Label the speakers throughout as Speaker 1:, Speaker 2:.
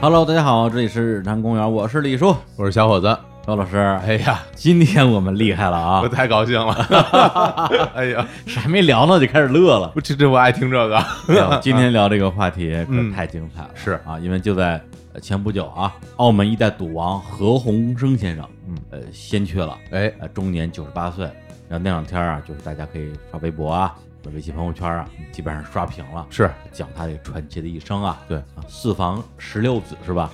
Speaker 1: Hello，大家好，这里是日坛公园，我是李叔，
Speaker 2: 我是小伙子。
Speaker 1: 高老师。
Speaker 2: 哎呀，
Speaker 1: 今天我们厉害了啊
Speaker 2: 我！太高兴 了。哎呀，
Speaker 1: 还没聊呢就开始乐 了。
Speaker 2: 我这这我爱听这个。
Speaker 1: 哎呦今天聊这个话题可
Speaker 2: 嗯
Speaker 1: 太精彩了，
Speaker 2: 是
Speaker 1: 啊，因为就在呃前不久啊，澳门一代赌王何鸿燊先生，
Speaker 2: 嗯，
Speaker 1: 呃，先去了，
Speaker 2: 哎，
Speaker 1: 呃，终年九十八岁。然后那两天啊，就是大家可以刷微博啊、微信朋友圈啊，基本上刷屏了，
Speaker 2: 是
Speaker 1: 讲他这个传奇的一生啊。
Speaker 2: 对
Speaker 1: 啊，四房十六子是吧？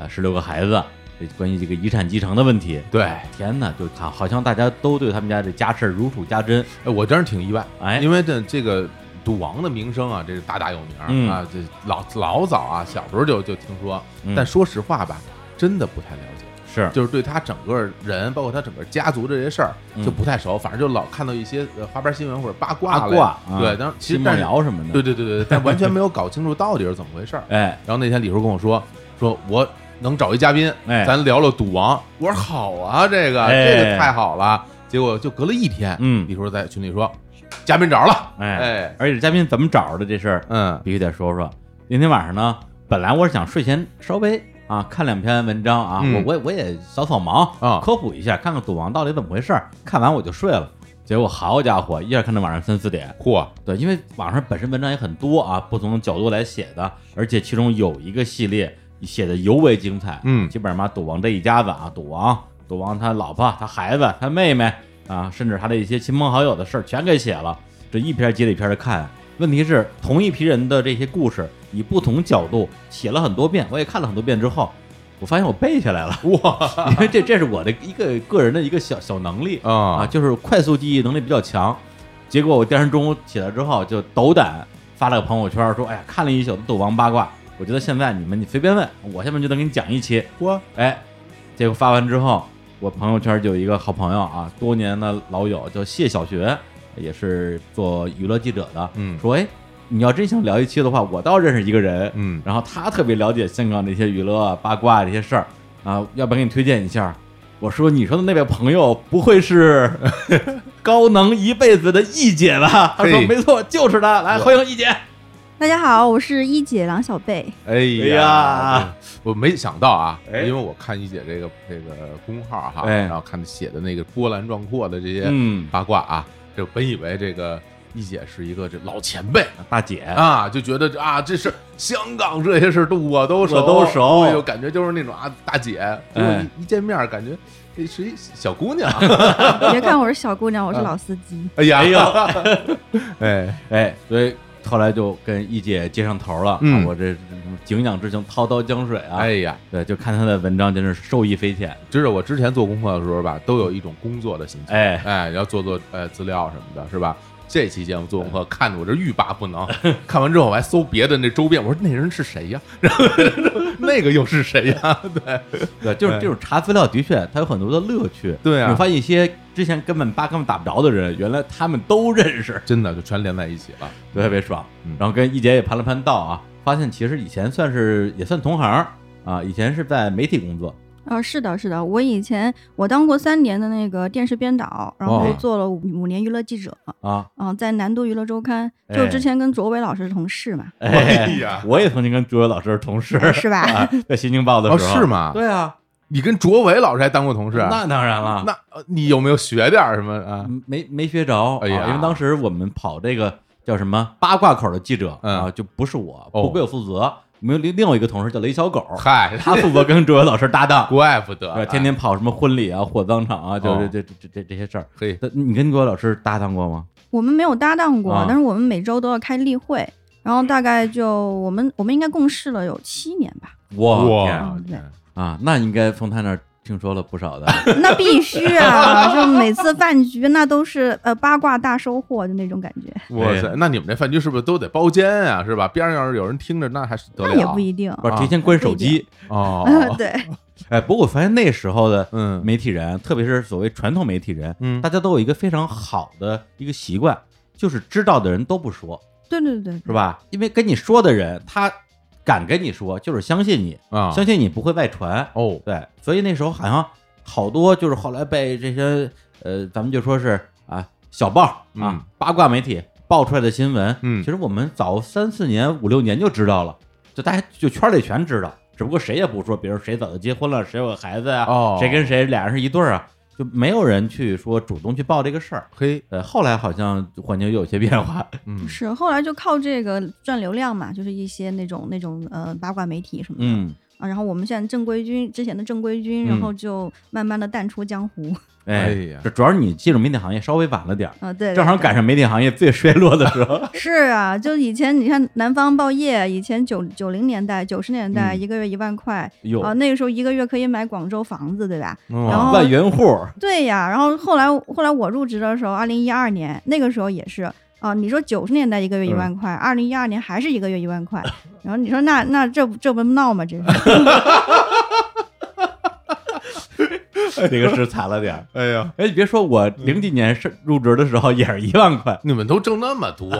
Speaker 1: 啊，十六个孩子，这关于这个遗产继承的问题，
Speaker 2: 对，哎
Speaker 1: 天哪，就看好像大家都对他们家这家事儿如数家珍。
Speaker 2: 我真是挺意外，
Speaker 1: 哎
Speaker 2: 因为这这个赌王的名声啊，这是大大有名儿、
Speaker 1: 嗯
Speaker 2: 啊，这老老早啊，小时候就就听说
Speaker 1: 嗯，
Speaker 2: 但说实话吧，真的不太了解。
Speaker 1: 是，
Speaker 2: 就是对他整个人，包括他整个家族这些事儿
Speaker 1: 嗯
Speaker 2: 就不太熟，反正就老看到一些呃花边新闻或者八卦
Speaker 1: 八
Speaker 2: 类
Speaker 1: 卦啊
Speaker 2: 对，当其实
Speaker 1: 新
Speaker 2: 但
Speaker 1: 梦
Speaker 2: 是
Speaker 1: 瑶什么的。
Speaker 2: 对对对对，对但完全没有搞清楚到底是怎么回事儿。
Speaker 1: 哎，
Speaker 2: 然后那天李叔跟我说，说我能找一嘉宾，
Speaker 1: 哎
Speaker 2: 咱聊了赌王，我说好啊，这个、
Speaker 1: 哎
Speaker 2: 这个太好了。结果就隔了一天，
Speaker 1: 嗯
Speaker 2: 李叔在群里说，嘉宾着了，
Speaker 1: 哎
Speaker 2: 哎，
Speaker 1: 而且嘉宾怎么找着的这事儿，
Speaker 2: 嗯，
Speaker 1: 必须得说说。那天晚上呢，本来我是想睡前稍微啊看两篇文章啊，
Speaker 2: 嗯
Speaker 1: 我我我也扫扫盲
Speaker 2: 啊
Speaker 1: 科普一下，看看赌王到底怎么回事儿。看完我就睡了，结果好家伙，一下看到晚上三四点。
Speaker 2: 嚯，
Speaker 1: 对，因为网上本身文章也很多啊，不同的角度来写的，而且其中有一个系列写的尤为精彩，
Speaker 2: 嗯
Speaker 1: 基本上把赌王这一家子啊，赌王、赌王他老婆、他孩子、他妹妹啊，甚至他的一些亲朋好友的事儿全给写了，这一篇接着一篇的看。问题是，同一批人的这些故事，以不同角度写了很多遍，我也看了很多遍之后，我发现我背下来了，
Speaker 2: 哇
Speaker 1: 因为这这是我的一个个人的一个小小能力啊，
Speaker 2: 啊，
Speaker 1: 就是快速记忆能力比较强。结果我第二天中午起来之后，就斗胆发了个朋友圈，说：“哎呀，看了一宿的斗王八卦，我觉得现在你们你随便问我，下面就能给你讲一期。
Speaker 2: 嚯，”
Speaker 1: 哎，结果发完之后，我朋友圈就有一个好朋友啊，多年的老友叫谢小学，也是做娱乐记者的，
Speaker 2: 嗯
Speaker 1: 说：“哎，你要真想聊一期的话，我倒认识一个人，
Speaker 2: 嗯，
Speaker 1: 然后他特别了解香港这些娱乐啊、八卦啊这些事儿啊，要不然给你推荐一下。我说你说的那位朋友不会是 高能一辈子的易姐吧？他说
Speaker 2: 嘿
Speaker 1: 没错，就是她。来，
Speaker 2: 我
Speaker 1: 欢迎易姐。
Speaker 3: 大家好，我是一姐郎小 贝。
Speaker 2: 哎
Speaker 1: 哎呀
Speaker 2: 呀，我没想到啊，
Speaker 1: 哎
Speaker 2: 因为我看一姐这个这个公号哈，
Speaker 1: 哎
Speaker 2: 然后看写的那个波澜壮阔的这些
Speaker 1: 嗯，
Speaker 2: 八卦啊，就本以为这个一姐是一个这老前辈，
Speaker 1: 大姐，
Speaker 2: 啊，就觉得啊，这是香港这些事都我都熟，
Speaker 1: 我都熟
Speaker 2: 哎呦，感觉就是那种啊，大姐，就是
Speaker 1: 哎
Speaker 2: 一一见面感觉这是一小 姑娘，
Speaker 3: 别看我是小姑娘，我是
Speaker 1: 嗯
Speaker 3: 老司机。
Speaker 2: 哎呀，
Speaker 1: 哎呦，
Speaker 2: 哎，
Speaker 1: 哎，所以后来就跟易姐接上头了。
Speaker 2: 嗯
Speaker 1: 啊我这景仰之情，滔滔江水啊。
Speaker 2: 哎呀，
Speaker 1: 对，就看她的文章，真是受益匪浅。
Speaker 2: 知道我之前做功课的时候吧，都有一种工作的心情，
Speaker 1: 哎，
Speaker 2: 哎，要做做呃资料什么的，是吧？这期节目做功
Speaker 1: 哎
Speaker 2: 课，看得我这欲罢不能。看完之后，我还搜别的那周边，我说那人是谁呀？ 然后那个又是谁呀？ 对，
Speaker 1: 对，就是
Speaker 2: 哎
Speaker 1: 这种查资料，的确它有很多的乐趣。
Speaker 2: 对啊
Speaker 1: 你发现一些之前根本八竿子打不着的人，原来他们都认识，
Speaker 2: 真的就全连在一起了。
Speaker 1: 特别爽
Speaker 2: 嗯。
Speaker 1: 然后跟一姐也盘了盘道啊，发现其实以前算是也算同行啊，以前是在媒体工作，
Speaker 3: 啊，是的，是的，我以前我当过三年的那个电视编导，然后
Speaker 1: 哦
Speaker 3: 做了五五年娱乐记者，
Speaker 1: 啊，
Speaker 3: 嗯、在南都娱乐周刊，
Speaker 1: 哎
Speaker 3: 就之前跟卓伟老师是同事嘛，
Speaker 2: 哎呀
Speaker 1: 我也曾经跟朱伟老师是同事，
Speaker 3: 是吧？
Speaker 1: 啊，在新京报的
Speaker 2: 嗯哦，
Speaker 1: 时候，
Speaker 2: 是？吗？
Speaker 1: 对啊，
Speaker 2: 你跟卓伟老师还当过同事？
Speaker 1: 那当然了，
Speaker 2: 那呃你有没有学点儿什么啊？
Speaker 1: 没没学着啊，
Speaker 2: 哎呀
Speaker 1: 因为当时我们跑这个叫什么八卦口的记者
Speaker 2: 嗯
Speaker 1: 啊，就不是我，
Speaker 2: 哦
Speaker 1: 不归我负责，我们有另另外一个同事叫雷小狗，
Speaker 2: 嗨，
Speaker 3: 啊
Speaker 1: 他负责跟周伟老师搭 档，
Speaker 2: 怪不得啊
Speaker 1: 对，天天跑什么婚礼啊、火葬场啊，就是
Speaker 2: 哦
Speaker 1: 这这这这这些事儿。
Speaker 2: 嘿，
Speaker 1: 那你跟周伟老师搭档过吗？
Speaker 3: 我们没有搭档过，
Speaker 1: 啊
Speaker 3: 但是我们每周都要开例会，然后大概就我们我们应该共事了有七年 吧，
Speaker 1: 我天
Speaker 2: 哇
Speaker 3: 对
Speaker 1: 啊，那应该从他那儿听说了不少 的。
Speaker 3: 那必须 啊，就每次饭局那都是呃八卦大收获的那种感觉，
Speaker 2: 哇
Speaker 1: 哎
Speaker 2: 塞！那你们这饭局是不是都得包间啊？是吧？边上要是有人听着，那还是
Speaker 1: 啊
Speaker 2: 得了
Speaker 3: 那也不一定。
Speaker 1: 不是提
Speaker 2: 啊
Speaker 1: 前关手机，
Speaker 2: 哦。
Speaker 3: 对，
Speaker 1: 哎，不过我发现那时候的呃
Speaker 2: 嗯
Speaker 1: 媒体人，特别是所谓传统媒体人，
Speaker 2: 嗯
Speaker 1: 大家都有一个非常好的一个习惯，就是知道的人都不说，
Speaker 3: 对对对对
Speaker 1: 是
Speaker 2: 嗯
Speaker 1: 吧？因为跟你说的人，他敢跟你说，就是相信你，
Speaker 2: 啊
Speaker 1: 相信你不会外传。
Speaker 2: 哦
Speaker 1: 对，所以那时候好像好多就是后来被这些呃，咱们就说是啊小报啊、
Speaker 2: 嗯
Speaker 1: 八卦媒体爆出来的新闻，
Speaker 2: 嗯
Speaker 1: 其实我们早三四年、五六年就知道了，就大家就圈里全知道，只不过谁也不说，比如谁早就结婚了，谁有个孩子呀、
Speaker 2: 哦
Speaker 1: 谁跟谁俩人是一对儿啊，就没有人去说主动去报这个事儿。
Speaker 2: 嘿，
Speaker 1: 呃，后来好像环境又有些变 化，
Speaker 2: 嗯
Speaker 3: 是后来就靠这个赚流量嘛，就是一些那种那种呃八卦媒体什么的、
Speaker 1: 嗯，
Speaker 3: 啊。然后我们现在正规军之前的正规军，然后就慢慢的淡出江湖。
Speaker 1: 哎
Speaker 2: 哎呀
Speaker 1: 这主要是你进入媒体行业稍微晚了点儿，
Speaker 3: 啊，对，
Speaker 1: 正好
Speaker 3: 对
Speaker 1: 赶上媒体行业最衰落的时候。
Speaker 3: 是啊，就以前你看南方报业，以前九九零年代、九十年代
Speaker 1: 嗯
Speaker 3: 一个月一万块
Speaker 1: 哟，
Speaker 3: 啊，那个时候一个月可以买广州房子，对吧？然
Speaker 2: 哦
Speaker 3: 后
Speaker 1: 啊万元户 儿，
Speaker 3: 对呀，然后后来后来我入职的时候，二零一二年那个时候也是啊，你说九十年代一个月
Speaker 1: 嗯
Speaker 3: 一万块，二零一二年还是一个月一万块，然后你说那那这不这不闹吗？这是
Speaker 1: 这个是惨了点儿。
Speaker 2: 哎呀，
Speaker 1: 哎，你别说我零几年是入职的时候也是一万块，
Speaker 2: 你们都挣那么 多，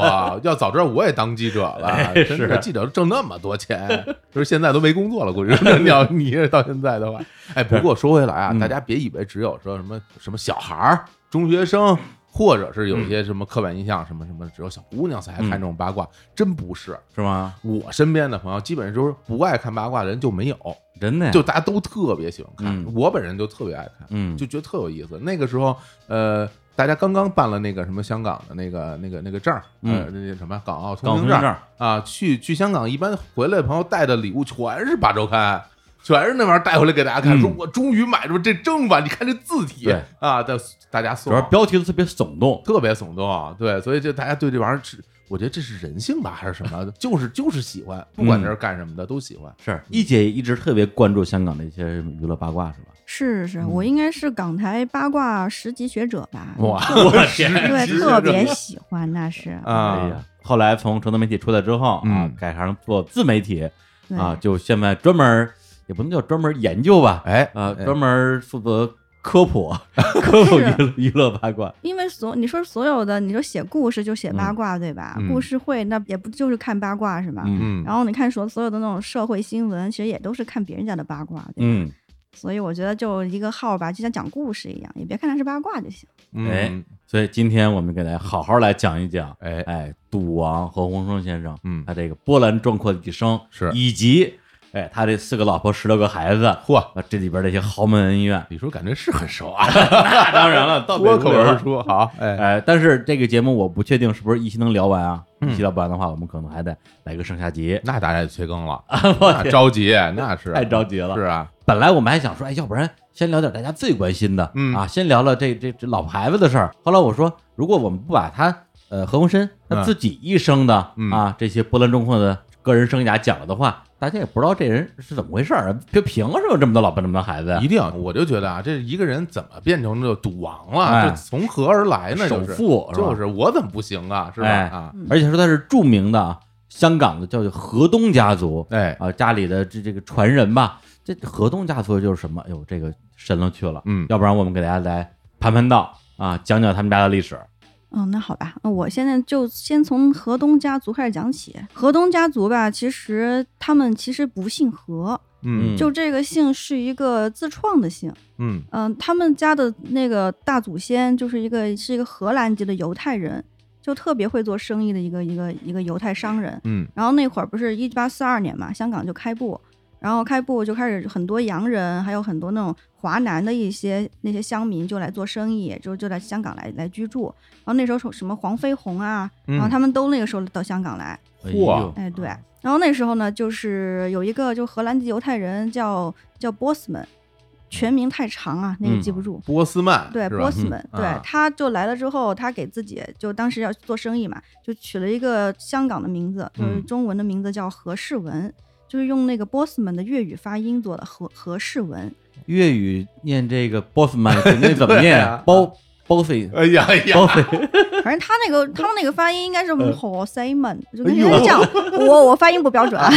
Speaker 2: 要早知道我也当记者了，
Speaker 1: 哎
Speaker 2: 真
Speaker 1: 是
Speaker 2: 记者挣那么 多钱，就是现在都没工作了，估计你要你是到现在的话，哎，不过说回来啊，
Speaker 1: 嗯
Speaker 2: 大家别以为只有说什么什么小孩儿、中学生。或者是有一些什么刻板印象，什么什么，只有小姑娘才爱看这种八卦，
Speaker 1: 嗯
Speaker 2: 真不是。
Speaker 1: 是吗？
Speaker 2: 我身边的朋友基本上就是不爱看八卦的人就没有，
Speaker 1: 真的呀，
Speaker 2: 就大家都特别喜欢看。
Speaker 1: 嗯
Speaker 2: 我本人就特别爱看，
Speaker 1: 嗯，
Speaker 2: 就觉得特有意思。那个时候，呃，大家刚刚办了那个什么香港的那个那个那个证儿，呃，那个什么港澳
Speaker 1: 嗯港
Speaker 2: 通行
Speaker 1: 证
Speaker 2: 证儿啊，去去香港一般回来的朋友带的礼物全是八周刊。全是那玩意儿带回来给大家看，
Speaker 1: 嗯
Speaker 2: 说我终于买着这正版，你看这字体
Speaker 1: 对
Speaker 2: 啊，大大家送
Speaker 1: 主要标题都特别耸动，
Speaker 2: 特别耸动，啊对，所以就大家对这玩意儿是，我觉得这是人性吧，还是什么？就是就是喜欢，不
Speaker 1: 嗯
Speaker 2: 管这是干什么的、都喜欢。
Speaker 1: 是一姐一直特别关注香港的一些娱乐八卦，是吧？
Speaker 3: 是是，
Speaker 1: 嗯
Speaker 3: 我应该是港台八卦十级学者吧？
Speaker 1: 我天
Speaker 3: 对，特别喜欢那是
Speaker 1: 哎
Speaker 2: 啊
Speaker 1: 呀！后来从传统媒体出来之后啊
Speaker 2: 嗯，
Speaker 1: 改行做自媒体
Speaker 3: 对
Speaker 1: 啊，就现在专门儿也不能叫专门儿研究吧，
Speaker 2: 哎
Speaker 1: 啊，
Speaker 2: 哎
Speaker 1: 专门儿负责科普科普娱乐娱乐八卦，
Speaker 3: 因为所你说所有的，你说写故事就写八
Speaker 1: 嗯
Speaker 3: 卦、对吧？
Speaker 2: 嗯
Speaker 3: 故事会那也不就是看八卦是吧？
Speaker 1: 嗯
Speaker 2: 嗯，
Speaker 3: 然后你看所所有的那种社会新闻，其实也都是看别人家的八卦，对吧
Speaker 1: 嗯，
Speaker 3: 所以我觉得就一个号吧，就像讲故事一样，也别看它是八卦就行。
Speaker 1: 哎
Speaker 2: 嗯，
Speaker 1: 所以今天我们给大家好好来讲一讲，
Speaker 2: 哎
Speaker 1: 哎，赌王何鸿燊先生，
Speaker 2: 嗯
Speaker 1: 他这个波澜壮阔的一生，
Speaker 2: 是
Speaker 1: 以及哎他这四个老婆十六个孩子，啊，
Speaker 2: 嚯，，
Speaker 1: 这里边这些豪门恩怨
Speaker 2: 李叔感觉是很熟啊，
Speaker 1: 那当然了，倒背
Speaker 2: 脱口
Speaker 1: 如流
Speaker 2: 而。出。好，哎，
Speaker 1: 哎，但是这个节目我不确定是不是一期能聊完啊，
Speaker 2: 嗯
Speaker 1: 一期聊不完的话，我们可能还得来个上下集，
Speaker 2: 那大家也催更了，
Speaker 1: 我
Speaker 2: 那啊
Speaker 1: 天
Speaker 2: 着急，那是
Speaker 1: 哎太着急了。
Speaker 2: 是啊，
Speaker 1: 本来我们还想说，哎，要不然先聊点大家最关心的，
Speaker 2: 嗯
Speaker 1: 啊，先聊聊这这这老婆孩子的事儿。后来我说，如果我们不把他呃何鸿燊他
Speaker 2: 嗯
Speaker 1: 自己一生的、
Speaker 2: 嗯
Speaker 1: 啊这些波澜壮阔的个人生涯讲了的话，大家也不知道这人是怎么回事儿，就凭什么有这么多老婆这么多孩子呀
Speaker 2: 一？定，我就觉得啊，这一个人怎么变成这赌王
Speaker 1: 哎
Speaker 2: 了？这从何而来呢？
Speaker 1: 首
Speaker 2: 就是
Speaker 1: 富吧
Speaker 2: 就是我怎么不行啊？是吧？
Speaker 1: 哎
Speaker 2: 啊，
Speaker 1: 而且说他是著名的啊香港的叫做河东家族
Speaker 2: 哎，
Speaker 1: 啊，家里的这这个传人吧。这河东家族就是什么？哎呦，这个神了去了。
Speaker 2: 嗯
Speaker 1: 要不然我们给大家来盘盘道啊，讲讲他们家的历史。
Speaker 3: 嗯，那好吧，那我现在就先从河东家族开始讲起。河东家族吧，其实他们其实不姓何，
Speaker 2: 嗯
Speaker 3: 就这个姓是一个自创的姓。
Speaker 2: 嗯
Speaker 3: 嗯，他们家的那个大祖先就是一个是一个荷兰籍的犹太人，就特别会做生意的一个一个一个犹太商人。
Speaker 2: 嗯
Speaker 3: 然后那会儿不是一八四二年嘛，香港就开埠，然后开埠就开始很多洋人，还有很多那种华南的一些那些乡民就来做生意，就就来香港来来居住。然后那时候什么黄飞鸿啊，
Speaker 2: 嗯
Speaker 3: 然后他们都那个时候到香港来，
Speaker 2: 嚯
Speaker 1: 哎呦
Speaker 3: 哎对。
Speaker 2: 嗯
Speaker 3: 然后那时候呢，就是有一个就荷兰籍犹太人叫叫波斯曼，全名太长啊，那个记不住。
Speaker 2: 波斯曼
Speaker 3: 对，
Speaker 2: 嗯是
Speaker 3: 波
Speaker 2: 吧？
Speaker 3: 斯们，
Speaker 2: 嗯
Speaker 3: 对
Speaker 2: 啊，
Speaker 3: 他就来了之后，他给自己就当时要做生意嘛，就取了一个香港的名字，就是
Speaker 2: 嗯
Speaker 3: 中文的名字叫何世文，就是用那个波斯们的粤语发音做的何何世文。
Speaker 1: 粤语念这个 Bossman 那怎么
Speaker 2: 对
Speaker 1: 念
Speaker 2: 啊？
Speaker 1: 包包费
Speaker 2: 哎呀哎 呀，
Speaker 1: 包费
Speaker 3: 反正他那个他们那个发音应该是
Speaker 2: 呃
Speaker 3: 何西门，就
Speaker 1: 哎
Speaker 3: 跟
Speaker 1: 呦
Speaker 3: 人家讲，我我发音不标准啊，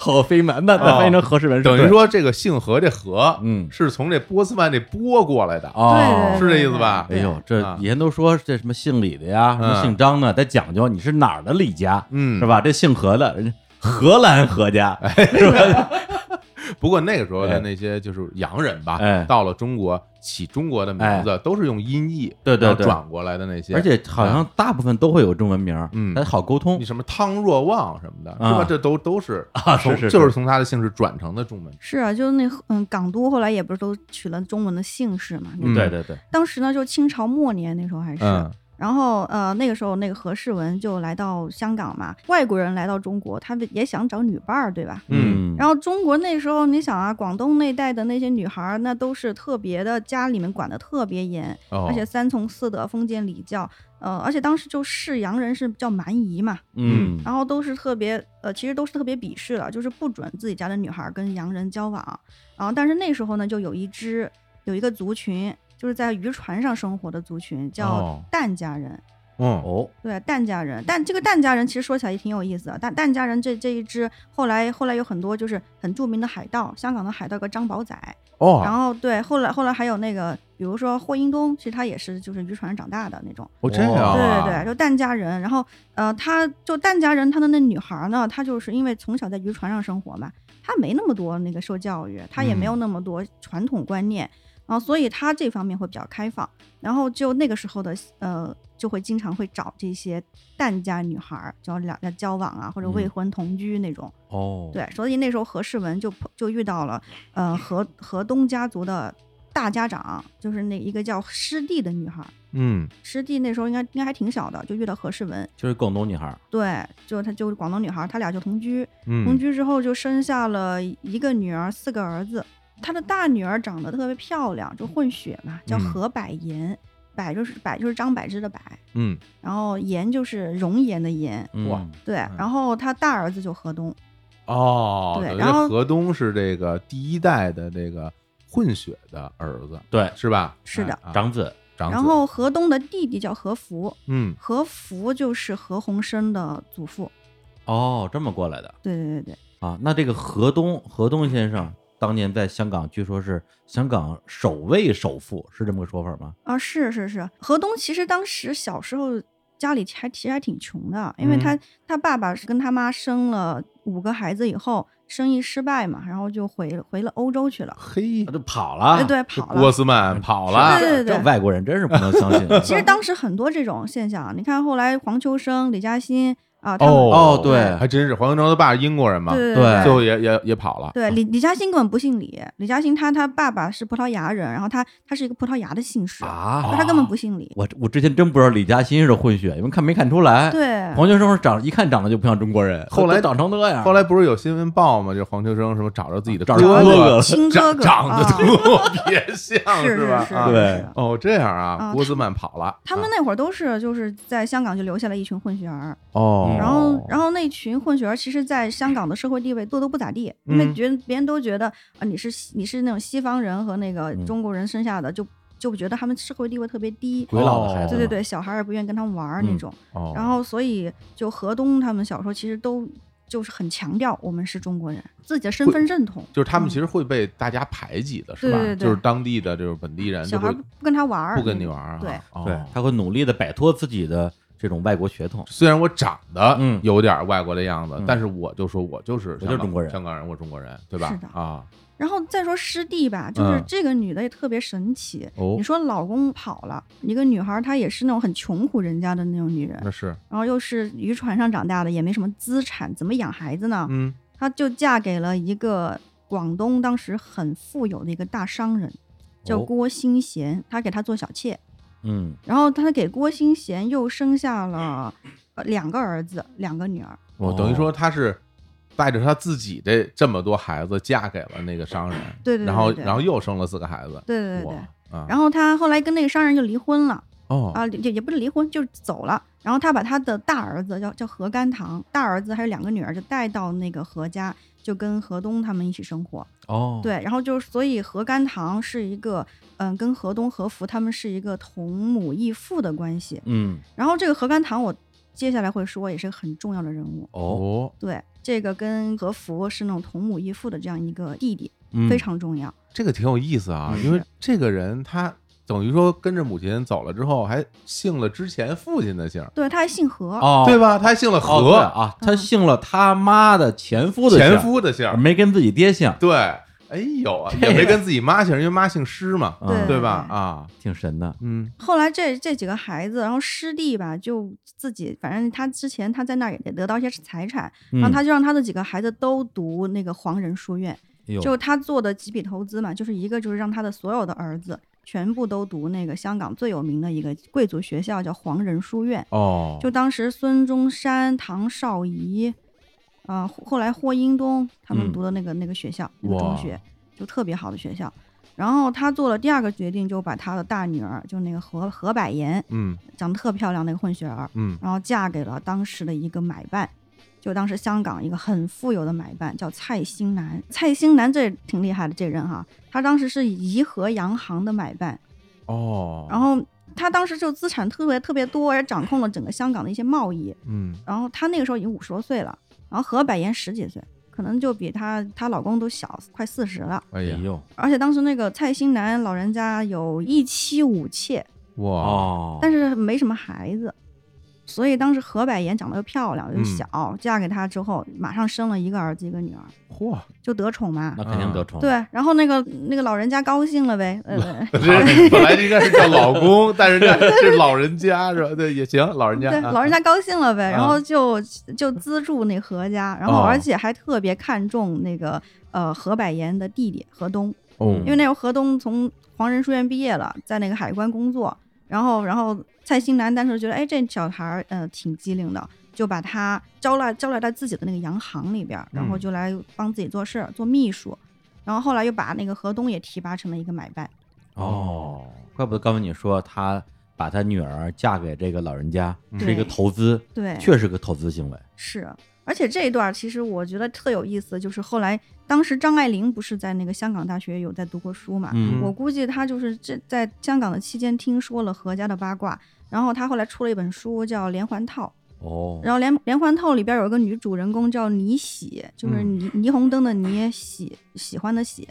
Speaker 1: 好飞满，那那
Speaker 2: 哦
Speaker 1: 翻译成何世文是
Speaker 2: 等于
Speaker 1: 对，
Speaker 2: 说这个姓何这何，
Speaker 1: 嗯
Speaker 2: 是从这波斯曼这波过来的，
Speaker 1: 哦
Speaker 3: 对，
Speaker 2: 是这意思吧？
Speaker 1: 哎
Speaker 3: 对
Speaker 1: 呦，这
Speaker 2: 啊
Speaker 1: 以前都说这什么姓李的呀，什么
Speaker 2: 嗯
Speaker 1: 姓张的，得讲究你是哪儿的李家，
Speaker 2: 嗯
Speaker 1: 哎是吧？这姓何的，人家荷兰何家，是吧？
Speaker 2: 不过那个时候
Speaker 1: 哎
Speaker 2: 的那些就是洋人吧，
Speaker 1: 哎
Speaker 2: 到了中国起中国的名字都是用音译，
Speaker 1: 对对
Speaker 2: 然后
Speaker 1: 对
Speaker 2: 转过来的那些，
Speaker 1: 而且好像大部分都会有中文名儿，
Speaker 2: 嗯
Speaker 1: 它好沟通
Speaker 2: 你。什么汤若望什么的，
Speaker 1: 啊
Speaker 2: 是吧？这都都是
Speaker 1: 啊
Speaker 2: 从
Speaker 1: 是是是
Speaker 2: 就是从他的姓氏转成的中文。
Speaker 3: 是啊，就是那嗯，港都后来也不是都取了中文的姓氏嘛。
Speaker 2: 嗯
Speaker 1: 对对对，
Speaker 3: 当时呢，就清朝末年那时候还是，
Speaker 2: 嗯，
Speaker 3: 然后呃那个时候那个何世文就来到香港嘛，外国人来到中国，他们也想找女伴儿，对吧？
Speaker 2: 嗯
Speaker 3: 然后中国那时候，你想啊，广东那带的那些女孩儿，那都是特别的，家里面管得特别严，
Speaker 2: 哦
Speaker 3: 而且三从四德、封建礼教，呃，而且当时就视洋人是叫蛮夷嘛，
Speaker 1: 嗯
Speaker 3: 然后都是特别呃，其实都是特别鄙视了，就是不准自己家的女孩儿跟洋人交往。然后，但是那时候呢，就有一支有一个族群，就是在渔船上生活的族群，叫
Speaker 2: 哦
Speaker 3: 疍家人。
Speaker 2: 嗯，
Speaker 1: 哦
Speaker 3: 对，疍家人，但这个疍家人其实说起来也挺有意思的。但疍家人这这一支，后来后来有很多就是很著名的海盗，香港的海盗有个张宝仔，然
Speaker 2: 哦，
Speaker 3: 后对，后来后来还有那个，比如说霍英东，其实他也是就是渔船上长大的那种。
Speaker 2: 哦这样
Speaker 1: 哦
Speaker 3: 对
Speaker 2: 啊，
Speaker 3: 对对，就疍家人。然后呃，他就疍家人，他的那女孩儿呢，她就是因为从小在渔船上生活嘛，她没那么多那个受教育，她也没有那么多传统观念，然后所以她这方面会比较开放。然后就那个时候的呃，就会经常会找这些疍家女孩儿，就要两要交往啊，或者未
Speaker 1: 嗯
Speaker 3: 婚同居那种。
Speaker 1: 哦，
Speaker 3: 对，所以那时候何世文就碰就遇到了呃河河东家族的大家长，就是那一个叫师弟的女孩儿。
Speaker 2: 嗯，
Speaker 3: 师弟那时候应该应该还挺小的，就遇到何世文，
Speaker 1: 就是广东女孩儿，
Speaker 3: 对，就她就是广东女孩儿，她俩就同居，同
Speaker 2: 嗯
Speaker 3: 居之后就生下了一个女儿，四个儿子。她的大女儿长得特别漂亮，就混血嘛，叫
Speaker 2: 嗯
Speaker 3: 何百颜，百就是百就是张柏芝的柏，
Speaker 2: 嗯，
Speaker 3: 然后颜就是容颜的颜，
Speaker 1: 嗯
Speaker 2: 哇
Speaker 3: 对，然后她大儿子就何东，
Speaker 2: 哦，
Speaker 3: 对
Speaker 2: 等于
Speaker 3: 然后
Speaker 2: 河东是这个第一代的这个混血的儿子，
Speaker 1: 对
Speaker 2: 是吧？
Speaker 3: 是的
Speaker 2: 哎啊
Speaker 1: 长子，
Speaker 2: 长子，
Speaker 3: 然后何东的弟弟叫何福，
Speaker 2: 嗯，
Speaker 3: 何福就是何鸿燊的祖父，
Speaker 1: 哦，这么过来的
Speaker 3: 对对对对，
Speaker 1: 啊。那这个何东何东先生当年在香港，据说是香港首位首富，是这么个说法吗？
Speaker 3: 啊，是是是，何东其实当时小时候家里还其实还挺穷的，因为
Speaker 2: 嗯
Speaker 3: 他、他爸爸是跟他妈生了五个孩子以后，生意失败嘛，然后就回回了欧洲去了。
Speaker 2: 嘿
Speaker 1: 他，就跑了，
Speaker 3: 哎，对，跑
Speaker 2: 啊波
Speaker 3: 了。
Speaker 2: 斯
Speaker 1: 嗯
Speaker 2: 曼跑了，
Speaker 3: 对对对
Speaker 1: 这外国人真是不能相信。啊
Speaker 3: 其实当时很多这种现象，啊你看后来黄秋生、李嘉欣啊，他们
Speaker 2: 哦
Speaker 1: 哦对
Speaker 2: 还真是黄文成他爸是英国人嘛，
Speaker 3: 对
Speaker 1: 对
Speaker 3: 对
Speaker 2: 最后也也也跑了，
Speaker 3: 对，李李嘉欣根本不姓李，李嘉欣他他爸爸是葡萄牙人，然后他他是一个葡萄牙的姓 氏，
Speaker 1: 啊
Speaker 3: 那他根本
Speaker 2: 哦
Speaker 3: 不姓李。
Speaker 1: 我我之前真不知道李嘉欣是混血，你们看没看出来？，
Speaker 3: 对，
Speaker 1: 黄秋生长一看长得就不像中国人，
Speaker 2: 后来
Speaker 1: 都长成那样，
Speaker 2: 后来不是有新闻报吗？就黄秋生什么找着自己的
Speaker 1: 找着
Speaker 2: 哥
Speaker 1: 哥哥了
Speaker 3: 亲哥
Speaker 2: 长
Speaker 3: 哥
Speaker 2: 长得
Speaker 3: 啊
Speaker 2: 特别像，
Speaker 3: 是
Speaker 2: 吧？
Speaker 3: 是
Speaker 2: 啊
Speaker 1: 对
Speaker 3: 是
Speaker 2: 哦，这样啊，
Speaker 3: 啊
Speaker 2: 波斯曼跑了，
Speaker 3: 他们
Speaker 2: 啊
Speaker 3: 那会儿都是就是在香港就留下了一群混血儿，
Speaker 2: 哦，
Speaker 3: 然后然后那群混血儿其实，在香港的社会地位做都不咋地，因为
Speaker 2: 嗯
Speaker 3: 觉得别人都觉得啊、你是西你是那种西方人和那个
Speaker 1: 嗯
Speaker 3: 中国人生下的，就就觉得他们社会地位特别低。
Speaker 1: 鬼佬的孩
Speaker 2: 哦
Speaker 1: 子
Speaker 3: 对
Speaker 1: 嘛，
Speaker 3: 对对，小孩儿也不愿意跟他们玩儿那
Speaker 1: 嗯
Speaker 3: 种，
Speaker 2: 哦，
Speaker 3: 然后所以就何东他们小时候其实都就是很强调我们是中国人，自己的身
Speaker 2: 会
Speaker 3: 份认同。
Speaker 2: 就是他们
Speaker 3: 嗯
Speaker 2: 其实会被大家排挤的，是吧？
Speaker 3: 对对对
Speaker 2: 就是当地的就是本地人
Speaker 3: 小
Speaker 2: 就
Speaker 3: 孩儿
Speaker 2: 会
Speaker 3: 不不跟他玩儿，
Speaker 2: 不跟你玩儿、啊，
Speaker 3: 对
Speaker 2: 哦
Speaker 1: 对，他会努力的摆脱自己的这种外国血统。
Speaker 2: 虽然我长得
Speaker 1: 嗯
Speaker 2: 有点外国的样子，
Speaker 1: 嗯
Speaker 2: 但是我就说我就是
Speaker 1: 我就是中国人
Speaker 2: 香港人，我中国人，对吧？
Speaker 3: 是的
Speaker 2: 啊，
Speaker 3: 然后再说师弟吧，就是
Speaker 2: 嗯
Speaker 3: 这个女的也特别神奇。
Speaker 2: 哦
Speaker 3: 你，说老公跑了，一个女孩儿她也是那种很穷苦人家的那种女人，
Speaker 2: 那是，
Speaker 3: 然后又是渔船上长大的，也没什么资产，怎么养孩子呢？
Speaker 2: 嗯，
Speaker 3: 她就嫁给了一个广东当时很富有的一个大商人，叫
Speaker 1: 哦
Speaker 3: 郭新贤，他给她做小妾，
Speaker 1: 嗯，
Speaker 3: 然后他给郭新贤又生下了呃两个儿子，两个女儿。
Speaker 2: 我
Speaker 1: 哦
Speaker 2: 等于说他是带着他自己这这么多孩子嫁给了那个商人，
Speaker 3: 对对对对
Speaker 2: 然后
Speaker 3: 对
Speaker 2: 然后又生了四个孩子，
Speaker 3: 对对对对。
Speaker 2: 哇啊，
Speaker 3: 然后她后来跟那个商人就离婚了。
Speaker 2: 哦，
Speaker 3: 啊，也也不是离婚，就是走了。然后他把他的大儿子叫叫何甘棠，大儿子还有两个女儿，就带到那个何家，就跟何东他们一起生活。
Speaker 1: 哦，
Speaker 3: 对，然后就是所以何甘棠是一个，嗯，跟何东、何福他们是一个同母异父的关系。
Speaker 1: 嗯，
Speaker 3: 然后这个何甘棠，我接下来会说，也是个很重要的人物。
Speaker 1: 哦，
Speaker 2: 哦，
Speaker 3: 对，这个跟何福是那种同母异父的这样一个弟弟，
Speaker 1: 嗯
Speaker 3: 非常重要。
Speaker 2: 这个挺有意思啊，
Speaker 3: 嗯
Speaker 2: 因为这个人他等于说跟着母亲走了之后，还姓了之前父亲的姓，
Speaker 3: 对，他还姓何，
Speaker 1: 哦，
Speaker 2: 对吧？他还姓了
Speaker 1: 哦对
Speaker 2: 何，
Speaker 1: 啊，
Speaker 3: 嗯
Speaker 1: 他姓了他妈的前夫的姓
Speaker 2: 前，夫的姓。
Speaker 1: 没跟自己爹姓，
Speaker 2: 对，哎呦，也没跟自己妈姓，因为妈姓施嘛，
Speaker 1: 嗯
Speaker 3: 对
Speaker 2: 对吧？啊，
Speaker 1: 挺神的。
Speaker 2: 嗯，
Speaker 3: 后来这这几个孩子，然后师弟吧，就自己反正他之前他在那儿也得到一些财产，
Speaker 1: 嗯
Speaker 3: 然后他就让他的几个孩子都读那个黄仁书院，
Speaker 1: 嗯哎呦
Speaker 3: 就他做的几笔投资嘛，就是一个就是让他的所有的儿子全部都读那个香港最有名的一个贵族学校，叫黄仁书院。
Speaker 2: 哦，
Speaker 3: 就当时孙中山、唐绍仪，啊、后后来霍英东他们
Speaker 1: 嗯
Speaker 3: 读的那个、那个学校，那个
Speaker 2: 哇
Speaker 3: 中学就特别好的学校。然后他做了第二个决定，就把他的大女儿，就那个何何百言，
Speaker 2: 嗯
Speaker 3: 长得特漂亮那个混血儿，
Speaker 2: 嗯，
Speaker 3: 然后嫁给了当时的一个买办，就当时香港一个很富有的买办，叫蔡兴南。蔡兴南这挺厉害的，这人哈，他当时是怡和洋行的买办，
Speaker 2: 哦，
Speaker 3: 然后他当时就资产特别特别多，也掌控了整个香港的一些贸易。
Speaker 2: 嗯，
Speaker 3: 然后她那个时候已经五十多岁了，然后何百言十几岁，可能就比她她老公都小快四十了。
Speaker 2: 哎
Speaker 1: 哎
Speaker 2: 呀，
Speaker 1: 呦
Speaker 3: 而且当时那个蔡兴南老人家有一妻五妾，
Speaker 2: 哇，
Speaker 1: 哦，
Speaker 3: 但是没什么孩子，所以当时何百言长得又漂亮又小，
Speaker 2: 嗯
Speaker 3: 嫁给他之后马上生了一个儿子一个女儿，
Speaker 2: 嚯，
Speaker 3: 就得宠嘛
Speaker 2: 啊
Speaker 1: 那。肯定得宠。
Speaker 3: 对，然后那个那个老人家高兴了呗，呃，
Speaker 2: 这本来应该是叫老公，但是 这是老人家是吧？对，也行，老人家，
Speaker 3: 呃对，
Speaker 2: 啊
Speaker 3: 老人家高兴了呗，
Speaker 2: 啊
Speaker 3: 然后就就资助那何家，然后
Speaker 2: 哦
Speaker 3: 而且还特别看重那个呃何百言的弟弟何东，
Speaker 2: 哦
Speaker 3: 因为那时候何东从黄仁书院毕业了，在那个海关工作，然后然后蔡兴南当时觉得，哎，这小孩儿呃挺机灵的，就把他招来招来到自己的那个洋行里边儿，然后
Speaker 2: 嗯
Speaker 3: 就来帮自己做事儿，做秘书，然后后来又把那个何东也提拔成了一个买办，
Speaker 1: 哦，怪不得刚才你说他把他女儿嫁给这个老人家
Speaker 2: 嗯
Speaker 1: 是一个
Speaker 3: 对
Speaker 1: 投资，
Speaker 3: 对，
Speaker 1: 确实个投资行为。
Speaker 3: 是，而且这一段儿其实我觉得特有意思，就是后来当时张爱玲不是在那个香港大学有在读过书嘛，
Speaker 1: 嗯
Speaker 3: 啊我估计她就是这在香港的期间听说了何家的八卦，然后她后来出了一本书叫《连环套》，
Speaker 1: 哦，
Speaker 3: 然后连《连环套》里边有一个女主人公叫倪喜，就是
Speaker 2: 嗯
Speaker 3: 霓霓虹灯的霓，喜喜欢的喜。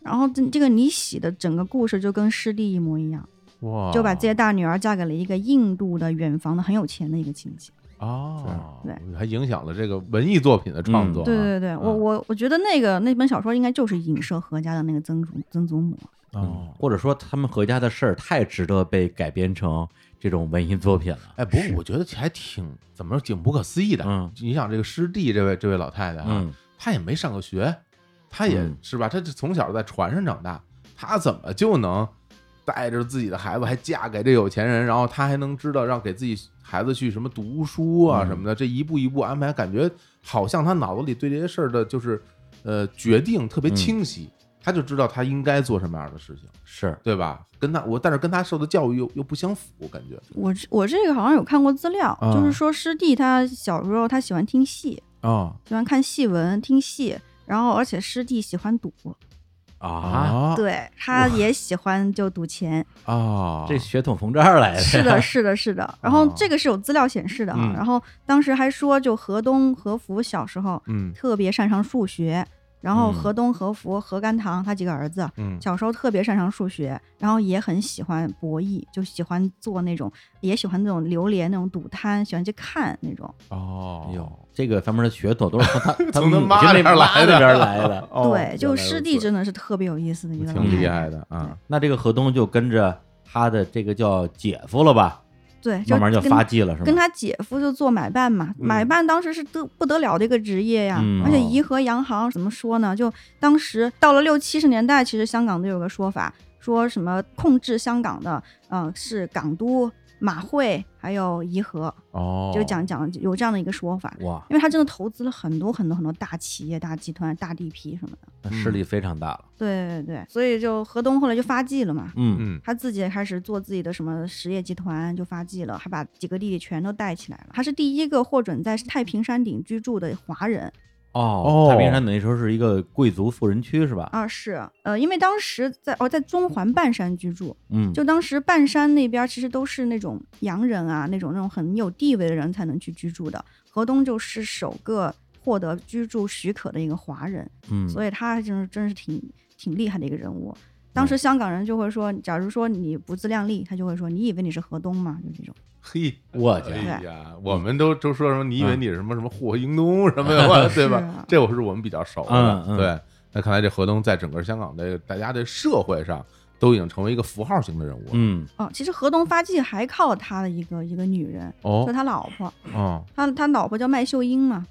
Speaker 3: 然后这这个倪喜的整个故事就跟师弟一模一样，
Speaker 2: 哇，
Speaker 3: 就把自己的大女儿嫁给了一个印度的远房的很有钱的一个亲戚。
Speaker 2: 哦，
Speaker 3: 对
Speaker 2: 还影响了这个文艺作品的创作啊，
Speaker 3: 对对对，我
Speaker 2: 嗯
Speaker 3: 我我觉得那个那本小说应该就是影射何家的那个曾祖曾祖母。
Speaker 1: 嗯
Speaker 2: 哦，
Speaker 1: 或者说他们何家的事儿太值得被改编成这种文艺作品了。
Speaker 2: 哎，不过我觉得还挺怎么说，挺不可思议的。
Speaker 1: 嗯
Speaker 2: 你想这个师弟这位这位老太太啊，
Speaker 1: 嗯，
Speaker 2: 她也没上过学，她也
Speaker 1: 嗯
Speaker 2: 是吧，她就从小在船上长大，她怎么就能带着自己的孩子还嫁给这有钱人，然后她还能知道让给自己孩子去什么读书啊
Speaker 1: 嗯
Speaker 2: 什么的，这一步一步安排，感觉好像她脑子里对这些事儿的就是呃决定特别清晰，
Speaker 1: 嗯
Speaker 2: 她就知道她应该做什么样的事情，
Speaker 1: 是
Speaker 2: 对吧？跟她我但是跟她受的教育又又不相符，感觉
Speaker 3: 我我这个好像有看过资料，就
Speaker 2: 啊
Speaker 3: 是说师弟他小时候他喜欢听戏，
Speaker 2: 啊
Speaker 1: 哦
Speaker 3: 喜欢看戏文、听戏，然后而且师弟喜欢赌，
Speaker 2: 哦
Speaker 1: 啊，
Speaker 3: 对，他也喜欢就赌钱。
Speaker 2: 啊，
Speaker 1: 这血统从这儿来的。
Speaker 3: 哦是 的，是的，是的。然后
Speaker 2: 哎哦
Speaker 3: 这个是有资料显示的啊
Speaker 1: 嗯。
Speaker 3: 然后当时还说，就河东河福小时候
Speaker 2: 嗯
Speaker 3: 特别擅长数学，然
Speaker 1: 嗯
Speaker 3: 后河东河福何甘棠他几个儿子
Speaker 2: 嗯
Speaker 3: 小时候特别擅长数学，然后也很喜欢博弈，就喜欢做那种，也喜欢那种流连那种赌摊，喜欢去看那种。
Speaker 2: 哦
Speaker 1: 哎呦，这个方面的血统都是 从他他
Speaker 2: 从他
Speaker 1: 母
Speaker 2: 妈
Speaker 1: 亲那
Speaker 2: 那儿来
Speaker 1: 那
Speaker 2: 的
Speaker 1: 边来的。
Speaker 2: 哦
Speaker 3: 对，就
Speaker 2: 原来如
Speaker 3: 师弟
Speaker 2: 此
Speaker 3: 真的是特别有意思的一
Speaker 1: 嗯
Speaker 3: 个老
Speaker 2: 挺厉
Speaker 3: 太太
Speaker 2: 害的啊，
Speaker 1: 那这个河东就跟着他的这个叫姐夫了吧，
Speaker 3: 对，
Speaker 1: 慢慢就
Speaker 3: 哎跟
Speaker 1: 发迹了，是
Speaker 3: 跟
Speaker 1: 吗？
Speaker 3: 他姐夫就做买办嘛，买办当时是得不得了的一个职业呀，
Speaker 1: 嗯
Speaker 3: 而且
Speaker 2: 嗯哦
Speaker 3: 怡和洋行怎么说呢？就当时到了六七十年代，其实香港都有个说法，说什么控制香港的，呃，是港都、马会还有怡和，
Speaker 2: 哦，
Speaker 3: 就讲讲有这样的一个说法。
Speaker 1: 哇，
Speaker 3: 因为他真的投资了很多很多很多大企业、大集团、大地皮什么的，
Speaker 1: 那势力非常大了。
Speaker 3: 对对对，所以就河东后来就发迹了嘛，
Speaker 1: 嗯，
Speaker 2: 嗯
Speaker 3: 他自己也开始做自己的什么实业集团，就发迹了，还把几个弟弟全都带起来了。他是第一个获准在太平山顶居住的华人
Speaker 1: 哦
Speaker 2: 哦
Speaker 1: 太平山那时候是一个贵族富人区是吧？
Speaker 3: 啊，是呃，因为当时在哦在中环半山居住，
Speaker 1: 嗯，
Speaker 3: 就当时半山那边其实都是那种洋人啊，那种那种很有地位的人才能去居住的。河东就是首个获得居住许可的一个华人，
Speaker 1: 嗯，
Speaker 3: 所以他就是真是挺挺厉害的一个人物。当时香港人就会说，假如说你不自量力，他就会说你以为你是河东吗？就这种。
Speaker 2: 嘿，
Speaker 1: 我嗯去
Speaker 2: 哎呀，我们都都说什么？你以为你是什么什么霍英东什么
Speaker 3: 嗯
Speaker 2: 的，对
Speaker 3: 是
Speaker 2: 吧
Speaker 3: 啊？
Speaker 2: 这我是我们比较熟的
Speaker 1: 嗯，嗯
Speaker 2: 对。那看来这河东在整个香港的大家的社会上都已经成为一个符号型的人物了。
Speaker 1: 嗯
Speaker 3: 哦，其实河东发迹还靠他的一个一个女人，就
Speaker 2: 哦，
Speaker 3: 他老婆，
Speaker 2: 哦，
Speaker 3: 他他老婆叫麦秀英嘛。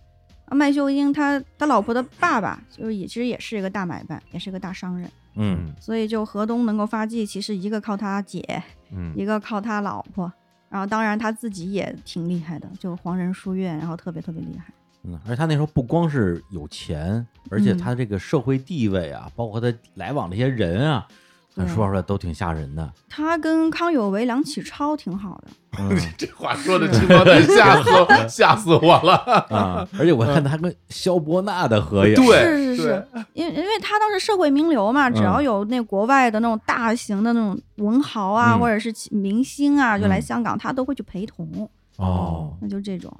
Speaker 3: 啊麦秀英他他老婆的爸爸就是也其实也是一个大买办，也是一个大商人，
Speaker 1: 嗯
Speaker 3: 所以就河东能够发迹，其实一个靠他姐，
Speaker 2: 嗯，
Speaker 3: 一个靠他老婆，然后当然他自己也挺厉害的，就黄仁书院，然后特别特别厉害。
Speaker 1: 嗯，而且他那时候不光是有钱，而
Speaker 3: 嗯
Speaker 1: 且他这个社会地位啊，包括他来往这些人啊，咱
Speaker 3: 对
Speaker 1: 说出来都挺吓人的。
Speaker 3: 他跟康有为、梁启超挺好的，
Speaker 1: 嗯
Speaker 2: 这话说的
Speaker 3: 啊
Speaker 2: 轻描淡 吓死我吓死我了。
Speaker 1: 啊，而且我看他还跟萧伯纳的合影，
Speaker 2: 对
Speaker 3: 是是是，因为因为他当时社会名流嘛，只要
Speaker 1: 嗯
Speaker 3: 有那国外的那种大型的那种文豪啊，
Speaker 1: 嗯
Speaker 3: 或者是其明星啊，就来
Speaker 1: 嗯
Speaker 3: 香港，他都会去陪同，
Speaker 1: 哦，
Speaker 3: 那就这种。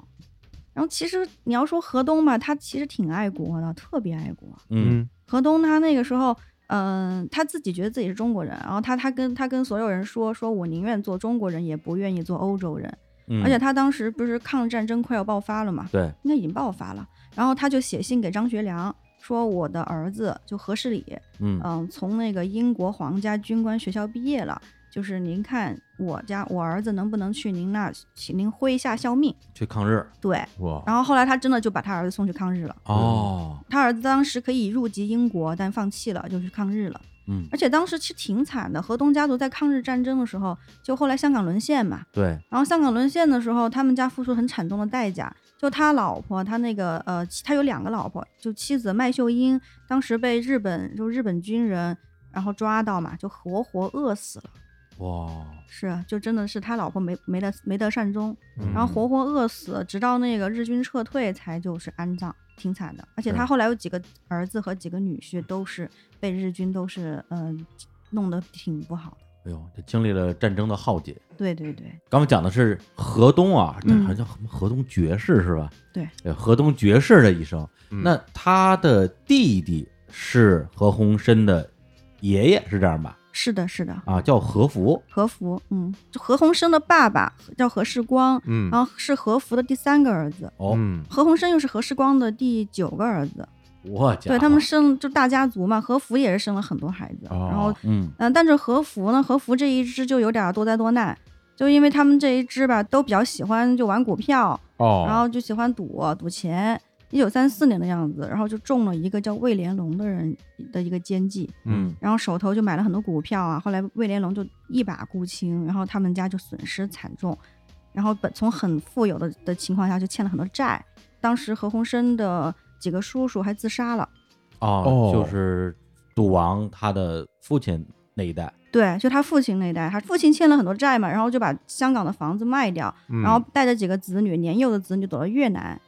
Speaker 3: 然后其实你要说河东吧，他其实挺爱国的，特别爱国。
Speaker 1: 嗯
Speaker 3: 河东他那个时候，嗯、他自己觉得自己是中国人，然后他他跟他跟所有人说，说我宁愿做中国人，也不愿意做欧洲人。
Speaker 1: 嗯，
Speaker 3: 而且他当时不是抗日战争快要爆发了嘛，
Speaker 1: 对，
Speaker 3: 应该已经爆发了。然后他就写信给张学良，说我的儿子就何世礼，
Speaker 1: 嗯
Speaker 3: 嗯，从那个英国皇家军官学校毕业了，就是您看我家我儿子能不能去您那，请您麾下效命。
Speaker 1: 去抗日
Speaker 3: 对，
Speaker 2: 哇，
Speaker 3: 然后后来他真的就把他儿子送去抗日了。
Speaker 1: 哦，
Speaker 3: 他儿子当时可以入籍英国，但放弃了，就去抗日了。
Speaker 1: 嗯，
Speaker 3: 而且当时其实挺惨的，河东家族在抗日战争的时候，就后来香港沦陷嘛，
Speaker 1: 对，
Speaker 3: 然后香港沦陷的时候，他们家付出很惨重的代价。就他老婆，他那个呃，妻他有两个老婆，就妻子麦秀英，当时被日本就日本军人然后抓到嘛，就活活饿死了。
Speaker 1: 哇，
Speaker 3: 是，啊就真的是他老婆没没得没得善终，
Speaker 1: 嗯
Speaker 3: 然后活活饿死，直到那个日军撤退才就是安葬，挺惨的。而且他
Speaker 1: 对
Speaker 3: 后来有几个儿子和几个女婿都是被日军都是嗯、呃、弄得挺不好的。
Speaker 1: 哎呦，这经历了战争的浩劫。
Speaker 3: 对对对，
Speaker 1: 刚刚讲的是河东啊，这
Speaker 3: 嗯
Speaker 1: 好像叫什么河东爵士是吧？呃
Speaker 3: 对，
Speaker 1: 河东爵士的一生。
Speaker 2: 嗯
Speaker 1: 那他的弟弟是何鸿燊的爷爷，是这样吧？
Speaker 3: 是的，是的。
Speaker 1: 啊，叫何福。
Speaker 3: 何福，嗯，就何鸿燊的爸爸叫何世光，
Speaker 2: 嗯
Speaker 3: 然后是何福的第三个儿子，
Speaker 1: 哦，
Speaker 2: 嗯
Speaker 3: 何鸿燊又是何世光的第九个儿子。
Speaker 1: 我家伙
Speaker 3: 对他们，生就大家族嘛，何福也是生了很多孩子，
Speaker 2: 哦
Speaker 3: 然后
Speaker 1: 嗯
Speaker 3: 嗯、但是何福呢，何福这一支就有点多灾多难。就因为他们这一支吧，都比较喜欢就玩股票，
Speaker 2: 哦，
Speaker 3: 然后就喜欢赌赌钱。一九三四年的样子，然后就中了一个叫魏连龙的人的一个奸计，
Speaker 1: 嗯，
Speaker 3: 然后手头就买了很多股票啊，后来魏连龙就一把沽清，然后他们家就损失惨重，然后本从很富有的的情况下就欠了很多债，当时何鸿燊的几个叔叔还自杀了，
Speaker 1: 哦
Speaker 2: 哦，
Speaker 1: 就是赌王他的父亲那一代。
Speaker 3: 对，就他父亲那一代，他父亲欠了很多债嘛，然后就把香港的房子卖掉，
Speaker 2: 嗯
Speaker 3: 然后带着几个子女，年幼的子女躲到越南。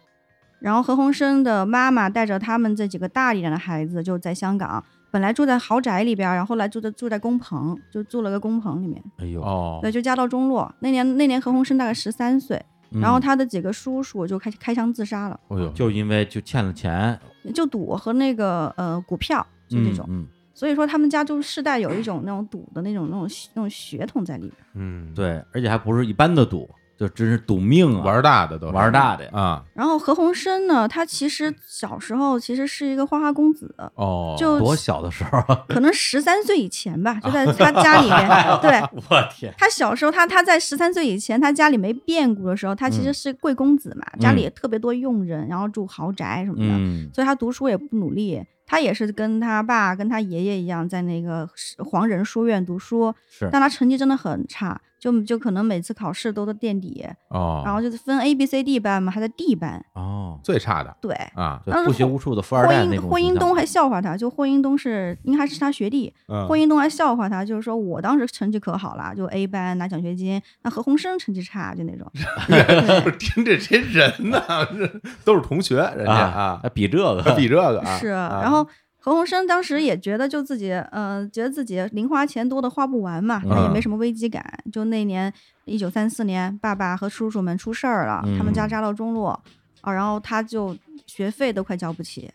Speaker 3: 然后何鸿燊的妈妈带着他们这几个大一点的孩子，就在香港，本来住在豪宅里边儿，然后后来住在住在工棚，就住了个工棚里面。
Speaker 1: 哎呦，
Speaker 2: 哦，
Speaker 3: 对，就家道中落。那年那年何鸿燊大概十三岁，
Speaker 1: 嗯
Speaker 3: 然后他的几个叔叔就开开枪自杀了，
Speaker 2: 哎呦，
Speaker 1: 就因为就欠了钱，
Speaker 3: 就赌和那个呃股票，就这种。
Speaker 1: 嗯，嗯
Speaker 3: 所以说他们家就世代有一种那种赌的那种那种那种血统在里边。
Speaker 2: 嗯，，
Speaker 1: 对，而且还不是一般的赌，就真是赌命啊，
Speaker 2: 玩大的都是
Speaker 1: 玩大的呀。
Speaker 2: 啊，
Speaker 3: 然后何鸿燊呢，他其实小时候其实是一个花花公子。
Speaker 2: 哦，
Speaker 3: 就
Speaker 1: 多小的时候啊，
Speaker 3: 可能十三岁以前吧，就在他家里 面。 对
Speaker 1: 我天，
Speaker 3: 他小时候，他他在十三岁以前，他家里没变故的时候，他
Speaker 1: 嗯
Speaker 3: 其实是贵公子嘛，家里也特别多佣人，然后住豪宅什么的。
Speaker 1: 嗯，
Speaker 3: 所以他读书也不努力，他也是跟他爸、跟他爷爷一样，在那个是黄仁书院读书，
Speaker 1: 是，
Speaker 3: 但他成绩真的很差，就就可能每次考试都在垫底，
Speaker 2: 哦，
Speaker 3: 然后就是分 A、B、C、D 班嘛，还在 D 班，
Speaker 1: 哦，
Speaker 2: 最差的
Speaker 3: 对。
Speaker 2: 啊，
Speaker 1: 就
Speaker 3: 当时
Speaker 1: 不学
Speaker 3: 霍
Speaker 1: 无术的富二
Speaker 3: 霍
Speaker 1: 代那
Speaker 3: 英
Speaker 1: 种
Speaker 3: 霍英
Speaker 1: 形象
Speaker 3: 东还笑话他，就霍英东是应该是他学弟，
Speaker 2: 嗯
Speaker 1: 嗯
Speaker 3: 霍 英东还笑话他，就是说我当时成绩可好了，就 A 班拿奖学金，那何鸿燊成绩差就 那种，
Speaker 2: 不是听这些人呢， 这都是同学，人家
Speaker 1: 啊
Speaker 2: 啊，，
Speaker 1: 比这个
Speaker 2: 比这个啊，
Speaker 3: 是，
Speaker 2: 啊
Speaker 3: 然后何鸿燊当时也觉得就自己，呃，觉得自己零花钱多的花不完嘛，那也
Speaker 2: 嗯
Speaker 3: 没什么危机感。就那年一九三四年，爸爸和叔叔们出事儿了，他们家
Speaker 1: 嗯
Speaker 3: 家道中落啊，然后他就学费都快交不起，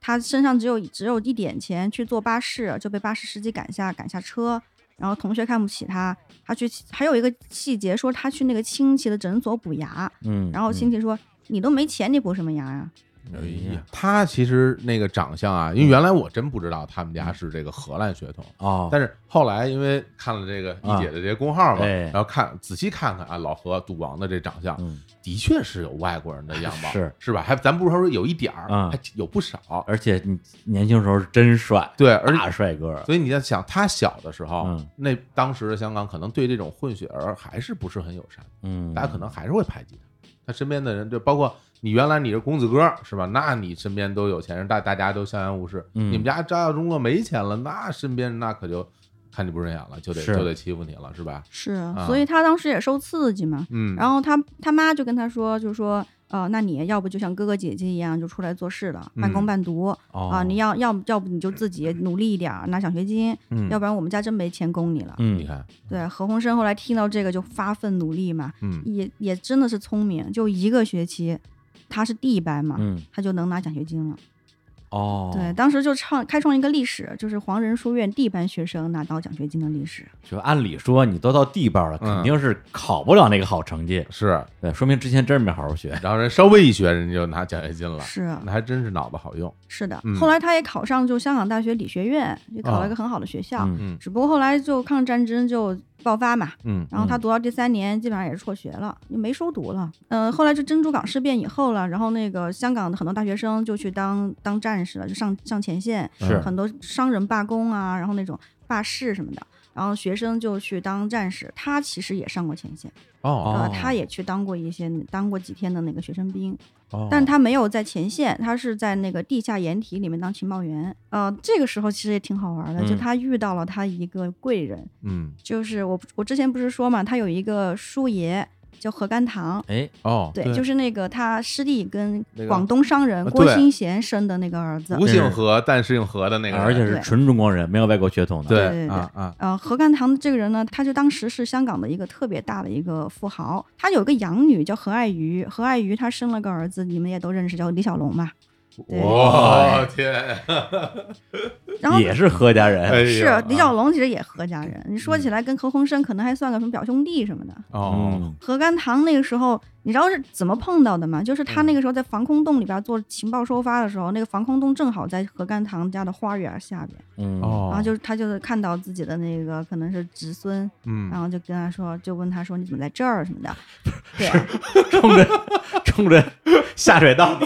Speaker 3: 他身上只有只有一点钱去坐巴士，就被巴士司机赶下赶下车。然后同学看不起他，他去还有一个细节说他去那个亲戚的诊所补牙，
Speaker 1: 嗯，
Speaker 3: 然后亲戚说、你都没钱，你补什么牙啊呀、
Speaker 2: 哎呀，他其实那个长相啊，因为原来我真不知道他们家是这个荷兰血统，
Speaker 1: 哦，
Speaker 2: 但是后来因为看了这个一姐的这些公号嘛，
Speaker 1: 啊哎
Speaker 2: 然后看仔细看看啊，老何赌王的这长相，
Speaker 1: 嗯，
Speaker 2: 的确是有外国人的样貌，
Speaker 1: 是
Speaker 2: 是吧？还咱不是说有一点儿，
Speaker 1: 嗯
Speaker 2: 还有不少。
Speaker 1: 而且你年轻时候是真帅，
Speaker 2: 对，而
Speaker 1: 大帅哥，
Speaker 2: 所以你在想，他小的时候，
Speaker 1: 嗯
Speaker 2: 那当时的香港可能对这种混血儿还是不是很友善，
Speaker 1: 嗯，
Speaker 2: 大家可能还是会排挤他。他身边的人，就包括你原来你是公子哥儿是吧？那你身边都有钱人，大大家都相安无事。
Speaker 1: 嗯
Speaker 2: 你们家张耀忠了没钱了，那身边那可就看你不顺眼了，就得
Speaker 1: 是
Speaker 2: 就得欺负你了，是吧？
Speaker 3: 是，啊所以他当时也受刺激嘛。
Speaker 2: 嗯，
Speaker 3: 然后他他妈就跟他说，就说，呃，那你要不就像哥哥姐姐一样，就出来做事了，半工
Speaker 2: 嗯
Speaker 3: 半读啊、
Speaker 1: 哦
Speaker 3: 你要要不要不你就自己努力一点儿拿奖学金，
Speaker 2: 嗯
Speaker 3: 要不然我们家真没钱供你了。
Speaker 1: 嗯，
Speaker 2: 你看，
Speaker 3: 对，何鸿燊后来听到这个就发奋努力嘛，
Speaker 2: 嗯，
Speaker 3: 也也真的是聪明，就一个学期，他是第一班嘛，
Speaker 1: 嗯，
Speaker 3: 他就能拿奖学金了。
Speaker 1: 哦，
Speaker 3: 对，，当时就创开创一个历史，就是黄仁书院第一班学生拿到奖学金的历史。
Speaker 1: 就按理说你都到地班了，
Speaker 2: 嗯
Speaker 1: 肯定是考不了那个好成绩，
Speaker 2: 是。
Speaker 1: 对，说明之前真是没好好学，
Speaker 2: 然后人稍微一学，人家就拿奖学金了，
Speaker 3: 是啊
Speaker 2: 那还真是脑子好用。
Speaker 3: 是的，
Speaker 2: 嗯
Speaker 3: 后来他也考上就香港大学理学院，也考
Speaker 2: 啊
Speaker 3: 了一个很好的学校。
Speaker 1: 嗯
Speaker 2: 嗯
Speaker 3: 只不过后来就抗日战争就爆发嘛，
Speaker 2: 嗯
Speaker 3: 然后他读到第三年，基本上也是辍学了，就没收读了。嗯、后来就珍珠港事变以后了，然后那个香港的很多大学生就去当当战士了，就上上前线，
Speaker 1: 是
Speaker 3: 很多商人罢工啊，然后那种罢市什么的。然后学生就去当战士，他其实也上过前线，
Speaker 2: 哦
Speaker 3: 呃，他也去当过一些当过几天的那个学生兵，
Speaker 2: 哦，
Speaker 3: 但他没有在前线，他是在那个地下掩体里面当情报员。呃，这个时候其实也挺好玩的，就
Speaker 1: 嗯
Speaker 3: 他遇到了他一个贵人，
Speaker 2: 嗯
Speaker 3: 就是我我之前不是说嘛，他有一个叔爷叫何甘棠，
Speaker 1: 哎，
Speaker 2: 哦，
Speaker 3: 对，就是那个他师弟跟
Speaker 2: 那个
Speaker 3: 广东商人
Speaker 2: 啊
Speaker 3: 郭
Speaker 2: 对
Speaker 3: 新贤生的那个儿子
Speaker 2: 不。姓何但是姓何的那个人，
Speaker 1: 而且是
Speaker 3: 对
Speaker 1: 纯中国人，没有外国血统的，
Speaker 3: 对对
Speaker 2: 啊啊，
Speaker 3: 呃，何甘棠这个人呢，他就当时是香港的一个特别大的一个富豪，他有个养女叫何爱瑜，何爱瑜她生了个儿子，你们也都认识，叫李小龙嘛。对
Speaker 2: 我天，
Speaker 3: 然后
Speaker 1: 也是何家人，
Speaker 2: 哎
Speaker 3: 是啊
Speaker 2: 呀嗯
Speaker 3: 李小龙其实也何家人，你说起来跟何鸿燊可能还算个什么表兄弟什么的。
Speaker 2: 哦，
Speaker 1: 嗯，
Speaker 3: 何甘棠那个时候，你知道是怎么碰到的吗？就是他
Speaker 2: 嗯
Speaker 3: 那个时候在防空洞里边做情报收发的时候，那个防空洞正好在何甘棠家的花园下边，
Speaker 1: 嗯，
Speaker 2: 哦，
Speaker 3: 然后就是他就是看到自己的那个可能是侄孙，然
Speaker 2: 嗯，
Speaker 3: 后就跟他说，就问他说你怎么在这儿什么 的，对，
Speaker 1: 冲着冲着下水道，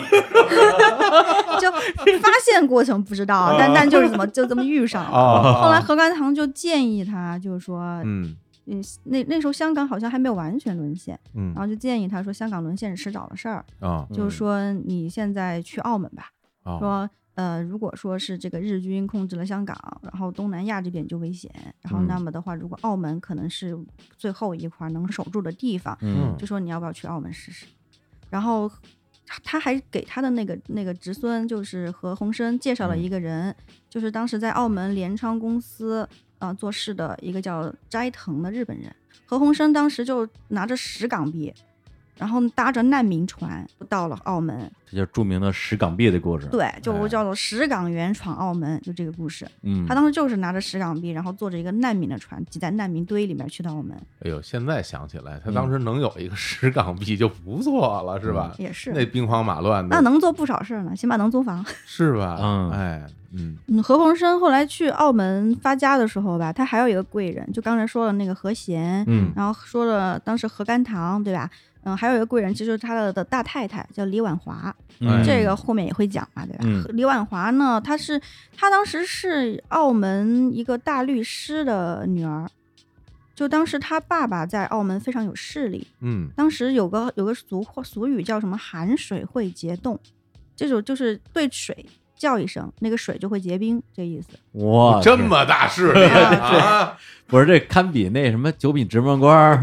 Speaker 3: 就发现过程不知道，但但就是怎么就这么遇上了。
Speaker 2: 哦，
Speaker 3: 后来何甘棠就建议他，就是说，
Speaker 2: 嗯
Speaker 3: 嗯，那那时候香港好像还没有完全沦陷，
Speaker 2: 嗯
Speaker 3: 然后就建议他说，香港沦陷是迟早的事儿，
Speaker 2: 啊
Speaker 3: 就是说你现在去澳门吧，
Speaker 2: 啊，
Speaker 3: 说呃，如果说是这个日军控制了香港，然后东南亚这边就危险，然后
Speaker 2: 嗯
Speaker 3: 那么的话，如果澳门可能是最后一块能守住的地方，
Speaker 1: 嗯，
Speaker 3: 就说你要不要去澳门试试？然后他还给他的那个那个侄孙，就是何鸿燊介
Speaker 1: 嗯
Speaker 3: 绍了一个人，就是当时在澳门联昌公司啊、呃做事的一个叫斋藤的日本人。何鸿燊当时就拿着十港币，然后搭着难民船到了澳门，
Speaker 1: 这就是著名的石港币的故事，，
Speaker 3: 对，就
Speaker 1: 哎
Speaker 3: 叫做十港元闯澳门，就这个故事。
Speaker 1: 嗯，
Speaker 3: 他当时就是拿着十港币，然后坐着一个难民的船，挤在难民堆里面去到澳门，
Speaker 2: 哎呦，现在想起来，他
Speaker 3: 嗯
Speaker 2: 当时能有一个十港币就不错了，是
Speaker 1: 啊
Speaker 2: 吧？
Speaker 3: 也嗯是
Speaker 2: 那兵荒马乱
Speaker 3: 那
Speaker 2: 的，
Speaker 3: 能做不少事儿呢，起码能租房。
Speaker 2: 是吧？
Speaker 1: 嗯
Speaker 2: 哎，嗯，
Speaker 3: 嗯，何鸿燊后来去澳门发家的时候吧，他还有一个贵人，就刚才说了那个何贤，
Speaker 1: 嗯
Speaker 3: 然后说了当时何甘棠，对吧？嗯，还有一个贵人，其实就是他的的大太太叫李婉华，
Speaker 1: 嗯
Speaker 3: 这个后面也会讲嘛，对吧？
Speaker 1: 嗯
Speaker 3: 李婉华呢，她是她当时是澳门一个大律师的女儿，就当时她爸爸在澳门非常有势力，
Speaker 2: 嗯，
Speaker 3: 当时有个有个俗话俗语叫什么“寒水会结冻”，这种就是对水叫一声，那个水就会结冰，这意思。
Speaker 1: 嗯哇，
Speaker 2: 这么大势力
Speaker 3: 啊
Speaker 2: 啊！
Speaker 1: 不是这堪比那什么九品芝麻官儿，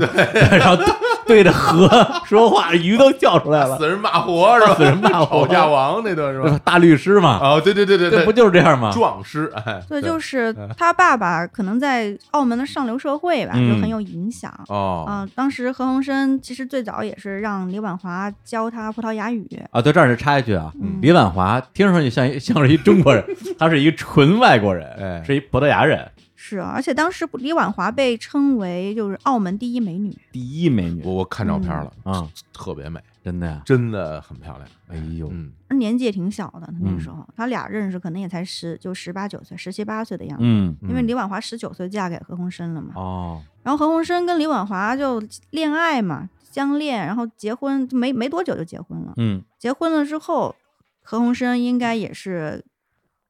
Speaker 1: 然后对着河 说话，鱼都叫出来了。
Speaker 2: 死人骂活是吧？
Speaker 1: 死人骂活
Speaker 2: 吵架王那段是吧？
Speaker 1: 大律师嘛，
Speaker 2: 哦，对对对对
Speaker 1: 这
Speaker 2: 对，
Speaker 1: 不啊就是这样吗？
Speaker 2: 壮士哎，
Speaker 3: 对，就是是他爸爸可能在澳门的上流社会吧，就
Speaker 1: 嗯
Speaker 3: 很有影响。嗯、
Speaker 2: 哦，
Speaker 3: 当时何鸿燊其实最早也是让李婉华教他葡萄牙语，
Speaker 1: 啊，对，这儿就插一句啊，
Speaker 3: 嗯
Speaker 1: 李婉华听上去像一像是一中 国人，他是一纯外国人，
Speaker 2: 哎
Speaker 1: 是一葡萄牙人，
Speaker 3: 是啊，而且当时李婉华被称为就是澳门第一美女，
Speaker 1: 第一美女
Speaker 2: 我我看照片了，
Speaker 1: 啊、嗯
Speaker 2: 特别美，
Speaker 1: 真的呀、
Speaker 2: 真的很漂亮。
Speaker 1: 哎呦，
Speaker 2: 嗯，
Speaker 3: 年纪也挺小的，那
Speaker 1: 嗯
Speaker 3: 个时候、他俩认识可能也才十就十八九岁，十七八岁的样子。
Speaker 1: 嗯，
Speaker 3: 因为
Speaker 2: 嗯
Speaker 3: 李婉华十九岁嫁给何鸿燊了嘛，
Speaker 1: 哦，
Speaker 3: 然后何鸿燊跟李婉华就恋爱嘛，相恋，然后结婚就没没多久就结婚了。
Speaker 1: 嗯
Speaker 3: 结婚了之后，何鸿燊应该也是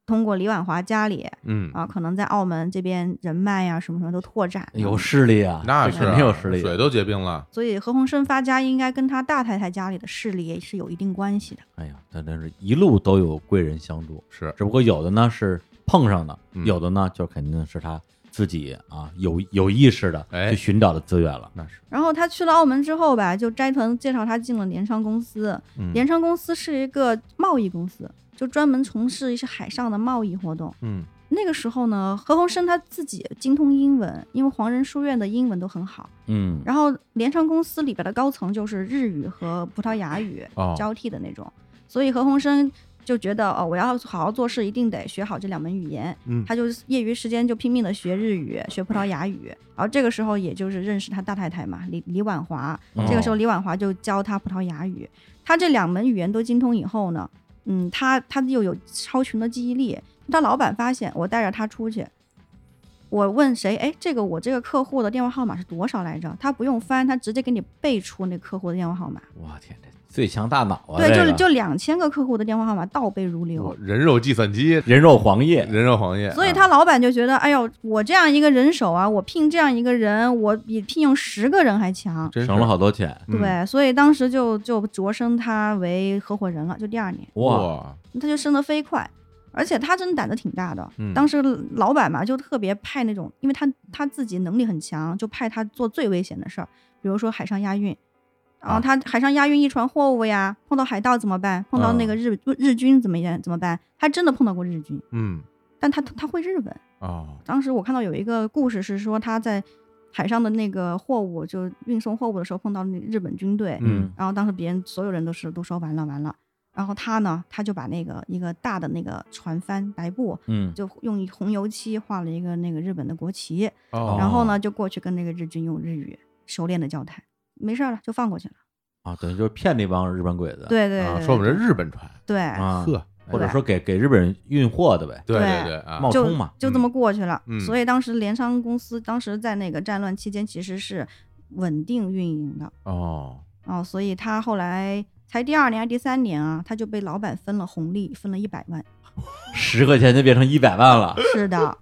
Speaker 3: 通过李婉华家里
Speaker 2: 嗯，
Speaker 3: 啊，可能在澳门这边人脉呀、什么什么都拓展。
Speaker 1: 有势力啊，
Speaker 2: 那
Speaker 1: 这
Speaker 2: 是
Speaker 1: 肯
Speaker 2: 啊
Speaker 1: 定有实力，
Speaker 2: 水都结冰了。
Speaker 3: 所以何鸿燊发家应该跟他大太太家里的势力也是有一定关系的。
Speaker 1: 哎呀，那真是一路都有贵人相助，
Speaker 2: 是，
Speaker 1: 只不过有的呢是碰上的，
Speaker 2: 嗯
Speaker 1: 有的呢就肯定是他自己啊有有意识的
Speaker 2: 哎
Speaker 1: 去寻找的资源了，
Speaker 2: 那是，
Speaker 3: 然后他去了澳门之后吧，就斋藤介绍他进了联昌公司。
Speaker 2: 嗯
Speaker 3: 联昌公司是一个贸易公司，就专门从事一些海上的贸易活动。
Speaker 2: 嗯
Speaker 3: 那个时候呢，何鸿燊他自己精通英文，因为黄仁书院的英文都很好。
Speaker 1: 嗯
Speaker 3: 然后联昌公司里边的高层就是日语和葡萄牙语
Speaker 2: 哦
Speaker 3: 交替的那种，所以何鸿燊就觉得哦，我要好好做事，一定得学好这两门语言。
Speaker 2: 嗯
Speaker 3: 他就业余时间就拼命的学日语、学葡萄牙语。然后这个时候也就是认识他大太太嘛，李李婉华。
Speaker 2: 哦
Speaker 3: 这个时候李婉华就教他葡萄牙语，他这两门语言都精通以后呢，嗯，他他又有超群的记忆力。他老板发现我带着他出去，我问谁？哎，这个我这个客户的电话号码是多少来着？他不用翻，他直接给你背出那客户的电话号码。
Speaker 1: 我天，这最强大脑啊，
Speaker 3: 对，
Speaker 1: 这
Speaker 3: 就
Speaker 1: 个
Speaker 3: 是就两千个客户的电话号码倒背如流
Speaker 2: 我。人肉计算机，
Speaker 1: 人肉黄页，
Speaker 2: 人肉行业，
Speaker 3: 所以
Speaker 2: 啊
Speaker 3: 他老板就觉得，哎呦，我这样一个人手啊，我聘这样一个人，我比聘用十个人还强。
Speaker 2: 真是
Speaker 1: 省了好多钱，
Speaker 2: 嗯
Speaker 3: 对，所以当时就就擢升他为合伙人了，就第二年
Speaker 1: 哇，
Speaker 2: 哇，
Speaker 3: 他就升得飞快，而且他真的胆子挺大的。
Speaker 2: 嗯
Speaker 3: 当时老板嘛，就特别派那种，因为他他自己能力很强，就派他做最危险的事儿，比如说海上押运。然
Speaker 1: 啊
Speaker 3: 后他海上押运一船货物呀，碰到海盗怎么办？碰到那个日、日军怎么样？怎么办？他真的碰到过日军，
Speaker 2: 嗯
Speaker 3: 但他他会日文。
Speaker 2: 哦，
Speaker 3: 当时我看到有一个故事是说他在海上的那个货物，就运送货物的时候碰到那日本军队，
Speaker 1: 嗯
Speaker 3: 然后当时别人所有人都是都说完了完了，然后他呢他就把那个一个大的那个船帆白布，
Speaker 1: 嗯，
Speaker 3: 就用一红油漆画了一个那个日本的国旗，
Speaker 2: 哦，
Speaker 3: 然后呢就过去跟那个日军用日语熟练的交谈，没事儿了就放过去了。
Speaker 1: 啊，等于就是骗那帮日本鬼子，
Speaker 3: 对对
Speaker 2: 啊
Speaker 3: 对，
Speaker 2: 说我们这日本船，
Speaker 3: 对
Speaker 1: 啊，
Speaker 2: 呵，
Speaker 1: 或者说给给日本人运货的呗，
Speaker 2: 对
Speaker 3: 对
Speaker 2: 对啊
Speaker 1: 冒，
Speaker 3: 就
Speaker 1: 充嘛
Speaker 3: 就这么过去了。
Speaker 2: 嗯
Speaker 3: 所以当时联商公司当时在那个战乱期间其实是稳定运营的。
Speaker 2: 哦，
Speaker 3: 哦，所以他后来才第二年还是第三年啊，他就被老板分了红利，分了一百万。
Speaker 1: 十块钱就变成一百万了，
Speaker 3: 是的，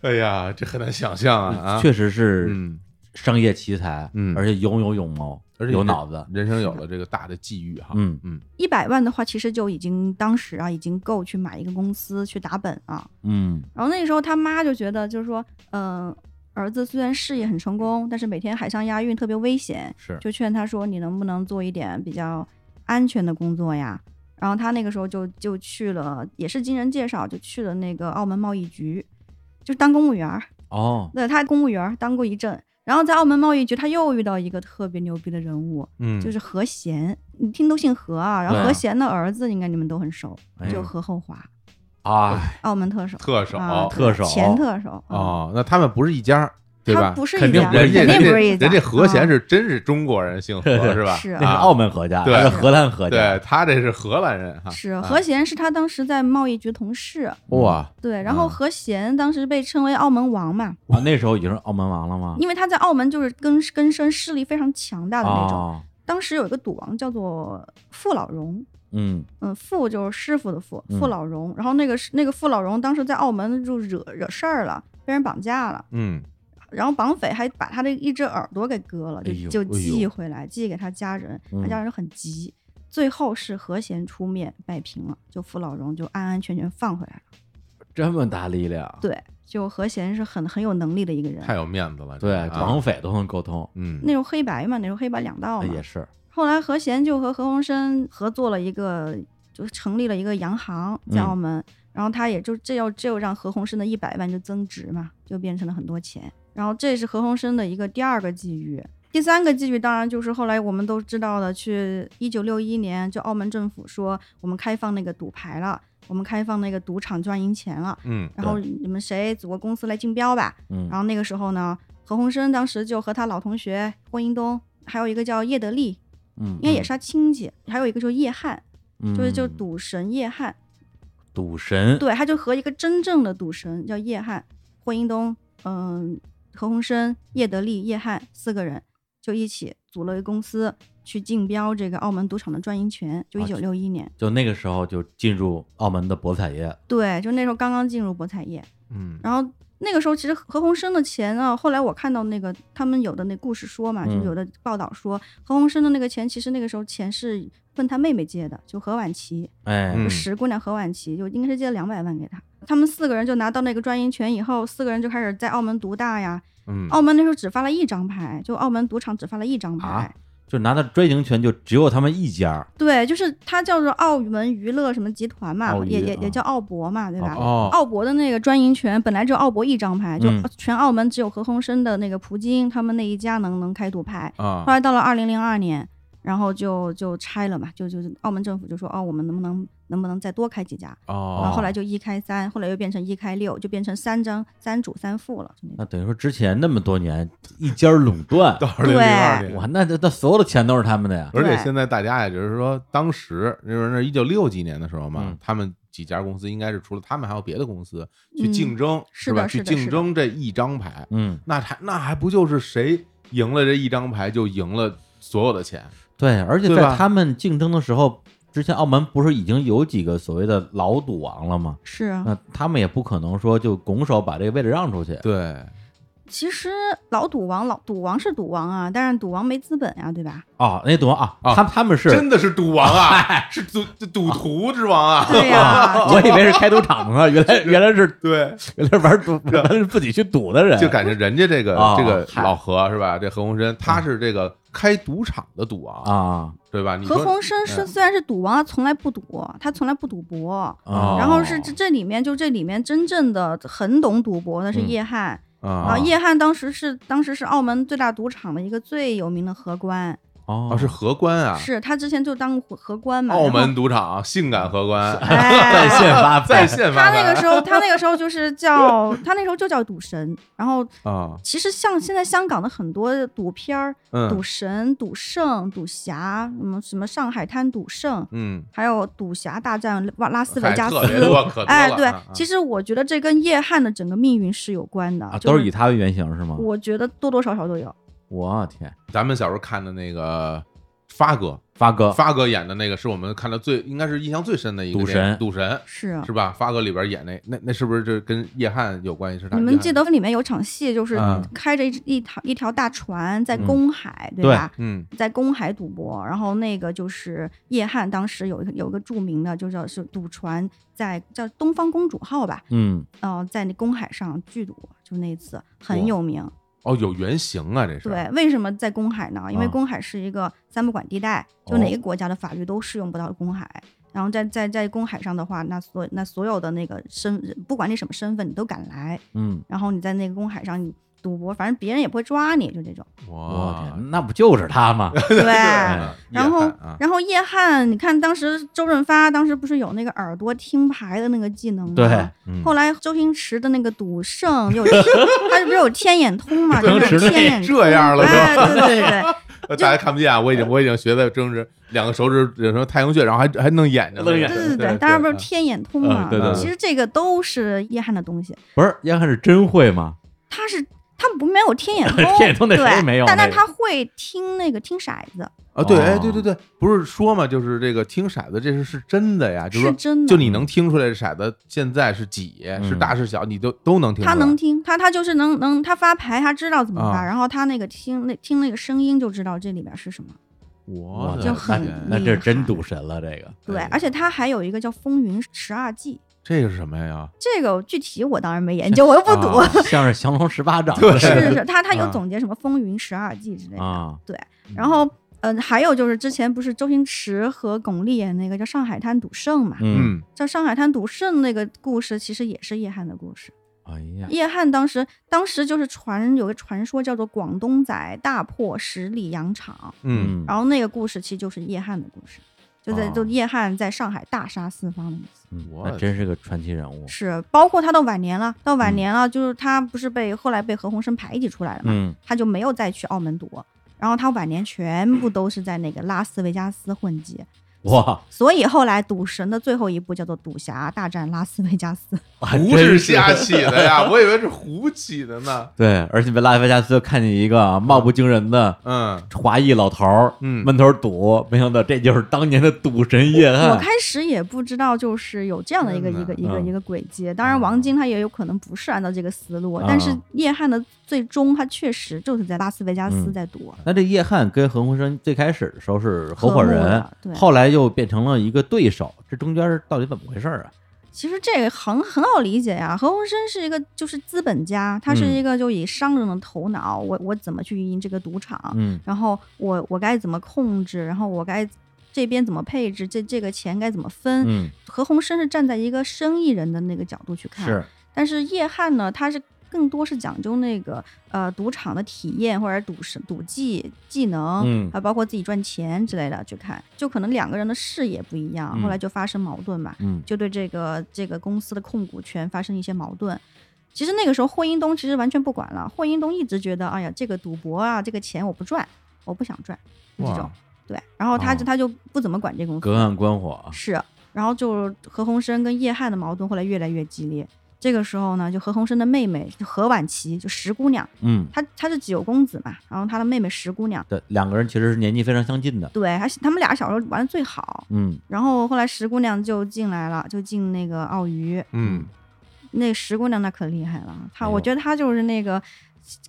Speaker 2: 哎呀，这很难想象
Speaker 3: 嗯
Speaker 2: 啊，啊
Speaker 1: 确实是
Speaker 2: 嗯，
Speaker 1: 商业奇才，
Speaker 2: 嗯
Speaker 1: 而且有有勇谋，
Speaker 2: 而且
Speaker 1: 有
Speaker 2: 人
Speaker 1: 脑子，
Speaker 2: 人生有了这个大的际遇哈，
Speaker 1: 嗯
Speaker 2: 嗯
Speaker 3: 一百万的话，其实就已经当时啊，已经够去买一个公司去打本啊。
Speaker 1: 嗯
Speaker 3: 然后那时候他妈就觉得，就是说，嗯、儿子虽然事业很成功，但是每天海上押运特别危险，
Speaker 1: 是，
Speaker 3: 就劝他说，你能不能做一点比较安全的工作呀？然后他那个时候就就去了，也是经人介绍，就去了那个澳门贸易局，就当公务员儿。
Speaker 1: 哦，
Speaker 3: 对他公务员儿当过一阵，然后在澳门贸易局，他又遇到一个特别牛逼的人物，
Speaker 2: 嗯，
Speaker 3: 就是何贤，你听都姓何啊。然后
Speaker 1: 对
Speaker 3: 何贤的儿子应该你们都很熟，
Speaker 1: 哎
Speaker 3: 就何厚华，
Speaker 2: 啊
Speaker 1: 哎，
Speaker 3: 澳门特首，
Speaker 2: 特首
Speaker 3: 啊，
Speaker 1: 特首
Speaker 3: 前特首，嗯
Speaker 2: 哦，那他们不是一家，对
Speaker 3: 他
Speaker 2: 吧？
Speaker 3: 不是
Speaker 1: 肯
Speaker 3: 一
Speaker 1: 定
Speaker 3: 家，
Speaker 1: 不是
Speaker 2: 人
Speaker 1: 一
Speaker 2: 家
Speaker 1: 家
Speaker 3: 肯定
Speaker 2: 人
Speaker 3: 不
Speaker 2: 家
Speaker 3: 是一家，
Speaker 2: 人家和
Speaker 3: 啊
Speaker 2: 弦是真是中国人 姓何是吧？
Speaker 3: 是
Speaker 1: 那
Speaker 2: 啊
Speaker 1: 是澳门合家，
Speaker 2: 对
Speaker 1: 他是荷兰合家，
Speaker 2: 对，他这是荷兰人
Speaker 1: 啊
Speaker 2: 哈，
Speaker 3: 是何贤是他当时在贸易局同事，
Speaker 2: 哇，
Speaker 3: 对，然后
Speaker 1: 嗯
Speaker 3: 何贤当时被称为澳门王嘛，
Speaker 1: 啊，那时候已经是澳门王了吗？
Speaker 3: 因为他在澳门就是根根深势力非常强大的那种。
Speaker 1: 哦，
Speaker 3: 当时有一个赌王叫做傅老荣，
Speaker 1: 嗯，
Speaker 3: 嗯，傅就是师傅的傅，傅
Speaker 1: 嗯
Speaker 3: 老荣。然后那个是那个傅老荣当时在澳门就惹惹事儿了，被人绑架了，
Speaker 2: 嗯，
Speaker 3: 然后绑匪还把他的一只耳朵给割了，就、
Speaker 1: 哎呦
Speaker 3: 就
Speaker 2: 哎
Speaker 3: 寄
Speaker 2: 呦
Speaker 3: 回来，寄给他家人，他
Speaker 1: 嗯
Speaker 3: 家人很急。最后是和贤出面摆平了，就傅老荣就安安全全放回来了。
Speaker 1: 这么大力量，
Speaker 3: 对，就何贤是很很有能力的一个人，
Speaker 2: 太有面子了，
Speaker 1: 对
Speaker 2: 这，个啊
Speaker 1: 绑匪都能沟
Speaker 3: 哦
Speaker 1: 通，
Speaker 2: 嗯，
Speaker 3: 那时候黑白嘛，那时候黑白两道嘛，
Speaker 1: 哎也是，
Speaker 3: 后来何贤就和何鸿燊合作了一个，就成立了一个洋行在澳门，然后他也就这要这又让何鸿燊的一百万就增值嘛，就变成了很多钱。然后这是何鸿燊的一个第二个际遇，第三个际遇当然就是后来我们都知道的，去一九六一年就澳门政府说我们开放那个赌牌了，我们开放那个赌场赚赢钱了，
Speaker 2: 嗯
Speaker 3: 然后你们谁祖国公司来竞标吧，
Speaker 1: 嗯
Speaker 3: 然后那个时候呢，何鸿燊当时就和他老同学霍英东，还有一个叫叶德利，
Speaker 1: 嗯，
Speaker 3: 因为也是他亲戚，还有一个就是叶汉，
Speaker 1: 嗯，
Speaker 3: 就是就是
Speaker 1: 嗯
Speaker 3: 赌神叶汉，
Speaker 1: 赌神，
Speaker 3: 对，他就和一个真正的赌神叫叶汉、霍英东、嗯、何鸿燊、叶德利、叶汉四个人就一起组了一个公司去竞标这个澳门赌场的专营权，就
Speaker 1: 啊
Speaker 3: 一九六一年，
Speaker 1: 就那个时候就进入澳门的博彩业，
Speaker 3: 对，就那时候刚刚进入博彩业，
Speaker 2: 嗯
Speaker 3: 然后那个时候其实何鸿燊的钱啊，后来我看到那个他们有的那故事说嘛，就
Speaker 1: 嗯
Speaker 3: 有的报道说何鸿燊的那个钱，其实那个时候钱是问他妹妹借的，就何婉琪，
Speaker 1: 哎，
Speaker 2: 嗯
Speaker 3: 就石姑娘何婉琪，就应该是借了两百万给他。他们四个人就拿到那个专营权以后，四个人就开始在澳门独大呀。
Speaker 2: 嗯，
Speaker 3: 澳门那时候只发了一张牌，就澳门赌场只发了一张牌。
Speaker 1: 啊就拿到专营权就只有他们一家，
Speaker 3: 对，就是它叫做澳门娱乐什么集团嘛
Speaker 1: 澳，娱
Speaker 3: 也也
Speaker 1: 啊
Speaker 3: 也叫澳博嘛，对吧？
Speaker 2: 哦
Speaker 3: 澳博的那个专营权本来只有澳博一张牌，就呃
Speaker 1: 嗯
Speaker 3: 全澳门只有何鸿燊的那个葡京他们那一家能能开赌牌。后
Speaker 2: 啊，
Speaker 3: 来到了二零零二年，然后就就拆了嘛，就就澳门政府就说哦，我们能不能能不能再多开几家？然
Speaker 2: 哦
Speaker 3: 后后来就一开三，后来又变成一开六，就变成三张三主三副了。就那
Speaker 2: 嗯
Speaker 3: 种
Speaker 1: 那等于说之前那么多年一家垄断，
Speaker 2: 到二零零二
Speaker 3: 对
Speaker 2: 年，
Speaker 1: 哇，那那那所有的钱都是他们的呀，
Speaker 2: 而且
Speaker 3: 对
Speaker 2: 现在大家也就是说，当时就是那一九六几年的时候嘛，
Speaker 1: 嗯
Speaker 2: 他们几家公司应该是除了他们还有别的公司去
Speaker 3: 嗯
Speaker 2: 竞争，
Speaker 3: 是
Speaker 2: 吧？
Speaker 3: 的
Speaker 2: 去
Speaker 3: 是的
Speaker 2: 竞
Speaker 3: 是的
Speaker 2: 争这一张牌，
Speaker 1: 嗯，
Speaker 2: 那还那还不就是谁赢了这一张牌就赢了所有的钱？
Speaker 1: 对，而且
Speaker 2: 对吧
Speaker 1: 在他们竞争的时候，之前澳门不是已经有几个所谓的老赌王了吗？
Speaker 3: 是啊，
Speaker 2: 嗯
Speaker 1: 那他们也不可能说就拱手把这个位置让出去，
Speaker 2: 对，
Speaker 3: 其实老赌王老赌王是赌王啊，但是赌王没资本呀、对吧？
Speaker 1: 哦，那赌王啊，
Speaker 2: 啊
Speaker 1: 他他们是
Speaker 2: 真的是赌 王啊，是赌赌徒之王啊！
Speaker 3: 对呀、
Speaker 1: 我以为是开赌场呢，原来原来是
Speaker 2: 对，
Speaker 1: 原来玩赌，原来是自己去赌的人，
Speaker 2: 就感觉人家这个、
Speaker 1: 啊
Speaker 2: 这个
Speaker 1: 嗨嗯
Speaker 2: 老何是吧？这何鸿燊他是这个开赌场的赌王，
Speaker 1: 啊
Speaker 2: 对吧？你
Speaker 3: 何
Speaker 2: 说嗯
Speaker 3: 鸿燊是虽然是赌王，他从来不赌，他从来不赌博。
Speaker 2: 哦
Speaker 1: 啊，
Speaker 3: 然后是这这里面就这里面真正的很懂赌博的是叶汉、
Speaker 2: 啊
Speaker 3: 啊，叶汉当时是当时是澳门最大赌场的一个最有名的荷官，
Speaker 1: 哦
Speaker 2: 啊是荷官啊，
Speaker 3: 是他之前就当过荷官嘛，
Speaker 2: 澳
Speaker 3: 然后
Speaker 2: 门赌场性感荷官，
Speaker 1: 在
Speaker 3: 哎，
Speaker 1: 线发
Speaker 2: 在
Speaker 1: 牌，
Speaker 2: 线
Speaker 3: 他
Speaker 2: 发
Speaker 3: 那个
Speaker 2: 牌
Speaker 3: 时候，他那个时候就是叫他那时候就叫赌神。然后
Speaker 2: 啊，
Speaker 3: 其实像现在香港的很多赌片儿，赌
Speaker 2: 嗯
Speaker 3: 神、赌圣、赌侠，什么什么上海滩赌圣，
Speaker 2: 嗯，
Speaker 3: 还有赌侠大战拉拉斯
Speaker 2: 还
Speaker 3: 维加斯
Speaker 2: 特。别多，可多
Speaker 3: 哎，
Speaker 2: 了
Speaker 3: 对
Speaker 2: 啊，
Speaker 3: 其实我觉得这跟叶汉的整个命运是有关的，
Speaker 1: 啊，
Speaker 3: 就
Speaker 1: 都是以他为原型是吗？
Speaker 3: 我觉得多多少少都有。
Speaker 1: 我天，
Speaker 2: 咱们小时候看的那个发哥，
Speaker 1: 发哥
Speaker 2: 发哥演的那个是我们看的最应该是印象最深的一个
Speaker 1: 赌
Speaker 2: 电影
Speaker 1: 神
Speaker 2: 赌神
Speaker 3: 是啊
Speaker 2: 是，吧？发哥里边演那那那是不是这跟叶汉有关系？是他
Speaker 3: 你
Speaker 2: 叶
Speaker 3: 们
Speaker 2: 汉
Speaker 3: 记得里面有场戏，就是
Speaker 2: 嗯
Speaker 3: 开着一一条一条大船在
Speaker 1: 嗯
Speaker 3: 公海，对
Speaker 1: 对
Speaker 3: 吧？
Speaker 2: 嗯
Speaker 3: 在公海赌博，然后那个就是叶汉当时有一个有一个著名的，就叫是赌船在叫东方公主号吧，
Speaker 1: 嗯，
Speaker 3: 呃，在那公海上剧赌，就那次
Speaker 2: 哇
Speaker 3: 很有名。
Speaker 2: 哦有原型啊嗯这是
Speaker 3: 对，为什么在公海呢？因为
Speaker 1: 啊
Speaker 3: 公海是一个三不管地带，
Speaker 2: 哦
Speaker 3: 就哪个国家的法律都适用不到公海。然后在在在公海上的话，那所那所有的那个身，不管你什么身份，你都敢来。
Speaker 1: 嗯，
Speaker 3: 然后你在那个公海上你赌博，反正别人也不会抓你，就这 种。
Speaker 1: 我
Speaker 2: 哇
Speaker 1: 天，那不就是他吗？
Speaker 3: 对。
Speaker 2: 嗯叶
Speaker 3: 然后
Speaker 2: 汉，啊
Speaker 3: 然后叶汉，你看当时周润发当时不是有那个耳朵听牌的那个技能吗？
Speaker 1: 对，
Speaker 2: 嗯
Speaker 3: 后来周星驰的那个赌圣有天，他不是有天眼 通嘛？就
Speaker 1: 周星
Speaker 3: 是
Speaker 1: 驰
Speaker 3: 天眼通
Speaker 2: 这样了都
Speaker 3: 哎，对 对对对，
Speaker 2: 呃大家看不见啊，我已经我已经学的正是两个手指有什么太阳穴，然后还 还弄眼睛了，
Speaker 1: 弄眼睛
Speaker 3: 对
Speaker 2: 对
Speaker 3: 对对，当然不是天眼通嘛
Speaker 1: 嗯。对
Speaker 2: 对对
Speaker 3: 其实这个都是叶汉的东西，
Speaker 1: 不是，要看是真会吗？
Speaker 3: 他是他不没有天眼通，
Speaker 1: 天眼通那
Speaker 3: 对，
Speaker 1: 谁也没有
Speaker 3: 但
Speaker 1: 那
Speaker 3: 但
Speaker 1: 个
Speaker 3: 他会听那个听骰子，
Speaker 2: 啊，对，
Speaker 1: 哦
Speaker 2: 哎，对对对，不是说嘛，就是这个听骰子，这是是真的呀，就是说，
Speaker 3: 真的。
Speaker 2: 就你能听出来这骰子现在是几，是大是小，你都都能听出
Speaker 3: 他
Speaker 2: 来。
Speaker 3: 能听，他他就是能能，他发牌他知道怎么发，
Speaker 2: 啊
Speaker 3: 然后他那个听那听那个声音就知道这里边是什么。
Speaker 2: 我
Speaker 1: 的
Speaker 2: 的
Speaker 3: 就
Speaker 1: 那
Speaker 3: 很
Speaker 2: 天
Speaker 1: 那这是真
Speaker 3: 厉害
Speaker 1: 赌神了，这个
Speaker 3: 对，
Speaker 2: 哎
Speaker 3: 而且他还有一个叫《风云十二计》，
Speaker 2: 这个是什么呀？
Speaker 3: 这个具体我当然没研究，我又不读。
Speaker 2: 啊
Speaker 1: 像是降龙十八掌
Speaker 2: 对
Speaker 3: 是是是，他他有
Speaker 2: 啊
Speaker 3: 总结什么风云十二季之类的。
Speaker 1: 啊，
Speaker 3: 然后，嗯、还有就是之前不是周星驰和巩俐演那个叫《上海滩赌圣》嘛？
Speaker 1: 嗯，
Speaker 2: 嗯
Speaker 3: 叫《上海滩赌圣》那个故事其实也是叶汉的故事。
Speaker 1: 哎呀，
Speaker 3: 叶汉当时当时就是传有个传说叫做广东仔大破十里洋场，
Speaker 2: 嗯，
Speaker 3: 然后那个故事其实就是叶汉的故事，就在、
Speaker 1: 哦
Speaker 3: 就叶汉在上海大杀四方的意思。
Speaker 1: 嗯
Speaker 2: 我
Speaker 1: 那真是个传奇人物，
Speaker 3: 是，包括他到晚年了，到晚年了，就是他不是被后来被何鸿燊排挤出来了嘛，
Speaker 1: 嗯嗯，
Speaker 3: 他就没有再去澳门赌，然后他晚年全部都是在那个拉斯维加斯混迹，
Speaker 1: 哇，
Speaker 3: 所以后来赌神的最后一部叫做《赌侠大战拉斯维加斯》，
Speaker 1: 还
Speaker 2: 不
Speaker 1: 真
Speaker 2: 嗯是
Speaker 1: 是
Speaker 2: 瞎起的呀，我以为是胡起的呢。
Speaker 1: 对，而且被拉斯维加斯看见一个啊貌不惊人的
Speaker 2: 嗯
Speaker 1: 华裔老头儿，
Speaker 2: 嗯
Speaker 1: 闷头赌，没想到这就是当年的赌神叶
Speaker 3: 我
Speaker 1: 汉
Speaker 3: 开始也不知道就是有这样的一个一个
Speaker 2: 嗯
Speaker 3: 一个
Speaker 1: 哎嗯
Speaker 3: 一个轨迹，当然王晶他也有可能不是按照这个思路，但是
Speaker 1: 嗯
Speaker 3: 叶汉的最终他确实就是在拉斯维加斯
Speaker 1: 嗯
Speaker 3: 在赌，
Speaker 1: 那这叶汉跟何鸿燊最开始的时候是合伙
Speaker 3: 合
Speaker 1: 人
Speaker 3: 伙的对，
Speaker 1: 后来又变成了一个对手，这中间儿到底怎么回事儿啊？
Speaker 3: 其实这个很很好理解呀、何鸿燊是一个就是资本家，他是
Speaker 1: 嗯
Speaker 3: 一个就以商人的头脑，我我怎么去运营这个赌场，
Speaker 1: 嗯
Speaker 3: 然后我我该怎么控制，然后我该这边怎么配置，这这个钱该怎么分。
Speaker 1: 嗯，
Speaker 3: 何鸿燊是站在一个生意人的那个角度去看，
Speaker 1: 是
Speaker 3: 但是叶汉呢，他是更多是讲究那个呃赌场的体验或者赌神赌技技能，
Speaker 1: 嗯
Speaker 3: 还包括自己赚钱之类的去看，就可能两个人的视野不一样，
Speaker 1: 嗯
Speaker 3: 后来就发生矛盾嘛。
Speaker 1: 嗯
Speaker 3: 就对这个这个公司的控股权发生一些矛盾。其实那个时候，霍英东其实完全不管了，霍英东一直觉得，哎呀，这个赌博啊，这个钱我不赚，我不想赚，就这种
Speaker 2: 哇
Speaker 3: 对。然后他就、
Speaker 1: 哦
Speaker 3: 他就不怎么管这公
Speaker 1: 隔
Speaker 3: 司，
Speaker 1: 岸观火，啊
Speaker 3: 是。然后就何鸿燊跟叶汉的矛盾后来越来越激烈。这个时候呢，就何鸿燊的妹妹就何婉琪，就石姑娘，
Speaker 1: 嗯，
Speaker 3: 她她是九公子嘛，然后她的妹妹石姑娘，
Speaker 1: 对，两个人其实是年纪非常相近的，
Speaker 3: 对，还他们俩小时候玩的最好。
Speaker 1: 嗯
Speaker 3: 然后后来石姑娘就进来了，就进那个奥娱，
Speaker 2: 嗯，
Speaker 3: 那石姑娘那可厉害了，她、
Speaker 1: 哎呦
Speaker 3: 我觉得她就是那个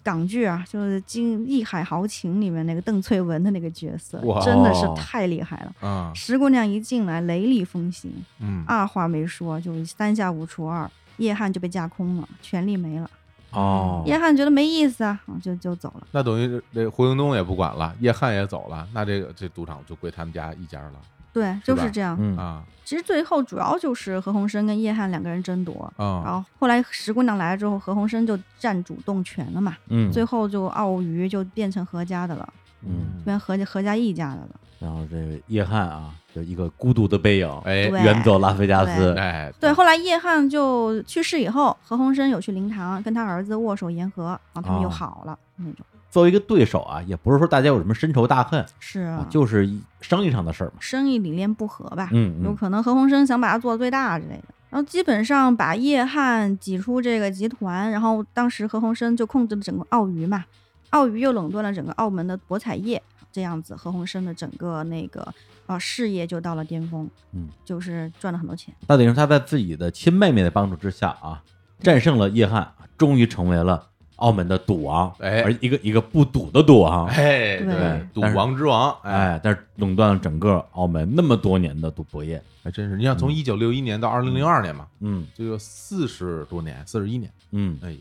Speaker 3: 港剧啊，就是《金义海豪情》里面那个邓萃雯的那个角色
Speaker 2: 哇，
Speaker 3: 真的是太厉害了。
Speaker 2: 啊
Speaker 3: 石姑娘一进来，雷厉风行，
Speaker 2: 嗯
Speaker 3: 二话没说就三下五除二，叶汉就被架空了，权力没了。
Speaker 1: 哦，
Speaker 3: 叶汉觉得没意思啊，就就走了。
Speaker 2: 那等于这胡英东也不管了，叶汉也走了，那这个这赌场就归他们家一家了
Speaker 3: 对，
Speaker 2: 是吧
Speaker 3: 就是这样。
Speaker 1: 嗯
Speaker 2: 啊
Speaker 3: 其实最后主要就是何鸿燊跟叶汉两个人争
Speaker 1: 哦
Speaker 3: 夺，然
Speaker 2: 啊
Speaker 3: 后后来石姑娘来了之后，何鸿燊就占主动权了嘛，
Speaker 1: 嗯，
Speaker 3: 最后就奥娱就变成何家的了。
Speaker 1: 嗯，
Speaker 3: 变合家合家一家的了。
Speaker 1: 然后这个叶汉啊，就一个孤独的背影，
Speaker 2: 哎
Speaker 3: 对
Speaker 1: 远走拉斯维加斯，
Speaker 2: 哎
Speaker 1: 哦
Speaker 3: 对，后来叶汉就去世以后，何鸿燊有去灵堂跟他儿子握手言和，然后他们又
Speaker 1: 哦
Speaker 3: 好了、那种。
Speaker 1: 作为一个对手啊，也不是说大家有什么深仇大恨
Speaker 3: 是、
Speaker 1: 啊，就是一生意上的事儿嘛。
Speaker 3: 生意理念不合吧，
Speaker 1: 嗯
Speaker 3: 有
Speaker 1: 嗯
Speaker 3: 可能何鸿燊想把它做得最大之类的。然后基本上把叶汉挤出这个集团，然后当时何鸿燊就控制了整个奥娱嘛，奥娱又垄断了整个澳门的博彩业，这样子何鸿燊的整个那个呃事业就到了巅峰，
Speaker 1: 嗯，
Speaker 3: 就是赚了很多钱。
Speaker 1: 那等于说他在自己的亲妹妹的帮助之下啊，战胜了叶汉，终于成为了澳门的赌王，
Speaker 2: 哎
Speaker 1: 而一个一个不赌的赌王，
Speaker 2: 哎
Speaker 3: 对
Speaker 2: 赌
Speaker 1: 但是
Speaker 2: 王之王哎
Speaker 1: 哎，但是垄断了整个澳门那么多年的赌博业，
Speaker 2: 还真是，你想从一九六一年到二零零二年嘛，
Speaker 1: 嗯
Speaker 2: 这个四十多年，四十一年，
Speaker 1: 嗯，
Speaker 2: 哎，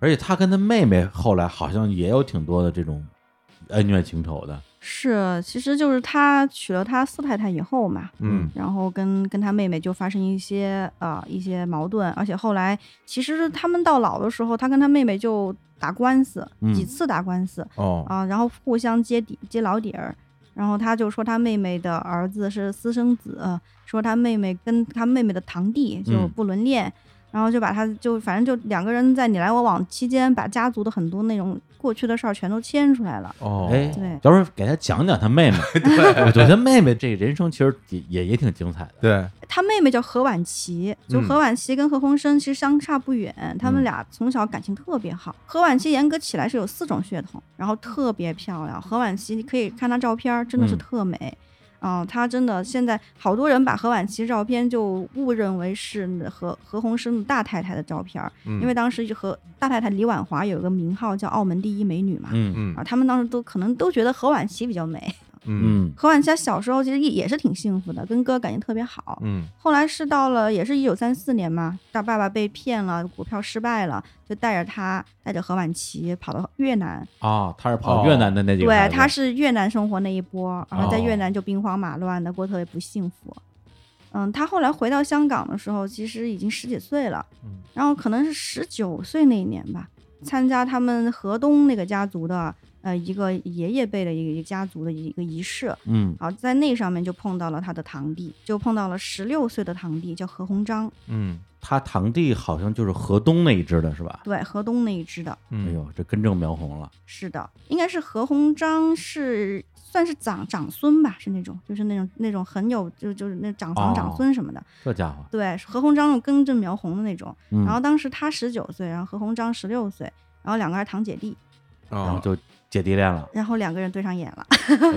Speaker 1: 而且他跟他妹妹后来好像也有挺多的这种恩怨情仇的，
Speaker 3: 是，其实就是他娶了他四太太以后嘛，
Speaker 2: 嗯
Speaker 3: 然后跟跟他妹妹就发生一些呃一些矛盾，而且后来其实他们到老的时候，他跟他妹妹就打官司，
Speaker 1: 嗯
Speaker 3: 几次打官司
Speaker 2: 哦
Speaker 3: 啊、然后互相揭底揭老底儿，然后他就说他妹妹的儿子是私生子，说他妹妹跟他妹妹的堂弟就
Speaker 1: 嗯
Speaker 3: 不伦恋。然后就把他就反正就两个人在你来我往期间，把家族的很多那种过去的事儿全都牵出来了。
Speaker 2: 哦，
Speaker 1: 哎
Speaker 3: 对
Speaker 1: 要不给他讲讲他妹妹，我觉得他妹妹这人生其实也也也挺精彩的，
Speaker 2: 对，
Speaker 3: 他妹妹叫何婉琪，就
Speaker 2: 嗯
Speaker 3: 何婉琪跟何鸿燊其实相差不远，他们
Speaker 1: 嗯
Speaker 3: 俩从小感情特别好。何婉琪严格起来是有四种血统，然后特别漂亮。何婉琪你可以看她照片儿，真的是
Speaker 1: 嗯
Speaker 3: 特美。啊、她真的现在好多人把何婉琪照片就误认为是何何鸿燊的大太太的照片儿，
Speaker 1: 嗯
Speaker 2: 因
Speaker 3: 因为当时就和大太太李婉华有一个名号叫澳门第一美女嘛，啊
Speaker 1: 嗯
Speaker 2: 嗯
Speaker 3: 啊，他们当时都可能都觉得何婉琪比较美。
Speaker 2: 嗯
Speaker 1: 嗯
Speaker 3: 何婉佳小时候其实也也是挺幸福的，跟哥感情特别好。
Speaker 2: 嗯
Speaker 3: 后来是到了，也是一九三四年嘛，大爸爸被骗了，股票失败了，就带着他，带着何婉琪跑到越南。
Speaker 1: 啊，他是跑越南的那几个孩
Speaker 3: 哦对，
Speaker 1: 子，
Speaker 3: 他是越南生活那一波，然后在
Speaker 1: 哦
Speaker 3: 越南就兵荒马乱的，过得特别不幸福。嗯，他后来回到香港的时候，其实已经十几岁了，
Speaker 2: 嗯
Speaker 3: 然后可能是十九岁那一年吧，参加他们河东那个家族的呃一个爷爷辈的一个一个家族的一个仪式，
Speaker 1: 嗯
Speaker 3: 好，在那上面就碰到了他的堂弟，就碰到了十六岁的堂弟，叫何鸿章，
Speaker 2: 嗯
Speaker 1: 他堂弟好像就是河东那一支的是吧？
Speaker 3: 对，河东那一支的，
Speaker 1: 哎
Speaker 2: 嗯，
Speaker 1: 呦，这根正苗红了。
Speaker 3: 是的，应该是何鸿章是算是长长孙吧，是那种，就是那种那种很有就就是那长
Speaker 1: 哦
Speaker 3: 房长孙什么的，
Speaker 1: 这家伙，
Speaker 3: 对，何鸿章那种根正苗红的那种。
Speaker 1: 嗯、
Speaker 3: 然后当时他十九岁，然后何鸿章十六岁，然后两个人堂姐弟，
Speaker 1: 然
Speaker 2: 然
Speaker 1: 后就姐弟
Speaker 3: 。
Speaker 1: 恋了
Speaker 3: 然后两个人对上眼了。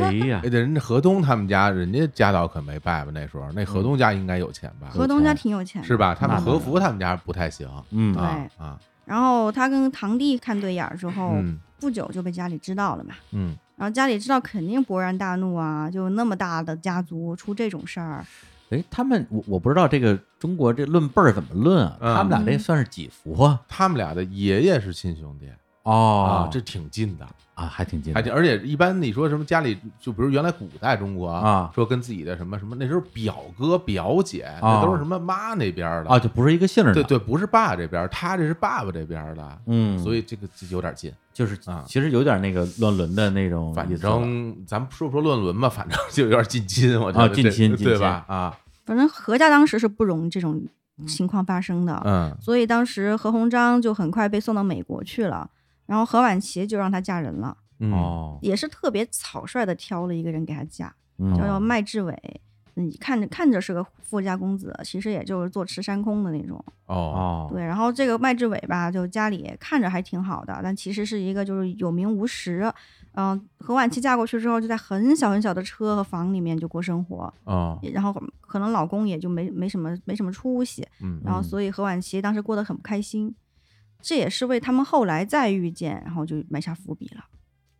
Speaker 1: 哎呀
Speaker 2: 哎，，对，人家河东他们家，人家家道可没败吧？那时候，那河东家应该有钱吧？
Speaker 3: 何东家挺有钱的，
Speaker 2: 是吧？他们
Speaker 1: 那
Speaker 2: 和
Speaker 1: 当
Speaker 2: 服他们家不太行
Speaker 1: 嗯
Speaker 2: 啊啊，
Speaker 3: 然后他跟堂弟看对眼儿之后，
Speaker 2: 嗯
Speaker 3: 不久就被家里知道了嘛。
Speaker 2: 嗯，
Speaker 3: 然后家里知道肯定勃然大怒啊！就那么大的家族出这种事儿，
Speaker 1: 哎，他们我我不知道这个中国这论辈儿怎么论啊？
Speaker 2: 嗯
Speaker 1: 他们俩这算是几福啊？
Speaker 2: 他们俩的爷爷是亲兄弟啊
Speaker 1: 哦，
Speaker 2: 这挺近的，
Speaker 1: 啊还挺近的，
Speaker 2: 而且而且一般你说什么家里，就比如原来古代中国
Speaker 1: 啊
Speaker 2: 说跟自己的什么什么，那时候表哥表姐那都是什么妈那边儿的
Speaker 1: 哦啊，，就不是一个姓儿的。
Speaker 2: 对，对，不是爸这边儿，他这是爸爸这边儿的，
Speaker 1: 嗯，
Speaker 2: 所以这个就有点近。
Speaker 1: 就是
Speaker 2: 啊
Speaker 1: 其实有点那个乱伦的那种意
Speaker 2: 反
Speaker 1: 思了，
Speaker 2: 正咱们说不说论文吧，反正 就有点近亲，我觉
Speaker 1: 啊
Speaker 2: 得
Speaker 1: 近
Speaker 2: 这
Speaker 1: 亲近
Speaker 2: 对
Speaker 1: 亲
Speaker 2: 吧？啊，
Speaker 3: 反正何家当时是不容这种情况发生的。
Speaker 1: 啊
Speaker 2: 嗯
Speaker 3: 所以当时何鸿章就很快被送到美国去了，然后何婉琪就让他嫁人了，
Speaker 2: 嗯
Speaker 1: 哦，
Speaker 3: 也是特别草率的挑了一个人给他嫁，
Speaker 1: 嗯
Speaker 3: 叫做麦志伟。嗯，看着看着是个富家公子，其实也就是坐吃山空的那种。
Speaker 2: 哦
Speaker 1: 哦，
Speaker 3: 对，然后这个麦志伟吧，就家里看着还挺好的，但其实是一个就是有名无实。嗯，何婉琪嫁过去之后，就在很小很小的车和房里面就过生活，
Speaker 2: 哦，
Speaker 3: 然后可能老公也就没没什么没什么出息，
Speaker 2: 嗯
Speaker 3: 然后
Speaker 1: 嗯
Speaker 3: 所以何婉琪当时过得很不开心，这也是为他们后来再遇见，然后就埋下伏笔了。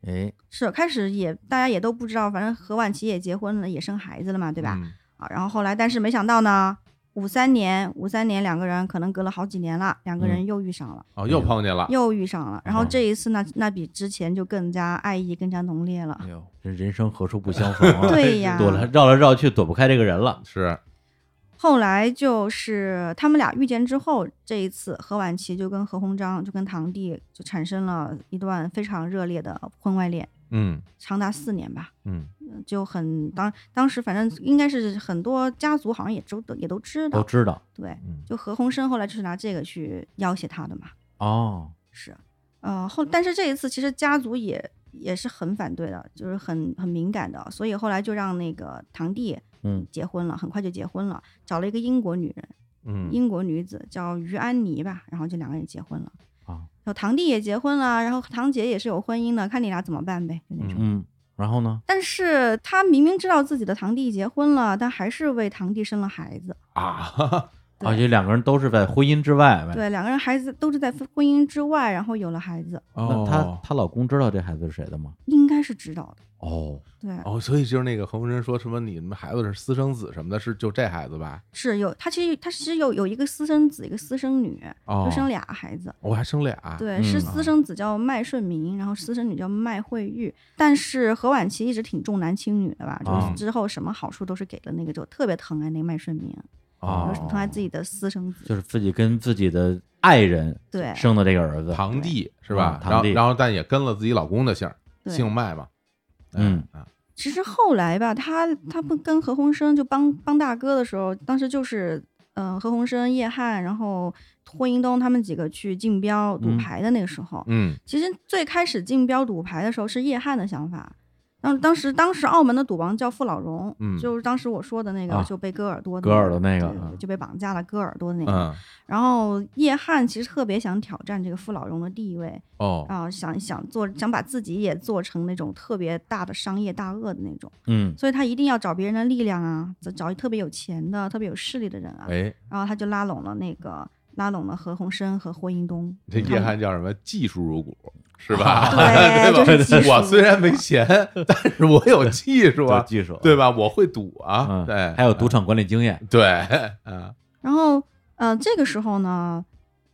Speaker 1: 哎，
Speaker 3: 是开始也大家也都不知道，反正何婉琪也结婚了，也生孩子了嘛，对吧？
Speaker 2: 嗯
Speaker 3: 啊，然后后来但是没想到呢，五三年五三年两个人可能隔了好几年了，两个人又遇上了，
Speaker 2: 哦，又碰见了，
Speaker 3: 又遇上了，然后
Speaker 1: 哦
Speaker 3: 这一次呢，那比之前就更加爱意更加浓烈了。
Speaker 1: 哎呦，这人生何处不相逢啊？
Speaker 3: 对呀
Speaker 1: 躲来绕来绕去，躲不开这个人了。
Speaker 2: 是
Speaker 3: 后来就是他们俩遇见之后，这一次何婉琪就跟何鸿章就跟堂弟就产生了一段非常热烈的婚外恋，
Speaker 2: 嗯
Speaker 3: 长达四年吧，
Speaker 2: 嗯
Speaker 3: 就很当当时反正应该是很多家族好像也都也都知
Speaker 1: 都
Speaker 3: 道，
Speaker 1: 知道
Speaker 3: 对，
Speaker 2: 嗯
Speaker 3: 就何鸿燊后来就是拿这个去要挟他的嘛，
Speaker 1: 哦，
Speaker 3: 是，呃后但是这一次其实家族也也是很反对的，就是很很敏感的，所以后来就让那个堂弟
Speaker 1: 嗯
Speaker 3: 结婚了，很快就结婚了，找了一个英国女人。
Speaker 2: 嗯
Speaker 3: 英国女子叫于安妮吧，然后这两个人结婚了。
Speaker 1: 啊，
Speaker 3: 然后堂弟也结婚了，然后堂姐也是有婚姻的，看你俩怎么办呗，就那种。
Speaker 1: 嗯，然后呢？
Speaker 3: 但是他明明知道自己的堂弟结婚了，但还是为堂弟生了孩子。
Speaker 2: 啊，
Speaker 3: 对
Speaker 1: 啊，这两个人都是在婚姻之外
Speaker 2: 哎
Speaker 1: 呗。
Speaker 3: 对，两个人孩子都是在婚姻之外，然后有了孩子，
Speaker 1: 那她
Speaker 2: 哦
Speaker 1: 她老公知道这孩子是谁的吗？
Speaker 3: 应该是知道的。
Speaker 1: 哦，
Speaker 3: 对，
Speaker 2: 哦，所以就是那个何鸿燊说什么你们孩子是私生子什么的，是就这孩子吧？
Speaker 3: 是有他其实他其实有有一个私生子，一个私生女，
Speaker 2: 哦
Speaker 3: 就，生俩孩子。
Speaker 2: 我还生俩，
Speaker 3: 对，
Speaker 1: 嗯
Speaker 3: 是私生子叫麦顺明，然后私生女叫麦惠玉。但是何婉琪一直挺重男轻女的吧，就
Speaker 1: 啊
Speaker 3: 是之后什么好处都是给了那个，就特别疼爱那麦顺明，
Speaker 2: 哦
Speaker 3: 就是疼爱自己的私生子。
Speaker 1: 就是自己跟自己的爱人
Speaker 3: 对
Speaker 1: 生的这个儿子。
Speaker 2: 堂弟是吧
Speaker 1: 嗯？堂
Speaker 2: 然后
Speaker 1: 弟
Speaker 2: 然后但也跟了自己老公的姓儿，
Speaker 3: 对
Speaker 2: 姓麦嘛。
Speaker 1: 嗯
Speaker 2: 哎啊，
Speaker 3: 其实后来吧，他他不跟何鸿燊就帮帮大哥的时候，当时就是嗯、呃何鸿燊、叶汉，然后霍英东他们几个去竞标赌
Speaker 1: 嗯
Speaker 3: 牌的那个时候，
Speaker 2: 嗯
Speaker 3: 其实最开始竞标赌牌的时候是叶汉的想法，当当时当时澳门的赌王叫傅老荣，
Speaker 2: 嗯
Speaker 3: 就是当时我说的那个、
Speaker 1: 啊
Speaker 3: 就被割耳朵的
Speaker 1: 割
Speaker 3: 那个、
Speaker 1: 耳朵那个
Speaker 3: 对
Speaker 1: 啊
Speaker 3: 就被绑架了割耳朵的那个。
Speaker 2: 嗯
Speaker 3: 然后叶汉其实特别想挑战这个傅老荣的地位
Speaker 2: 哦
Speaker 3: 啊、想想做想把自己也做成那种特别大的商业大鳄的那种，
Speaker 1: 嗯，
Speaker 3: 所以他一定要找别人的力量啊，找找一特别有钱的、特别有势力的人啊，
Speaker 2: 哎，
Speaker 3: 然后他就拉拢了那个拉拢了何鸿燊和霍英东，
Speaker 2: 这
Speaker 1: 嗯
Speaker 3: 他
Speaker 2: 叶
Speaker 3: 们
Speaker 2: 汉叫什么？技术入股是 吧？
Speaker 3: 啊对就是技术
Speaker 2: 吧？我虽然没钱，但是我有技术
Speaker 1: 有
Speaker 2: 啊，
Speaker 1: 技术，
Speaker 2: 对吧？我会赌啊
Speaker 1: 嗯，
Speaker 2: 对，
Speaker 1: 还有赌嗯场管理经验，
Speaker 2: 对，啊，
Speaker 3: 然后呃，这个时候呢，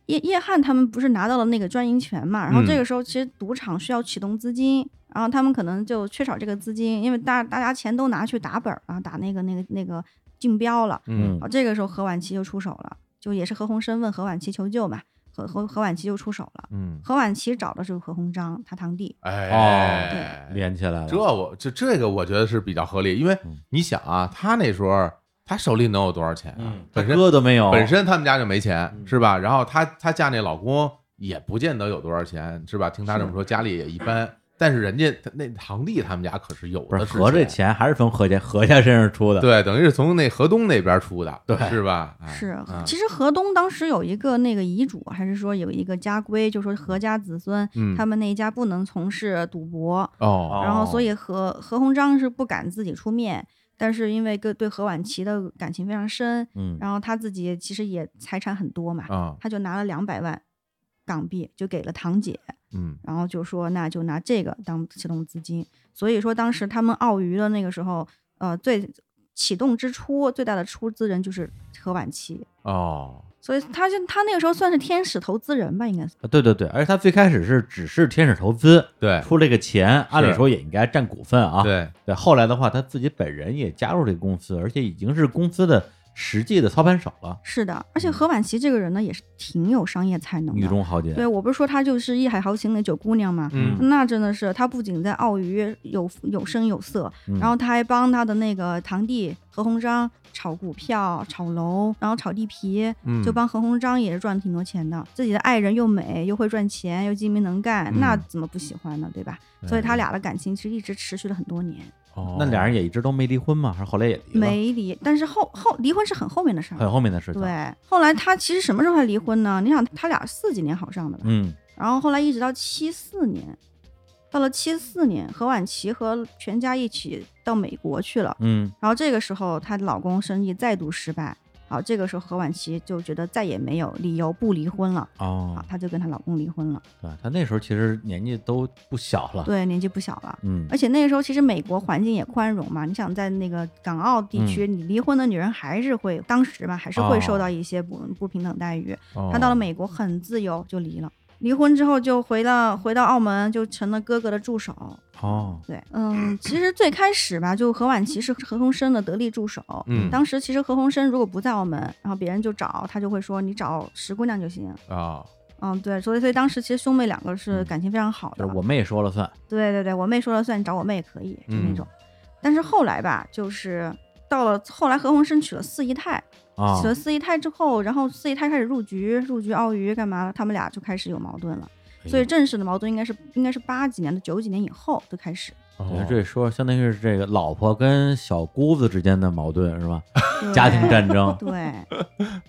Speaker 3: 叶叶汉他们不是拿到了那个专营权嘛？然后这
Speaker 2: 嗯
Speaker 3: 个时候其实赌场需要启动资金，然后他们可能就缺少这个资金，因为大大家钱都拿去打本儿啊，打那个那个那个竞标了。
Speaker 2: 嗯，
Speaker 3: 好，这个时候何婉琪就出手了，就也是何鸿燊问何婉琪求救嘛，何何何婉琪就出手了。
Speaker 1: 嗯，
Speaker 3: 何婉琪找的是何鸿章，他堂弟。
Speaker 1: 哦
Speaker 2: 哎，
Speaker 1: 连起来了，
Speaker 2: 这我这这个我觉得是比较合理，因为
Speaker 1: 嗯
Speaker 2: 你想啊，他那时候他手里能有多少钱啊
Speaker 1: 嗯？
Speaker 2: 本
Speaker 1: 他
Speaker 2: 身
Speaker 1: 哥都没有，
Speaker 2: 本身他们家就没钱
Speaker 1: 嗯，
Speaker 2: 是吧？然后她她嫁那老公也不见得有多少钱，是吧？听她这么说，家里也一般。但是人家他那堂弟他们家可是有
Speaker 1: 不
Speaker 2: 的
Speaker 1: 是
Speaker 2: 是
Speaker 1: 合这钱还是从何家何家身上出的，
Speaker 2: 对，等于是从那河东那边出的，
Speaker 1: 对
Speaker 2: 是吧？哎
Speaker 3: 是
Speaker 2: 啊，
Speaker 3: 其实河东当时有一个那个遗嘱，还是说有一个家规，就说何家子孙
Speaker 2: 嗯
Speaker 3: 他们那一家不能从事赌博，
Speaker 2: 哦，
Speaker 3: 然后
Speaker 1: 哦
Speaker 3: 所以何何鸿章是不敢自己出面，但是因为跟对何婉琪的感情非常深，
Speaker 1: 嗯，
Speaker 3: 然后他自己其实也财产很多
Speaker 1: 哦
Speaker 3: 嘛，
Speaker 2: 啊，
Speaker 3: 他就拿了两百万港币就给了堂姐，
Speaker 2: 嗯
Speaker 3: 然后就说那就拿这个当启动资金，所以说当时他们澳娱的那个时候，呃，最启动之初最大的出资人就是何婉琪。
Speaker 2: 哦，
Speaker 3: 所以他就他那个时候算是天使投资人吧，应该是。
Speaker 1: 啊对对对，而且他最开始是只是天使投资
Speaker 2: 对
Speaker 1: 出这个钱，按理说也应该占股份啊，
Speaker 2: 对，
Speaker 1: 对，后来的话他自己本人也加入这个公司，而且已经是公司的实际的操盘手了，
Speaker 3: 是的，而且何婉琪这个人呢，也是挺有商业才能
Speaker 1: 嗯女
Speaker 3: 的。
Speaker 1: 中豪杰，
Speaker 3: 嗯对，我不是说她就是《义海豪情》那九姑娘嘛，
Speaker 2: 嗯
Speaker 3: 那真的是她不仅在澳娱有有声有色，
Speaker 1: 嗯
Speaker 3: 然后她还帮她的那个堂弟何鸿章炒股票、炒楼，然后炒地皮，
Speaker 2: 嗯，
Speaker 3: 就帮何鸿章也是赚了挺多钱的。自己的爱人又美又会赚钱又精明能干，
Speaker 2: 嗯
Speaker 3: 那怎么不喜欢呢？对吧？所以他俩的感情其实一直持续了很多年，
Speaker 2: 哦
Speaker 1: 那俩人也一直都没离婚嘛，还是后来也离了，
Speaker 3: 没离。但是后后离婚是很后面的事儿，
Speaker 1: 很后面的事情，，
Speaker 3: 对，后来他其实什么时候才离婚呢？你想，他俩四几年好上的吧，
Speaker 1: 嗯
Speaker 3: 然后后来一直到七四年，到了七四年，何婉琪和全家一起到美国去了。
Speaker 1: 嗯
Speaker 3: 然后这个时候，她老公生意再度失败，好，这个时候何婉琪就觉得再也没有理由不离婚了，
Speaker 1: 哦
Speaker 3: 好，，她就跟她老公离婚了。
Speaker 1: 对，他那时候其实年纪都不小了，
Speaker 3: 对，哎年纪不小了。
Speaker 1: 嗯
Speaker 3: 而且那个时候其实美国环境也宽容嘛，你想在那个港澳地区，你离婚的女人还是会当时嘛，还是会受到一些不、不平等待遇。
Speaker 2: 哦
Speaker 1: 哦
Speaker 3: 她到了美国很自由，就离了。离婚之后就回到回到澳门，就成了哥哥的助手。
Speaker 1: 哦，
Speaker 3: 对，嗯，其实最开始吧，就何婉琪是何鸿燊的得力助手。
Speaker 2: 嗯
Speaker 3: 当时其实何鸿燊如果不在澳门，然后别人就找他，就会说你找石姑娘就行。
Speaker 2: 啊，
Speaker 3: 嗯，对，所以所以当时其实兄妹两个
Speaker 1: 嗯
Speaker 3: 是感情非常好
Speaker 1: 就
Speaker 3: 的。
Speaker 1: 是我妹说了算，
Speaker 3: 对对对，我妹说了算，你找我妹也可以，就
Speaker 1: 嗯
Speaker 3: 那种。但是后来吧，就是到了后来，何鸿燊娶了四姨太，
Speaker 1: 啊
Speaker 3: 娶了四姨太之后，然后四姨太开始入局，入局澳娱干嘛了？他们俩就开始有矛盾了。
Speaker 1: 哎
Speaker 3: 所以正式的矛盾应该是应该是八几年的九几年以后就开始。
Speaker 2: 哦
Speaker 1: 等于这说相当于是这个老婆跟小姑子之间的矛盾是吧？
Speaker 3: 对，
Speaker 1: 家庭战争
Speaker 3: 对，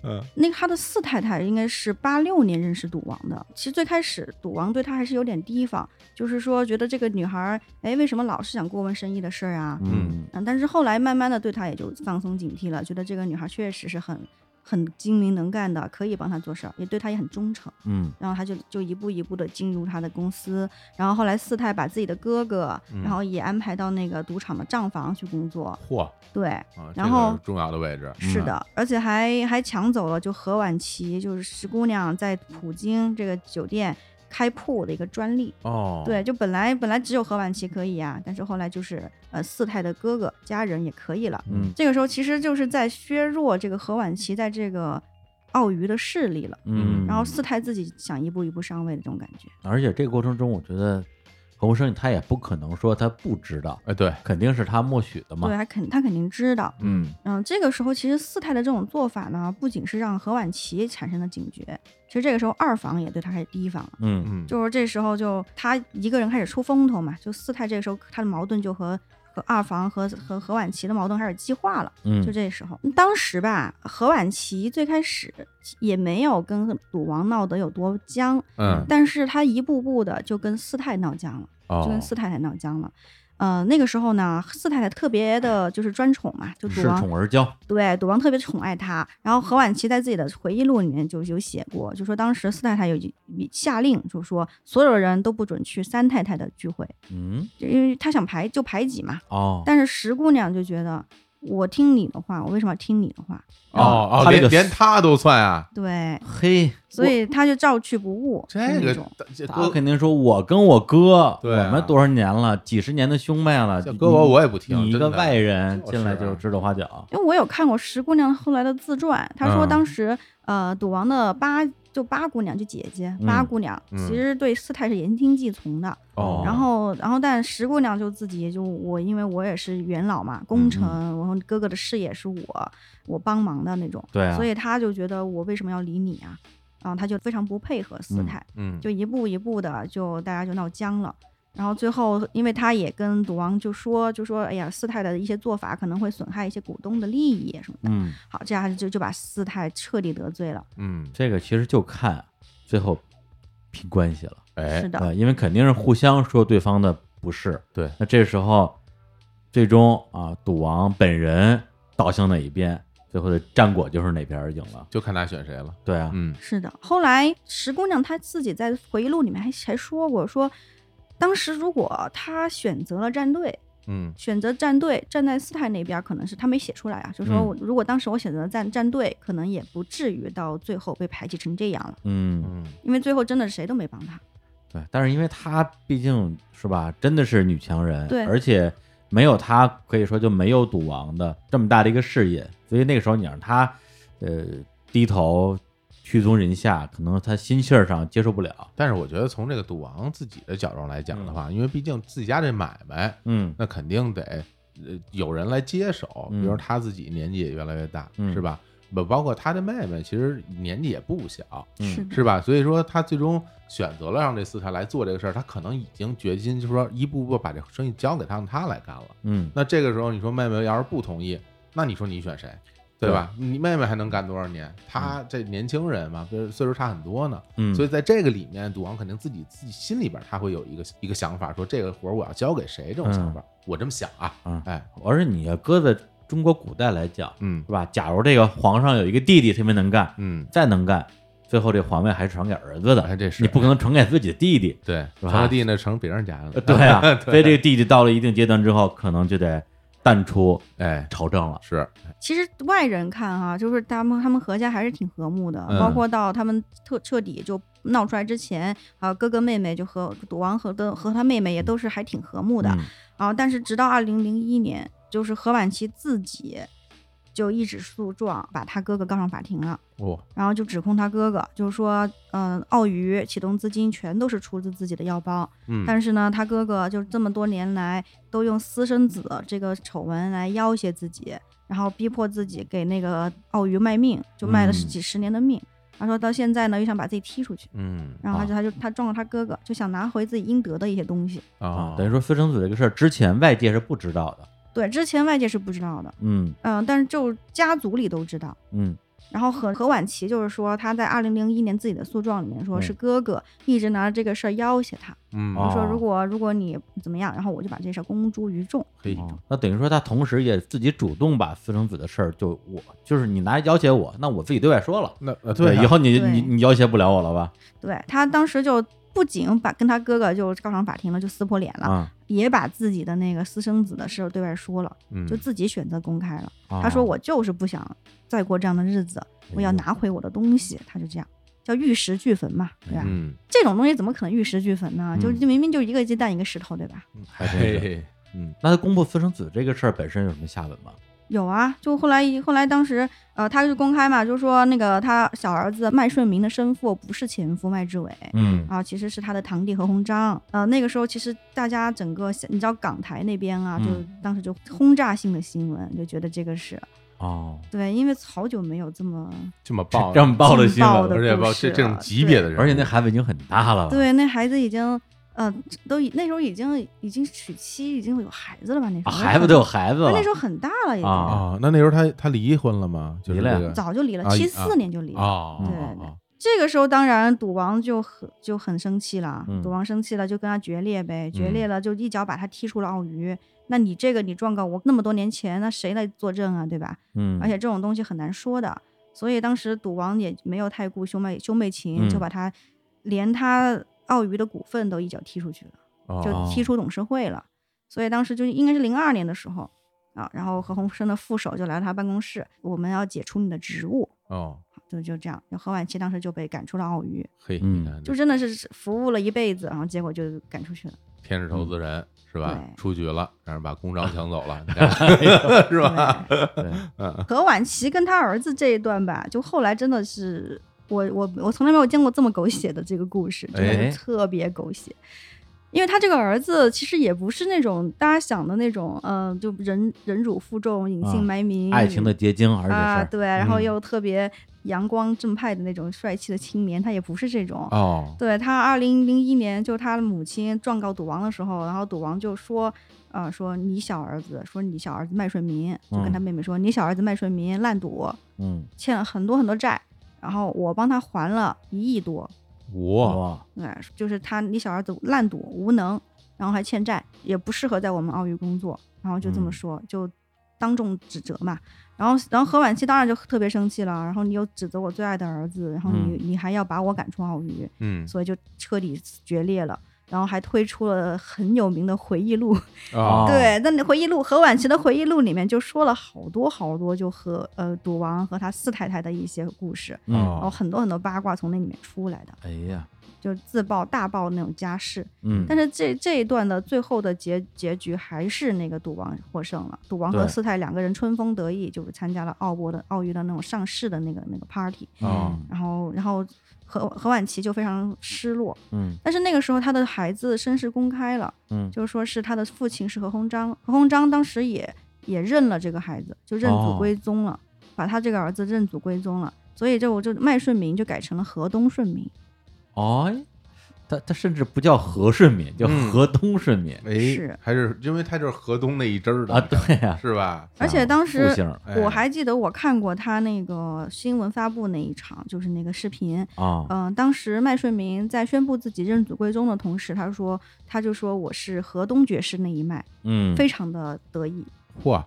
Speaker 1: 嗯
Speaker 3: 那个他的四太太应该是八六年认识赌王的。其实最开始赌王对她还是有点提防，就是说觉得这个女孩儿，哎，为什么老是想过问生意的事儿啊？
Speaker 1: 嗯
Speaker 3: 嗯，但是后来慢慢的对她也就放松警惕了，觉得这个女孩确实是很很精明能干的，可以帮她做事儿，也对她也很忠诚。
Speaker 1: 嗯
Speaker 3: 然后她就就一步一步的进入她的公司，然后后来四太把自己的哥哥，然
Speaker 1: 嗯
Speaker 3: 后也安排到那个赌场的账房去工作，
Speaker 2: 嚯啊，
Speaker 3: 对。
Speaker 2: 这
Speaker 3: 然后
Speaker 2: 个重要的位置，
Speaker 3: 是
Speaker 1: 嗯
Speaker 3: 的，而且还还抢走了就何婉琪，就是石姑娘在普京这个酒店开铺的一个专利。
Speaker 2: 哦，
Speaker 3: 对，就本来本来只有何婉琪可以啊，但是后来就是呃四太的哥哥家人也可以了。
Speaker 1: 嗯
Speaker 3: 这个时候其实就是在削弱这个何婉琪在这个澳娱的势力了。
Speaker 1: 嗯，
Speaker 3: 然后四太自己想一步一步上位的这种感觉，
Speaker 1: 而且这个过程中，我觉得何鸿燊他也不可能说他不知道，
Speaker 2: 哎对，
Speaker 1: 肯定是他默许的嘛
Speaker 3: 对，，还肯他肯定知道，
Speaker 1: 嗯
Speaker 3: 嗯，这个时候其实四太的这种做法呢，不仅是让何婉琪产生了警觉，其实这个时候二房也对她开始提防了。
Speaker 1: 嗯
Speaker 2: 嗯，
Speaker 3: 就是这时候就他一个人开始出风头嘛，就四太这个时候他的矛盾就和和二房和和何婉琪的矛盾开始激化了。
Speaker 1: 嗯，
Speaker 3: 就这时候，当时吧，何婉琪最开始也没有跟赌王闹得有多僵，
Speaker 2: 嗯
Speaker 3: 但是他一步步的就跟四太闹僵了，
Speaker 2: 哦
Speaker 3: 就跟四太太闹僵了。呃，那个时候呢，四太太特别的就是专宠嘛，就赌
Speaker 1: 恃
Speaker 3: 王
Speaker 1: 宠而啊骄，
Speaker 3: 对，赌王特别宠爱她。然后何婉琪在自己的回忆录里面就有写过，就说当时四太太有一下令，就说所有人都不准去三太太的聚会，
Speaker 1: 嗯，
Speaker 3: 就因为她想排就排挤嘛。
Speaker 1: 哦，
Speaker 3: 但是石姑娘就觉得，我听你的话，我为什么要听你的话？
Speaker 2: 哦
Speaker 1: 他
Speaker 2: 哦，
Speaker 1: 这
Speaker 2: 连
Speaker 1: 个
Speaker 2: 连他都算啊，
Speaker 3: 对，
Speaker 1: 嘿，
Speaker 3: 所以她就照去不误。就
Speaker 2: 这
Speaker 3: 那
Speaker 2: 个
Speaker 3: 种
Speaker 2: 这
Speaker 1: 他
Speaker 2: 搁
Speaker 1: 肯定说，我跟我哥，
Speaker 2: 对啊
Speaker 1: 我们多少年了，几十年的兄妹了，
Speaker 2: 这搁我我也不听，
Speaker 1: 你一个
Speaker 2: 真的
Speaker 1: 外人
Speaker 2: 就是
Speaker 1: 进来就
Speaker 2: 啊
Speaker 1: 指手画脚，
Speaker 3: 因为我有看过石姑娘后来的自传，她说
Speaker 2: 嗯
Speaker 3: 当时、呃赌王的八就八姑娘就姐姐八
Speaker 1: 嗯
Speaker 3: 姑娘，
Speaker 2: 嗯
Speaker 3: 其实对四太是言听计从的。
Speaker 2: 哦，
Speaker 3: 然后然后但石姑娘就自己就我因为我也是元老嘛，
Speaker 1: 嗯
Speaker 3: 功臣，然后哥哥的事业是我我帮忙的那种，
Speaker 1: 对啊
Speaker 3: 所以她就觉得我为什么要理你啊？然后她就非常不配合四
Speaker 1: 嗯
Speaker 3: 太，
Speaker 2: 嗯，
Speaker 3: 就一步一步的就大家就闹僵了。然后最后，因为他也跟赌王就说，就说，哎呀，四太的一些做法可能会损害一些股东的利益什么的。
Speaker 1: 嗯，
Speaker 3: 好，这样就就把四太彻底得罪了。
Speaker 2: 嗯，
Speaker 1: 这个其实就看最后拼关系了，
Speaker 2: 哎
Speaker 3: 是，的，
Speaker 1: 呃对，因为肯定是互相说对方的不是，
Speaker 2: 对，
Speaker 1: 那这时候最终啊，赌王本人倒向哪一边，最后的战果就是哪边赢了，
Speaker 2: 就看他选谁了，
Speaker 1: 对啊，
Speaker 2: 嗯，
Speaker 3: 是的。后来石姑娘她自己在回忆录里面还还说过，说当时如果她选择了站队，
Speaker 2: 嗯
Speaker 3: 选择站队站在四太那边，可能是她没写出来啊，就说
Speaker 1: 嗯
Speaker 3: 我如果当时我选择站站队，可能也不至于到最后被排挤成这样了，
Speaker 1: 嗯，
Speaker 2: 嗯，
Speaker 3: 因为最后真的谁都没帮她。
Speaker 1: 对，但是因为她毕竟是吧，真的是女强人，
Speaker 3: 对
Speaker 1: 而且没有她，可以说就没有赌王的这么大的一个事业，所以那个时候你让她呃低头屈尊人下，可能她心气儿上接受不了，
Speaker 2: 但是我觉得从这个赌王自己的角度来讲的
Speaker 3: 嗯
Speaker 2: 话，因为毕竟自己家这买卖，
Speaker 1: 嗯
Speaker 2: 那肯定得呃有人来接手，比
Speaker 1: 嗯
Speaker 2: 如他自己年纪也越来越大，
Speaker 1: 嗯
Speaker 2: 是吧？不包括他的妹妹，其实年纪也不小，
Speaker 1: 嗯
Speaker 3: 是的，
Speaker 2: 是吧？所以说他最终选择了让这四太来做这个事儿，他可能已经决心，就是说一步步把这个生意交给他让他来干了。
Speaker 1: 嗯，
Speaker 2: 那这个时候你说妹妹要是不同意，那你说你选谁，对吧？你妹妹还能干多少年？她这年轻人嘛，就是岁数差很多呢。
Speaker 1: 嗯
Speaker 2: 所以在这个里面，赌王肯定自己自己心里边他会有一个一个想法，说这个活儿我要交给谁这种想法，我这么想啊，
Speaker 1: 嗯
Speaker 2: 哎，
Speaker 1: 而是你要搁在中国古代来讲，
Speaker 2: 嗯
Speaker 1: 是吧？假如这个皇上有一个弟弟特别能干，
Speaker 2: 嗯，
Speaker 1: 再能干，最后这皇位还是传给儿子的，
Speaker 2: 哎这是
Speaker 1: 你不可能传给自己的弟弟。
Speaker 2: 对，
Speaker 1: 是吧
Speaker 2: 传弟那成别人家
Speaker 1: 呃
Speaker 2: 了，
Speaker 1: 对啊，所以这个弟弟到了一定阶段之后，可能就得淡出
Speaker 2: 哎，
Speaker 1: 朝政了。
Speaker 2: 是，
Speaker 3: 其实外人看哈、就是他们他们何家还是挺和睦的，
Speaker 2: 嗯
Speaker 3: 包括到他们特彻底就闹出来之前，啊，哥哥妹妹就和赌王和跟和他妹妹也都是还挺和睦的，
Speaker 1: 嗯
Speaker 3: 啊，但是直到二零零一年，就是何婉琪自己就一纸诉状把他哥哥告上法庭了。
Speaker 2: 哦，
Speaker 3: 然后就指控他哥哥，就是说，嗯、澳娱启动资金全都是出自自己的腰包，
Speaker 1: 哎
Speaker 2: 嗯，
Speaker 3: 但是呢，他哥哥就这么多年来都用私生子这个丑闻来要挟自己，然后逼迫自己给那个奥鱼卖命，就卖了十
Speaker 1: 嗯
Speaker 3: 几十年的命。他说到现在呢，又想把自己踢出去，
Speaker 2: 嗯
Speaker 3: 然后他
Speaker 1: 啊
Speaker 3: 就、他就他撞了他哥哥，就想拿回自己应得的一些东西。
Speaker 1: 啊
Speaker 2: 啊，，
Speaker 1: 等于
Speaker 2: 于
Speaker 1: 说私生子这个事儿之前外界是不知道的。
Speaker 3: 对，之前外界是不知道的，
Speaker 1: 嗯
Speaker 3: 嗯、但是就家族里都知道。
Speaker 1: 嗯
Speaker 3: 然后何何婉琪就是说，他在二零零一年自己的诉状里面说
Speaker 1: 嗯
Speaker 3: 是哥哥一直拿着这个事儿要挟他，
Speaker 2: 嗯
Speaker 1: 哦
Speaker 3: 就说如果如果你怎么样，然后我就把这事儿公诸于众。
Speaker 2: 可以，
Speaker 1: 哦那等于说他同时也自己主动把私生子的事儿，就我就是你拿要挟我，那我自己对外说了。
Speaker 2: 那呃对啊，
Speaker 1: 以后你你
Speaker 3: 对
Speaker 1: 你要挟不了我了吧？
Speaker 3: 对他当时就不仅把跟他哥哥就告上法庭了，就撕破脸了，
Speaker 1: 啊，
Speaker 3: 也把自己的那个私生子的事儿对外说了，
Speaker 2: 嗯
Speaker 3: 就自己选择公开了。
Speaker 1: 他
Speaker 3: 他说我就是不想再过这样的日子，我要拿回我的东西。他就这样叫玉石俱焚嘛，对吧？
Speaker 2: 嗯，
Speaker 3: 这种东西怎么可能玉石俱焚呢？就
Speaker 1: 嗯
Speaker 3: 就明明就一个鸡蛋一个石头，对吧？
Speaker 1: 还
Speaker 2: 哎
Speaker 1: 真是
Speaker 2: 嘿嗯
Speaker 1: 那他公布私生子这个事儿本身有什么下文吗？
Speaker 3: 有啊，就后来后来当时呃，他就公开嘛，就说那个他小儿子麦顺明的生父不是前夫麦志伟，
Speaker 1: 嗯
Speaker 3: 啊，其实是他的堂弟何鸿章。呃，那个时候其实大家整个你知道港台那边啊，就
Speaker 1: 嗯
Speaker 3: 当时就轰炸性的新闻，就觉得这个是
Speaker 1: 哦，
Speaker 3: 对，因为好久没有这么
Speaker 2: 这么啊爆，
Speaker 1: 这么爆的
Speaker 3: 劲
Speaker 1: 新
Speaker 3: 爆
Speaker 1: 闻
Speaker 3: 的
Speaker 1: 了，
Speaker 2: 而且
Speaker 3: 故
Speaker 2: 爆
Speaker 3: 事
Speaker 2: 这这种
Speaker 3: 了
Speaker 2: 级别
Speaker 3: 对
Speaker 2: 的人物，
Speaker 1: 而且那孩子已经很大了吧？，
Speaker 3: 对，那孩子已经。呃，都已那时候已经已经娶妻，已经有孩子了吧？那时
Speaker 1: 啊，
Speaker 3: 候、
Speaker 1: 孩子都有孩子
Speaker 3: 他
Speaker 1: 了，
Speaker 3: 那时候很大了，已经、
Speaker 1: 啊
Speaker 2: 啊，那那时候他他离婚了吗？就是
Speaker 1: 离了呀
Speaker 2: 这个
Speaker 3: 早就离了，
Speaker 2: 啊
Speaker 3: 七
Speaker 2: 啊
Speaker 3: 四年就离了。
Speaker 2: 哦，
Speaker 3: 对
Speaker 2: 哦哦
Speaker 3: 这个时候，当然赌王就很就很生气了，
Speaker 1: 嗯
Speaker 3: 赌王生气了就跟他决裂呗，决
Speaker 1: 嗯
Speaker 3: 裂了就一脚把他踢出了澳娱。那你这个你状告我那么多年前，那谁来作证啊，对吧？
Speaker 1: 嗯，
Speaker 3: 而且这种东西很难说的，所以当时赌王也没有太顾兄妹兄妹情，
Speaker 1: 嗯
Speaker 3: 就把他连他澳娱的股份都一脚踢出去了。
Speaker 2: 哦
Speaker 3: 就
Speaker 1: 哦
Speaker 3: 踢出董事会了。所以当时就应该是零二年的时候啊，然后何鸿燊的副手就来到他办公室，我们要解除你的职务，
Speaker 2: 哦，
Speaker 3: 就就这样。就何婉琪当时就被赶出了澳娱，
Speaker 2: 嘿，
Speaker 1: 嗯
Speaker 2: 你看这
Speaker 3: 就真的是服务了一辈子，然后结果就赶出去了。
Speaker 2: 天使投资人是吧？
Speaker 3: 嗯对
Speaker 2: 出局了，让人把公章抢走了，你看 哎是吧？
Speaker 3: 对，
Speaker 1: 对，
Speaker 3: 何婉琪跟他儿子这一段吧，就后来真的是。我我我从来没有见过这么狗血的这个故事，真的
Speaker 1: 哎
Speaker 3: 是特别狗血。因为他这个儿子其实也不是那种大家想的那种，嗯、就忍忍辱负重、隐姓
Speaker 1: 啊
Speaker 3: 埋名、
Speaker 1: 爱情的结晶，而且
Speaker 3: 啊，
Speaker 1: 是
Speaker 3: 对，然后
Speaker 1: 嗯
Speaker 3: 又特别阳光正派的那种帅气的青年，他也不是这种。
Speaker 2: 哦，
Speaker 3: 对他，二零零一年就他的母亲状告赌王的时候，然后赌王就说，呃，说你小儿子，说你小儿子麦顺民，就跟他妹妹说，你小儿子麦顺民烂赌，
Speaker 1: 嗯，
Speaker 3: 欠了很多很多债，然后我帮他还了一亿多，
Speaker 2: 我
Speaker 1: 哇，
Speaker 3: 对，就是他你小儿子烂赌无能，然后还欠债，也不适合在我们奥运工作，然后就这么
Speaker 1: 嗯
Speaker 3: 说，就当众指责嘛。然后，然后何婉琪当然就特别生气了，然后你又指责我最爱的儿子，然后你、你还要把我赶出奥运，
Speaker 2: 嗯
Speaker 3: 所以就彻底决裂了。然后还推出了很有名的回忆录，
Speaker 1: 哦
Speaker 2: 啊，
Speaker 3: 对，那你回忆录何婉琪的回忆录里面就说了好多好多，就和呃赌王和他四太太的一些故事，然后
Speaker 2: 哦，
Speaker 3: 很多很多八卦从那里面出来的。
Speaker 1: 嗯哎呀，
Speaker 3: 就是自曝大爆那种家事。
Speaker 1: 嗯，
Speaker 3: 但是这这一段的最后的结结局还是那个赌王获胜了，赌王和
Speaker 1: 对
Speaker 3: 四太两个人春风得意，就是参加了奥博的奥运的那种上市的那个那个 party，
Speaker 2: 哦
Speaker 1: 嗯
Speaker 3: 然后然后何何婉琪就非常失落，
Speaker 1: 嗯
Speaker 3: 但是那个时候她的孩子身世公开了，
Speaker 1: 嗯，
Speaker 3: 就是说是她的父亲是何鸿章，何鸿章当时也也认了这个孩子，就认祖
Speaker 1: 哦
Speaker 3: 归宗了，把他这个儿子认祖归宗了，所以这我就麦顺民就改成了河东顺民，
Speaker 1: 哎，他他甚至不叫何顺敏，叫
Speaker 2: 嗯
Speaker 1: 河东顺敏
Speaker 2: 哎，
Speaker 3: 是
Speaker 2: 还是因为他就是河东那一支儿的
Speaker 1: 啊，对呀，
Speaker 2: 是吧？
Speaker 3: 而且当时
Speaker 1: 哦复姓儿
Speaker 2: 哎
Speaker 3: 我还记得我看过他那个新闻发布那一场，就是那个视频。
Speaker 1: 啊，
Speaker 3: 嗯、当时麦顺民在宣布自己认祖归宗的同时，他说他就说我是河东爵士那一脉，
Speaker 1: 嗯，
Speaker 3: 非常的得意，
Speaker 2: 嚯，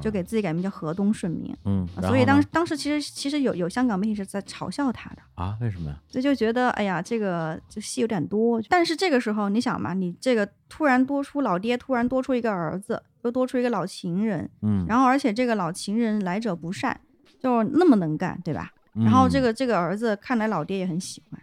Speaker 3: 就给自己改名叫河东顺民。
Speaker 1: 嗯，
Speaker 3: 啊
Speaker 1: 然
Speaker 3: 所以
Speaker 1: 后
Speaker 3: 当
Speaker 1: 呢
Speaker 3: 时当时其实其实有有香港媒体是在嘲笑他的，
Speaker 1: 啊，为什么呀？
Speaker 3: 所以就觉得哎呀，这个这戏有点多。但是这个时候你想嘛，你这个突然多出老爹，突然多出一个儿子，又多出一个老情人，
Speaker 1: 嗯，
Speaker 3: 然后而且这个老情人来者不善，就是那么能干，对吧？
Speaker 1: 嗯
Speaker 3: 然后这个这个儿子看来老爹也很喜欢，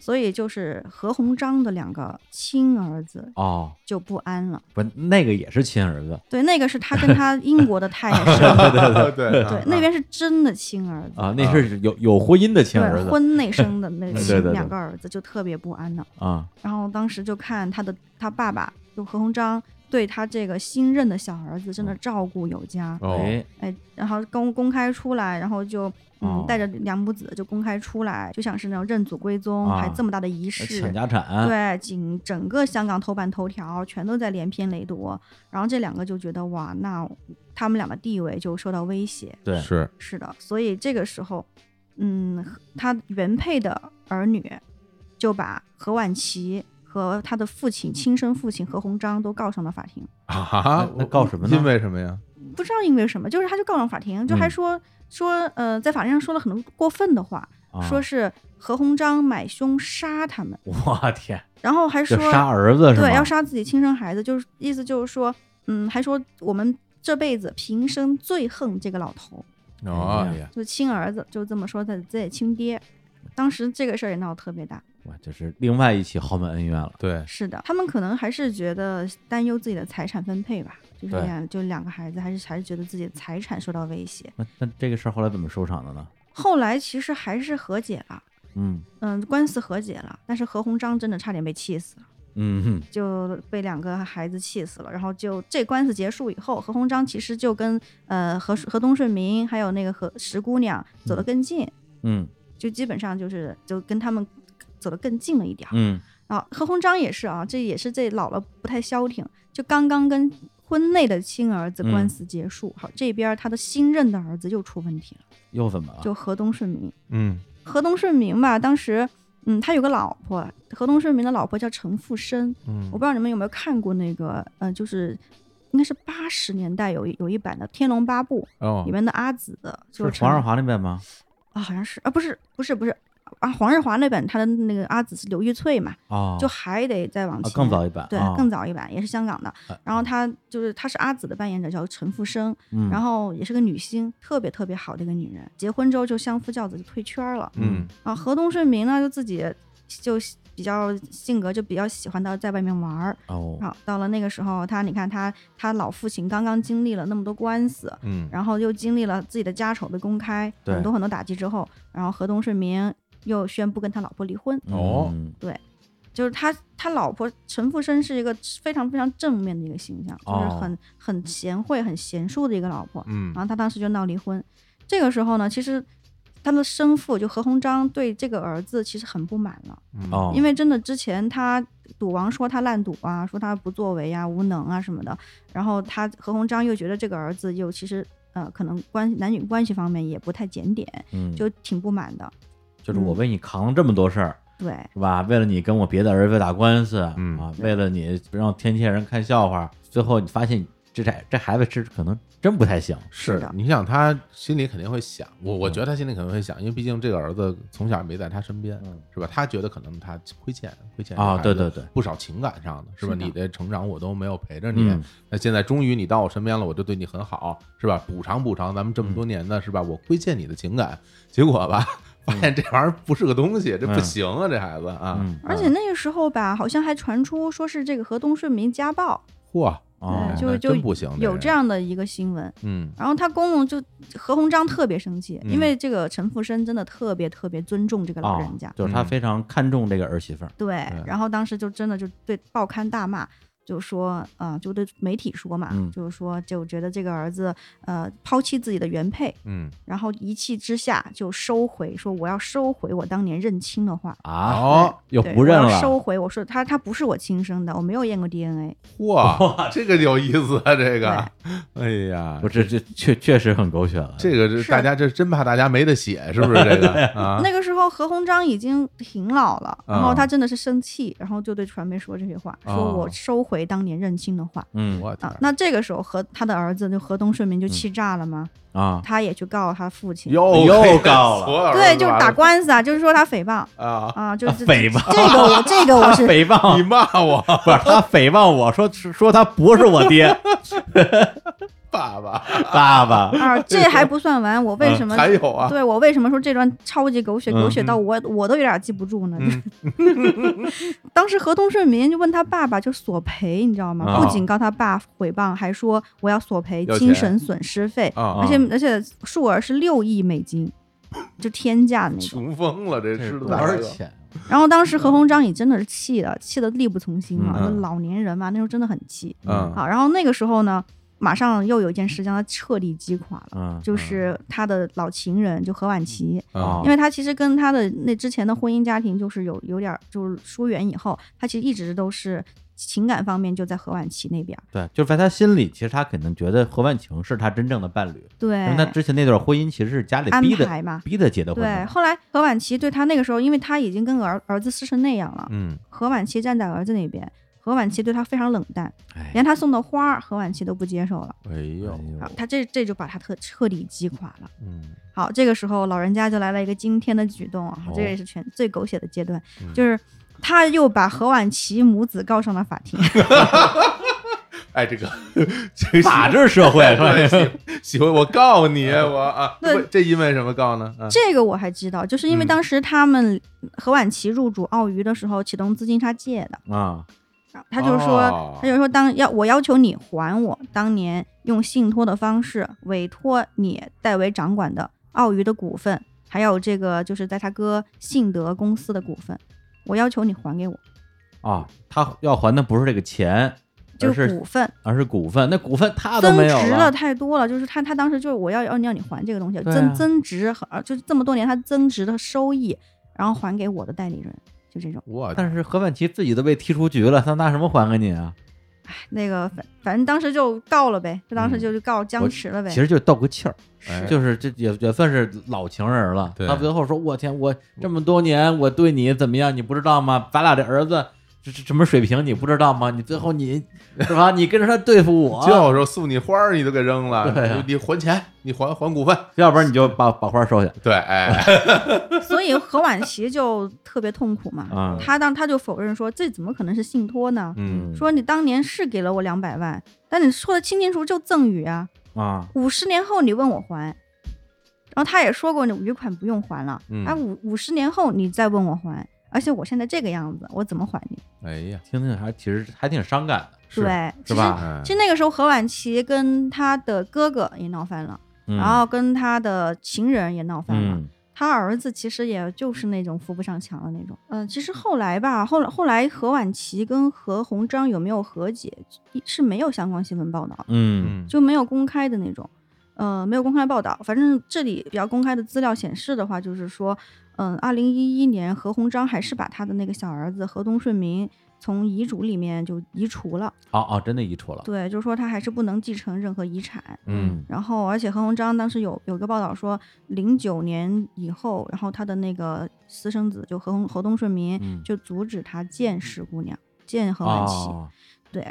Speaker 3: 所以就是何鸿章的两个亲儿子
Speaker 1: 哦，
Speaker 3: 就不安了。
Speaker 1: 不，那个也是亲儿子
Speaker 3: 对，那个是他跟他英国 的太太生的，
Speaker 2: 对对
Speaker 3: 对
Speaker 2: 对，
Speaker 3: 那边是真的亲儿子。
Speaker 1: 啊，那是有有婚姻的亲儿
Speaker 3: 对，
Speaker 1: 子
Speaker 3: 婚内生的那
Speaker 1: 对
Speaker 3: 亲
Speaker 1: 对对
Speaker 3: 两个儿子就特别不安呢。
Speaker 1: 啊，
Speaker 3: 然后当时就看他的他爸爸，就何鸿章对他这个新任的小儿子
Speaker 1: 嗯
Speaker 3: 真的照顾有加，
Speaker 2: 哦
Speaker 1: 哎，
Speaker 3: 哎，然后公公开出来，然后就嗯
Speaker 1: 哦
Speaker 3: 带着两母子就公开出来，就像是那种认祖归宗，
Speaker 1: 啊
Speaker 3: 还这么大的仪式
Speaker 1: 抢，家产，
Speaker 3: 对，仅整个香港头版头条全都在连篇累牍。然后这两个就觉得哇，那他们俩的地位就受到威胁。
Speaker 1: 对
Speaker 2: 是
Speaker 3: 是的，所以这个时候，嗯，他原配的儿女就把何婉琪和他的父亲亲生父亲何鸿章都告上了法庭。
Speaker 2: 啊
Speaker 1: 那，那告什么呢
Speaker 2: 因为什么呀？
Speaker 3: 不知道因为什么，就是他就告上法庭，就还
Speaker 1: 嗯
Speaker 3: 说、说呃，在法庭上说了很多过分的话，
Speaker 1: 啊
Speaker 3: 说是何鸿章买凶杀他们，
Speaker 1: 我天，
Speaker 3: 然后还
Speaker 1: 就
Speaker 3: 说
Speaker 1: 杀儿子是吗？
Speaker 3: 对要杀自己亲生孩子，就是意思就是说，嗯，还说我们这辈子平生最恨这个老头，
Speaker 2: 哦
Speaker 1: 哎
Speaker 2: 呀，
Speaker 3: 就亲儿子就这么说他自己亲爹。当时这个事儿也闹得特别大，
Speaker 1: 哇，这是另外一起豪门恩怨了。
Speaker 2: 对，
Speaker 3: 是的，他们可能还是觉得担忧自己的财产分配吧，就是
Speaker 1: 对
Speaker 3: 两就两个孩子还是还是觉得自己的财产受到威胁。
Speaker 1: 那那这个事儿后来怎么收场的呢？
Speaker 3: 后来其实还是和解了，
Speaker 1: 嗯
Speaker 3: 嗯，官司和解了，但是何鸿章真的差点被气死了，
Speaker 1: 嗯哼
Speaker 3: 就被两个孩子气死了。然后就这官司结束以后，何鸿章其实就跟呃何何东顺民还有那个何石姑娘走得更近，
Speaker 1: 嗯
Speaker 3: 就基本上就是就跟他们走得更近了一点儿。
Speaker 1: 嗯，
Speaker 3: 啊，何鸿章也是啊，这也是这老了不太消停，就刚刚跟婚内的亲儿子官
Speaker 1: 嗯
Speaker 3: 司结束，好这边他的新任的儿子又出问题了，
Speaker 1: 又怎么了？
Speaker 3: 就何东顺民。
Speaker 2: 嗯，
Speaker 3: 河东顺民吧，当时嗯，他有个老婆，河东顺民的老婆叫陈复生，
Speaker 2: 嗯
Speaker 3: 我不知道你们有没有看过那个，呃，就是应该是八十年代有一有一版的《天龙八部》
Speaker 2: 哦
Speaker 3: 里面的阿紫，就是
Speaker 1: 黄日
Speaker 3: 陈
Speaker 1: 华那边吗？
Speaker 3: 啊，好像是啊，不是不是不是啊，黄日华那版他的那个阿紫是刘玉翠嘛，
Speaker 1: 哦，
Speaker 3: 就还得再往
Speaker 1: 啊
Speaker 3: 前，
Speaker 1: 更早一版，
Speaker 3: 对
Speaker 1: 啊，
Speaker 3: 更早一版也是香港的
Speaker 1: 啊，
Speaker 3: 然后她就是她是阿紫的扮演者叫陈复生，
Speaker 1: 嗯
Speaker 3: 然后也是个女星，特别特别好的一个女人，结婚之后就相夫教子就退圈儿了，
Speaker 2: 嗯
Speaker 3: 啊，河东顺民呢就自己就比较性格就比较喜欢到在外面玩儿。
Speaker 1: 哦，
Speaker 3: 好，到了那个时候，他你看他他老父亲刚刚经历了那么多官司，
Speaker 2: 嗯
Speaker 3: 然后又经历了自己的家丑的公开，
Speaker 1: 对
Speaker 3: 很多很多打击之后，然后河东顺民又宣布跟他老婆离婚。
Speaker 2: 哦
Speaker 1: 嗯
Speaker 3: 就是他他老婆陈复生是一个非常非常正面的一个形象，就是
Speaker 1: 哦
Speaker 3: 很、很贤惠、很贤淑的一个老婆。
Speaker 2: 嗯
Speaker 3: 然后他当时就闹离婚。这个时候呢，其实他们的生父就何鸿章对这个儿子其实很不满了。
Speaker 2: 嗯
Speaker 1: 哦，
Speaker 3: 因为真的之前他赌王说他烂赌啊，说他不作为啊、无能啊什么的，然后他何鸿章又觉得这个儿子又其实呃可能关男女关系方面也不太检点，
Speaker 1: 嗯
Speaker 3: 就嗯挺不满的。
Speaker 1: 就是我为你扛了这么多事儿，
Speaker 3: 对，
Speaker 1: 是吧？为了你跟我别的儿子打官司，
Speaker 2: 嗯
Speaker 1: 啊，为了你让天下人看笑话，最后你发现这这这孩子是可能真不太行，
Speaker 2: 是
Speaker 3: 是的
Speaker 2: 你想他心里肯定会想，我我觉得他心里肯定会想，因为毕竟这个儿子从小没在他身边
Speaker 1: 嗯，
Speaker 2: 是吧？他觉得可能他亏欠亏欠
Speaker 1: 啊
Speaker 2: 这个孩子
Speaker 1: 对对对
Speaker 2: 不少情感上的，是吧？
Speaker 3: 是的
Speaker 2: 你的成长我都没有陪着你
Speaker 1: 嗯，
Speaker 2: 那现在终于你到我身边了，我就对你很好，是吧？补偿补偿咱们这么多年的是吧？我亏欠你的情感，结果吧，发现这玩意儿不是个东西，这不
Speaker 1: 嗯
Speaker 2: 行啊，这孩子啊，
Speaker 1: 嗯
Speaker 3: 而且那个时候吧，好像还传出说是这个河东顺民家暴，
Speaker 2: 嚯，
Speaker 1: 哦
Speaker 3: 啊
Speaker 2: 哎
Speaker 3: 对，就
Speaker 2: 那
Speaker 3: 是就
Speaker 2: 真不行这
Speaker 3: 有
Speaker 2: 人
Speaker 3: 这样的一个新闻。
Speaker 2: 嗯
Speaker 3: 然后他公公就何鸿章特别生气，
Speaker 2: 嗯
Speaker 3: 因为这个陈复生真的特别特别尊重这个老
Speaker 1: 啊
Speaker 3: 人家，，
Speaker 1: 就是他
Speaker 2: 嗯
Speaker 1: 非常看重这个儿媳妇儿，
Speaker 3: 对
Speaker 2: 对，
Speaker 3: 然后当时就真的就对报刊大骂，就说，呃，就对媒体说嘛，
Speaker 1: 嗯
Speaker 3: 就是说，就觉得这个儿子，呃，抛弃自己的原配，
Speaker 2: 嗯，
Speaker 3: 然后一气之下就收回，说我要收回我当年认亲的话，
Speaker 1: 啊，
Speaker 2: 哦，
Speaker 1: 又
Speaker 3: 对
Speaker 1: 不认
Speaker 3: 我要
Speaker 1: 了，
Speaker 3: 收回，我说他他不是我亲生的，我没有验过 DNA，
Speaker 2: 嚯， 这个有意思啊，这
Speaker 3: 对
Speaker 2: 个，哎呀
Speaker 1: 不，，这这确确实很狗血了，
Speaker 2: 这个是
Speaker 3: 是
Speaker 2: 大家这真怕大家没得写，是不是这 个啊？
Speaker 3: 那个时候何鸿章已经挺老了，然
Speaker 2: 啊
Speaker 3: 后他真的是生气，然后就对传媒说这些话，
Speaker 2: 哦
Speaker 3: 说我收回当年认亲的话。
Speaker 1: 嗯
Speaker 2: 我天
Speaker 3: 啊，，那这个时候何他的儿子就河东顺民就气炸了吗？
Speaker 1: 啊，
Speaker 3: 他也去告他父亲，
Speaker 2: 嗯又
Speaker 1: 又高了
Speaker 2: 哎所有人
Speaker 3: 对，
Speaker 2: 都
Speaker 3: 就是
Speaker 2: 完
Speaker 3: 打
Speaker 2: 了
Speaker 3: 官司啊，就是说他诽谤
Speaker 2: 啊！
Speaker 3: 啊，就
Speaker 1: 啊
Speaker 3: 是
Speaker 1: 诽谤
Speaker 3: 这这个我这个我
Speaker 1: 他
Speaker 3: 是
Speaker 1: 诽
Speaker 2: 你
Speaker 1: 谤，
Speaker 2: 骂我
Speaker 1: 不是他诽谤我说说他不是我爹，
Speaker 2: 爸爸，
Speaker 1: 爸爸，
Speaker 3: 啊，这还不算完，我为什么？
Speaker 2: 还有啊，
Speaker 3: 对我为什么说这段超级狗血，
Speaker 1: 嗯
Speaker 3: 狗血到我我都有点记不住呢？
Speaker 2: 嗯
Speaker 3: 当时河东顺民就问他爸爸就索赔，你知道吗？
Speaker 1: 啊
Speaker 3: 不仅告他爸诽谤，还说我要索赔
Speaker 2: 要钱
Speaker 3: 精神损失费，
Speaker 2: 啊，
Speaker 3: 而且而且数额是六亿美金，就天价那种。
Speaker 2: 穷疯了，这
Speaker 1: 这
Speaker 2: 吃的
Speaker 1: 多少？钱？
Speaker 3: 然后当时何鸿章也真的是气的，气的力不从心啊，
Speaker 2: 嗯
Speaker 3: 就老年人嘛，那时候真的很气。
Speaker 2: 嗯
Speaker 3: 好，然后那个时候呢，马上又有一件事将他彻底击垮了，
Speaker 2: 啊
Speaker 1: 嗯，
Speaker 3: 就是他的老情人就何婉琪，
Speaker 2: 嗯
Speaker 1: 啊
Speaker 3: 因为他其实跟他的那之前的婚姻家庭就是有有点儿就是疏远以后，他其实一直都是情感方面就在何婉琪那边儿，
Speaker 1: 嗯对，就是在他心里，其实他可能觉得何万晴是他真正的伴侣，
Speaker 3: 对
Speaker 1: 因为，他之前那段婚姻其实是家里
Speaker 3: 安
Speaker 1: 逼的，
Speaker 3: 排嘛。
Speaker 1: 逼他结的婚
Speaker 3: 对，
Speaker 1: 的。
Speaker 3: 后来何婉琪对他那个时候，因为他已经跟儿儿子撕成那样了，
Speaker 2: 嗯，
Speaker 3: 何婉琪站在儿子那边，何婉琪对他非常冷淡，
Speaker 1: 哎
Speaker 3: 连他送的花儿何婉琪都不接受了。
Speaker 2: 哎呦，
Speaker 1: 哦
Speaker 3: 好，他这这就把他特彻底击垮了。
Speaker 2: 嗯
Speaker 3: 好，这个时候老人家就来了一个惊天的举动啊
Speaker 1: 哦，
Speaker 3: 这个也是全最狗血的阶段，
Speaker 2: 嗯
Speaker 3: 就是他又把何婉琪母子告上了法庭。
Speaker 2: 哎，这个 这
Speaker 1: 法治社 会，
Speaker 2: 对，喜喜欢我告你，我啊，
Speaker 3: 对
Speaker 2: 不这因为什么告呢？啊
Speaker 3: 嗯这个我还知道，就是因为
Speaker 2: 嗯
Speaker 3: 当时他们何婉琪入主奥娱的时候，启动资金他借的，
Speaker 1: 啊，
Speaker 3: 他就说，哎
Speaker 2: 哦
Speaker 3: 他就说当要我要求你还我当年用信托的方式委托你代为掌管的奥娱的股份，还有这个就是在他哥信德公司的股份，我要求你还给我，
Speaker 1: 啊，他要还的不是这个钱，
Speaker 3: 就
Speaker 1: 而
Speaker 3: 是
Speaker 1: 是
Speaker 3: 股份。
Speaker 1: 而是股份，那股份他都
Speaker 3: 增
Speaker 1: 没有
Speaker 3: 值太多了，就是他他当时就是我要要你要你还这个东西，
Speaker 1: 对啊
Speaker 3: 增增值和呃就是这么多年他增值的收益，然后还给我的代理人，就这种。
Speaker 2: 我
Speaker 1: 但是何婉琪自己都被踢出局了，他拿什么还给你啊？
Speaker 3: 那个反反正当时就告了呗，就当时就就告僵持了
Speaker 1: 嗯
Speaker 3: 呗。
Speaker 1: 其实就斗个气儿，
Speaker 2: 哎
Speaker 1: 就是这也也算是老情人了。
Speaker 2: 对
Speaker 1: 他最后说：“我天，我这么多年我对你怎么样，你不知道吗？咱俩这儿子这这什么水平你不知道吗？你最后 你是吧？你跟着他对付我，
Speaker 2: 就是说送你花儿你都给扔了，
Speaker 1: 对啊
Speaker 2: 你你还钱，你还还股份，
Speaker 1: 要不然你就把把花收下。
Speaker 2: 对，哎，
Speaker 3: 所以何婉琪就特别痛苦嘛，
Speaker 1: 啊
Speaker 3: 她当她就否认说这怎么可能是信托呢？
Speaker 2: 嗯，
Speaker 3: 说你当年是给了我两百万，但你说的清清楚就赠与啊，
Speaker 1: 啊，
Speaker 3: 五十年后你问我还，然后他也说过你余款不用还了，
Speaker 2: 嗯
Speaker 3: 啊五五十年后你再问我还，而且我现在这个样子，我怎么还你？
Speaker 2: 哎呀，
Speaker 1: 听听还其实还挺伤感的，
Speaker 2: 是
Speaker 3: 对，
Speaker 1: 是
Speaker 3: 其实
Speaker 1: 吧？
Speaker 2: 哎
Speaker 3: 其实那个时候何婉琪跟她的哥哥也闹翻了，
Speaker 1: 嗯
Speaker 3: 然后跟她的情人也闹翻哦了。
Speaker 1: 嗯
Speaker 3: 他儿子其实也就是那种扶不上墙的那种。嗯、其实后来吧，后来后来何婉琪跟何鸿章有没有和解，是没有相关新闻报道的，
Speaker 1: 嗯
Speaker 2: 嗯，
Speaker 3: 就没有公开的那种，呃，没有公开报道。反正这里比较公开的资料显示的话，就是说，嗯、2二零一一年何鸿章还是把他的那个小儿子何东顺民从遗嘱里面就移除了，
Speaker 1: 哦哦，真的遗嘱了。
Speaker 3: 对，就是说他还是不能继承任何遗产。
Speaker 1: 嗯
Speaker 3: 然后，而且何鸿章当时有有一个报道说，零九年以后，然后他的那个私生子就何鸿何东顺民、
Speaker 1: 嗯
Speaker 3: 就阻止他见石姑娘，见何婉琪，
Speaker 1: 哦，
Speaker 3: 对，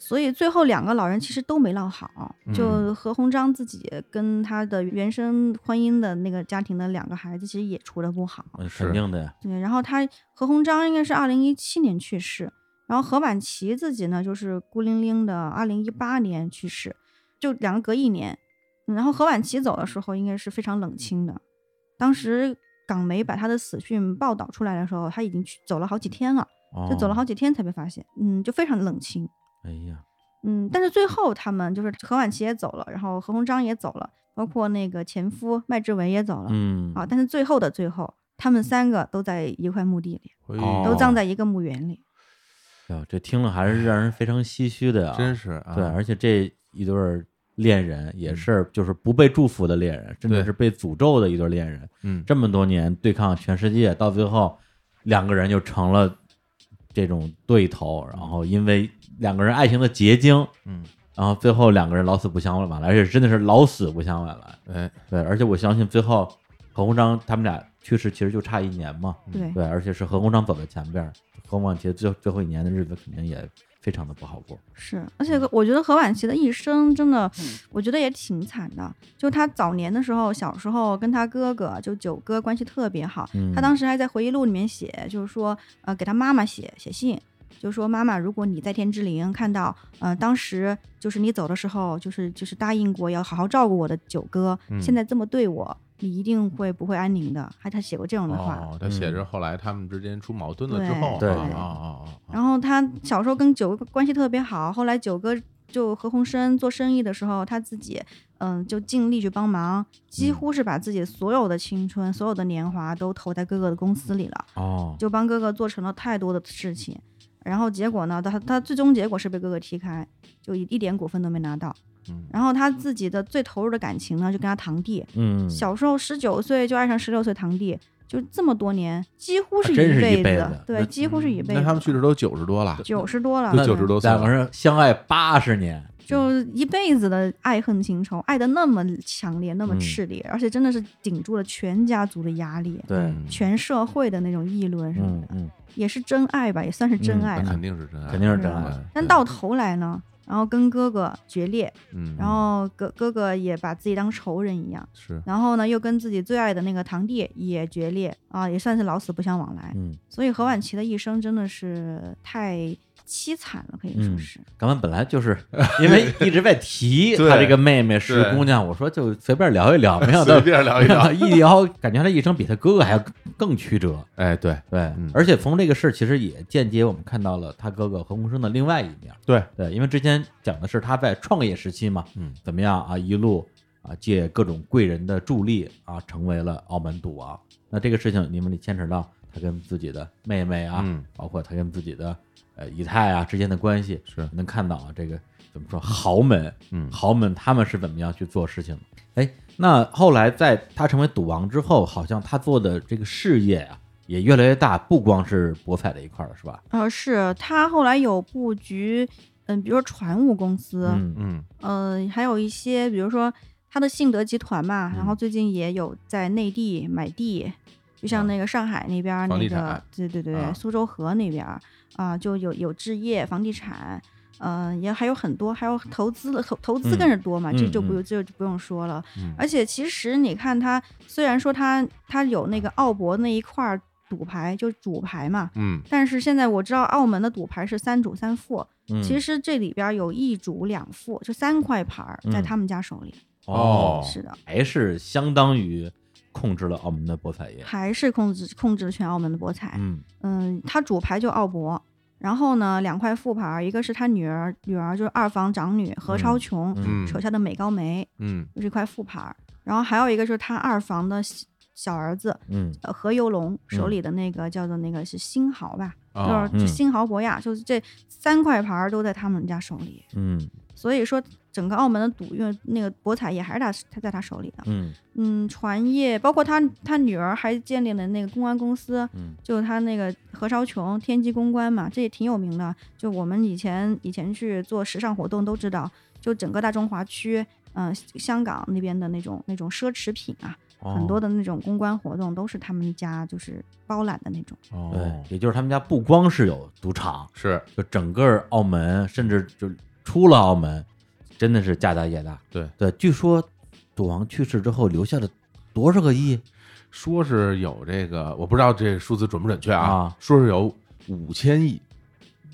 Speaker 3: 所以最后两个老人其实都没落好，
Speaker 1: 嗯
Speaker 3: 就何鸿章自己跟他的原生婚姻的那个家庭的两个孩子其实也处的不好，
Speaker 1: 嗯
Speaker 2: 是
Speaker 1: 肯定的呀。
Speaker 3: 对，然后他何鸿章应该是二零一七年去世，然后何婉琪自己呢就是孤零零的二零一八年去世，就两个隔一年。嗯然后何婉琪走的时候应该是非常冷清的，当时港媒把她的死讯报道出来的时候，她已经去走了好几天了，就走了好
Speaker 1: 哦，
Speaker 3: 几天才被发现，嗯，就非常冷清。
Speaker 1: 哎呀，
Speaker 3: 嗯，但是最后他们就是何婉琪也走了，然后何鸿章也走了，包括那个前夫麦志文也走了、
Speaker 1: 嗯，
Speaker 3: 啊。但是最后的最后，他们三个都在一块墓地里。
Speaker 2: 哎
Speaker 1: 哦
Speaker 3: 都葬在一个墓园里。
Speaker 1: 哟啊这听了还是让人非常唏嘘的呀。
Speaker 2: 真是啊，嗯
Speaker 1: 对，而且这一对儿恋人也是就是不被祝福的恋人，甚至
Speaker 2: 对
Speaker 1: 是被诅咒的一对儿恋人，
Speaker 2: 嗯，
Speaker 1: 这么多年对抗全世界，到最后两个人就成了这种对头，然后因为两个人爱情的结晶，
Speaker 2: 嗯，
Speaker 1: 然后最后两个人老死不相往来，而且真的是老死不相往来。
Speaker 2: 哎，
Speaker 1: 对，而且我相信最后何鸿章他们俩去世其实就差一年嘛，
Speaker 3: 对，
Speaker 1: 对，而且是何鸿章走在前边儿，何望杰最最后一年的日子肯定也非常的不好过。
Speaker 3: 是，而且我觉得何婉琪的一生真的，我觉得也挺惨的。就她早年的时候，小时候跟她哥哥就九哥关系特别好，
Speaker 1: 嗯
Speaker 3: 她当时还在回忆录里面写，就是说呃给她妈妈写写信。就说妈妈，如果你在天之灵看到，呃，当时就是你走的时候，就是就是答应过要好好照顾我的九哥，
Speaker 2: 嗯
Speaker 3: 现在这么对我，你一定会不会安宁的。还她写过这样的话，
Speaker 2: 哦，他写着后来他们之间出矛盾了之
Speaker 3: 对
Speaker 2: 后，
Speaker 1: 嗯对
Speaker 2: 啊啊啊啊啊，
Speaker 3: 然后他小时候跟九哥关系特别好，后来九哥就何鸿燊做生意的时候，他自己嗯就尽力去帮忙，
Speaker 1: 嗯
Speaker 3: 几乎是把自己所有的青春、所有的年华都投在哥哥的公司里了，
Speaker 1: 哦，
Speaker 3: 就帮哥哥做成了太多的事情。然后结果呢，他他最终结果是被哥哥踢开，就一一点股份都没拿到。
Speaker 2: 嗯
Speaker 3: 然后他自己的最投入的感情呢，就跟他堂弟，
Speaker 1: 嗯，
Speaker 3: 小时候十九岁就爱上十六岁堂弟。就这么多年，几乎是
Speaker 1: 啊真是一
Speaker 3: 辈
Speaker 1: 辈
Speaker 3: 子
Speaker 1: 子，
Speaker 3: 对，
Speaker 1: 那
Speaker 3: 几乎是一辈子。
Speaker 2: 嗯那他们去世都九十多了，
Speaker 3: 九十多了，
Speaker 2: 都
Speaker 3: 对
Speaker 2: 九十多岁
Speaker 1: 两个
Speaker 2: 了，
Speaker 1: 人相爱八十年，
Speaker 3: 就一辈子的爱恨情仇，爱的那么强烈，那
Speaker 2: 嗯
Speaker 3: 么炽烈，而且真的是顶住了全家族的压力，
Speaker 1: 对，
Speaker 2: 嗯
Speaker 3: 全社会的那种议论什么
Speaker 1: 嗯
Speaker 3: 的，
Speaker 1: 嗯，
Speaker 3: 也是真爱吧，也算是
Speaker 1: 嗯
Speaker 3: 真爱
Speaker 2: 那
Speaker 3: 了。
Speaker 2: 肯定是真爱，哎
Speaker 1: 肯定是真爱
Speaker 2: 对。
Speaker 3: 但到头来呢，然后跟哥哥决裂，
Speaker 2: 嗯，
Speaker 3: 然后哥哥哥也把自己当仇人一样，
Speaker 2: 是
Speaker 3: 然后呢又跟自己最爱的那个堂弟也决裂啊，也算是老死不相往来。
Speaker 1: 嗯，
Speaker 3: 所以何婉琪的一生真的是太凄惨了，可以说
Speaker 1: 嗯
Speaker 3: 是。
Speaker 1: 咱们本来就是 因为一直在提
Speaker 2: 对
Speaker 1: 她这个妹妹石姑娘，我说就随便聊一聊，没想到
Speaker 2: 随便聊一聊
Speaker 1: 一聊，感觉她一生比她哥哥还要更曲折。
Speaker 2: 哎，对
Speaker 1: 对，
Speaker 2: 嗯
Speaker 1: 而且从这个事儿其实也间接我们看到了她哥哥何鸿燊的另外一面。
Speaker 2: 对，
Speaker 1: 对，因为之前讲的是他在创业时期嘛，
Speaker 2: 嗯，
Speaker 1: 怎么样啊，一路啊借各种贵人的助力啊，成为了澳门赌王。那这个事情你们得牵扯到他跟自己的妹妹啊，
Speaker 2: 嗯
Speaker 1: 包括他跟自己的呃姨太啊之间的关系，
Speaker 2: 是
Speaker 1: 能看到啊这个怎么说豪门，
Speaker 2: 嗯
Speaker 1: 豪门他们是怎么样去做事情的。哎，那后来在他成为赌王之后，好像他做的这个事业啊也越来越大，不光是博彩这一块儿了，是吧？
Speaker 3: 呃，是他后来有布局，嗯，比如说船务公司，
Speaker 1: 嗯
Speaker 2: 嗯
Speaker 3: 呃，还有一些，比如说它的信德集团嘛，然后
Speaker 1: 嗯
Speaker 3: 最近也有在内地买地，就像
Speaker 2: 啊
Speaker 3: 那个上海那边儿
Speaker 2: 房
Speaker 3: 那
Speaker 2: 地
Speaker 3: 个
Speaker 2: 产，
Speaker 3: 对对对
Speaker 2: 啊
Speaker 3: 对，苏州河那边儿啊，就有有置业、房地产，呃，也还有很多，还有投资了，投投资更是多嘛，
Speaker 1: 嗯
Speaker 3: 这就不
Speaker 1: 嗯
Speaker 3: 用这就不用说了。
Speaker 1: 嗯
Speaker 3: 而且其实你看它，虽然说它它有那个澳博那一块儿赌牌，就主牌嘛。
Speaker 2: 嗯
Speaker 3: 但是现在我知道澳门的赌牌是三主三副，
Speaker 1: 嗯，
Speaker 3: 其实这里边有一主两副，就三块牌儿在
Speaker 1: 嗯
Speaker 3: 他们家手里。
Speaker 1: 哦，
Speaker 3: 是的，
Speaker 1: 还是相当于控制了澳门的博彩业。
Speaker 3: 还是控制控制全澳门的博彩。
Speaker 1: 嗯
Speaker 3: 嗯，他主牌就澳博，然后呢两块副牌儿，一个是他女儿，女儿就是二房长女何超琼、
Speaker 1: 嗯
Speaker 2: 嗯
Speaker 3: 手下的美高梅，
Speaker 2: 嗯
Speaker 3: 就是一块副牌儿。然后还有一个就是他二房的小小儿子
Speaker 1: 嗯
Speaker 3: 呃何猷龙手
Speaker 1: 嗯
Speaker 3: 里的那个叫做那个是新豪吧，
Speaker 2: 啊
Speaker 1: 嗯
Speaker 3: 就是就新豪博亚，就是这三块牌儿都在他们家手里。
Speaker 1: 嗯
Speaker 3: 所以说整个澳门的赌运那个博彩业还是他他在他手里的。
Speaker 1: 嗯
Speaker 3: 嗯，船业包括他他女儿还建立了那个公关公司，
Speaker 1: 嗯
Speaker 3: 就他那个何超琼天机公关嘛，这也挺有名的。就我们以前以前去做时尚活动都知道，就整个大中华区。嗯、香港那边的那种那种奢侈品啊，
Speaker 1: 哦
Speaker 3: 很多的那种公关活动都是他们家就是包揽的那种。
Speaker 2: 哦
Speaker 1: 对，也就是他们家不光是有赌场，
Speaker 2: 是
Speaker 1: 就整个澳门，甚至就出了澳门，真的是家大业大。
Speaker 2: 对
Speaker 1: 对，据说赌王去世之后留下了多少个亿？
Speaker 2: 说是有这个，我不知道这数字准不准确啊，
Speaker 1: 啊
Speaker 2: 说是有五千亿，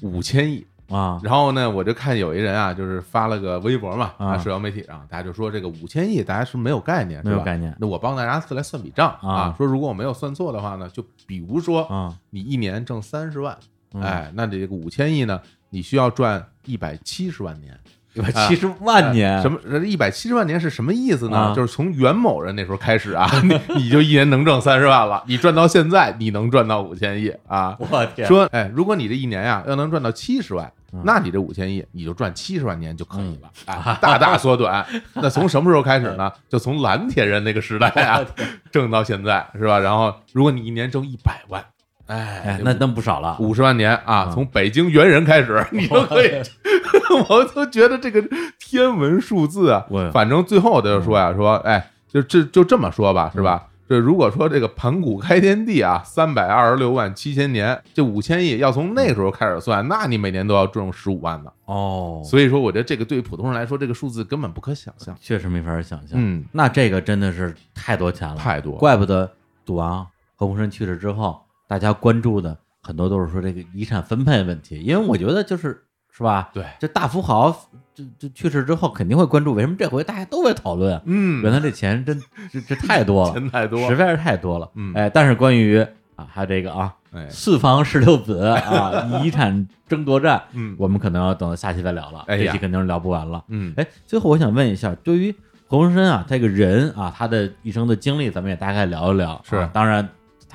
Speaker 2: 五千亿。
Speaker 1: 啊，
Speaker 2: 然后呢，我就看有一人啊，就是发了个微博嘛，
Speaker 1: 啊
Speaker 2: 社交媒体上，大家就说这个五千亿，大家是没有概念，
Speaker 1: 没
Speaker 2: 是
Speaker 1: 有
Speaker 2: 吧
Speaker 1: 概念
Speaker 2: 那我帮大家来算笔账
Speaker 1: 啊
Speaker 2: 说如果我没有算错的话呢，就比如说
Speaker 1: 啊，
Speaker 2: 你一年挣三十万，
Speaker 1: 嗯
Speaker 2: 哎，那这个五千亿呢，你需要赚一百七十万年。
Speaker 1: 一百七十万年，
Speaker 2: 哎什么？一百七十万年是什么意思呢？
Speaker 1: 啊
Speaker 2: 就是从袁某人那时候开始啊，你你就一年能挣三十万了，你赚到现在，你能赚到五千亿啊。
Speaker 1: 我天，
Speaker 2: 说，哎，如果你这一年呀、要能赚到七十万
Speaker 1: 嗯，
Speaker 2: 那你这五千亿你就赚七十万年就可以了，哎，大大缩短。那从什么时候开始呢？就从蓝铁人那个时代啊，挣到现在是吧？然后，如果你一年挣一百万，哎
Speaker 1: 哎，，那那不少了。
Speaker 2: 五十万年啊
Speaker 1: 嗯，
Speaker 2: 从北京猿人 开始，你都可以， 我都觉得这个天文数字啊
Speaker 1: 我，嗯
Speaker 2: 反正最后就是说呀、说哎，就这就这么说吧，是吧？这如果说这个盘古开天地啊，三百二十六万七千年，这五千亿要从那个时候开始算，那你每年都要挣十五万呢。
Speaker 1: 嗯 哦，
Speaker 2: 所以说，我觉得这个对于普通人来说，这个数字根本不可想象。
Speaker 1: 确实没法想象。
Speaker 2: 嗯，
Speaker 1: 那这个真的是太多钱了，
Speaker 2: 太多
Speaker 1: 怪不得赌王何鸿燊去世之后，大家关注的很多都是说这个遗产分配问题，因为我觉得就是是吧？
Speaker 2: 对
Speaker 1: 这大富豪这这去世之后肯定会关注，为什么这回大家都会讨论啊？
Speaker 2: 嗯，
Speaker 1: 原来这钱真这这太多了，
Speaker 2: 钱太多
Speaker 1: 实，在是太多了。
Speaker 2: 嗯
Speaker 1: 哎，但是关于啊，还有这个啊，
Speaker 2: 哎，
Speaker 1: 四房十六子 啊，遗产争夺战，
Speaker 2: 嗯
Speaker 1: 我们可能要等到下期再聊了，
Speaker 2: 哎
Speaker 1: 这
Speaker 2: 呀
Speaker 1: 期肯定是聊不完了。
Speaker 2: 嗯，
Speaker 1: 哎，最后我想问一下，对于何鸿燊啊，这个人啊，他的一生的经历，咱们也大概聊一聊。
Speaker 2: 是
Speaker 1: 啊当然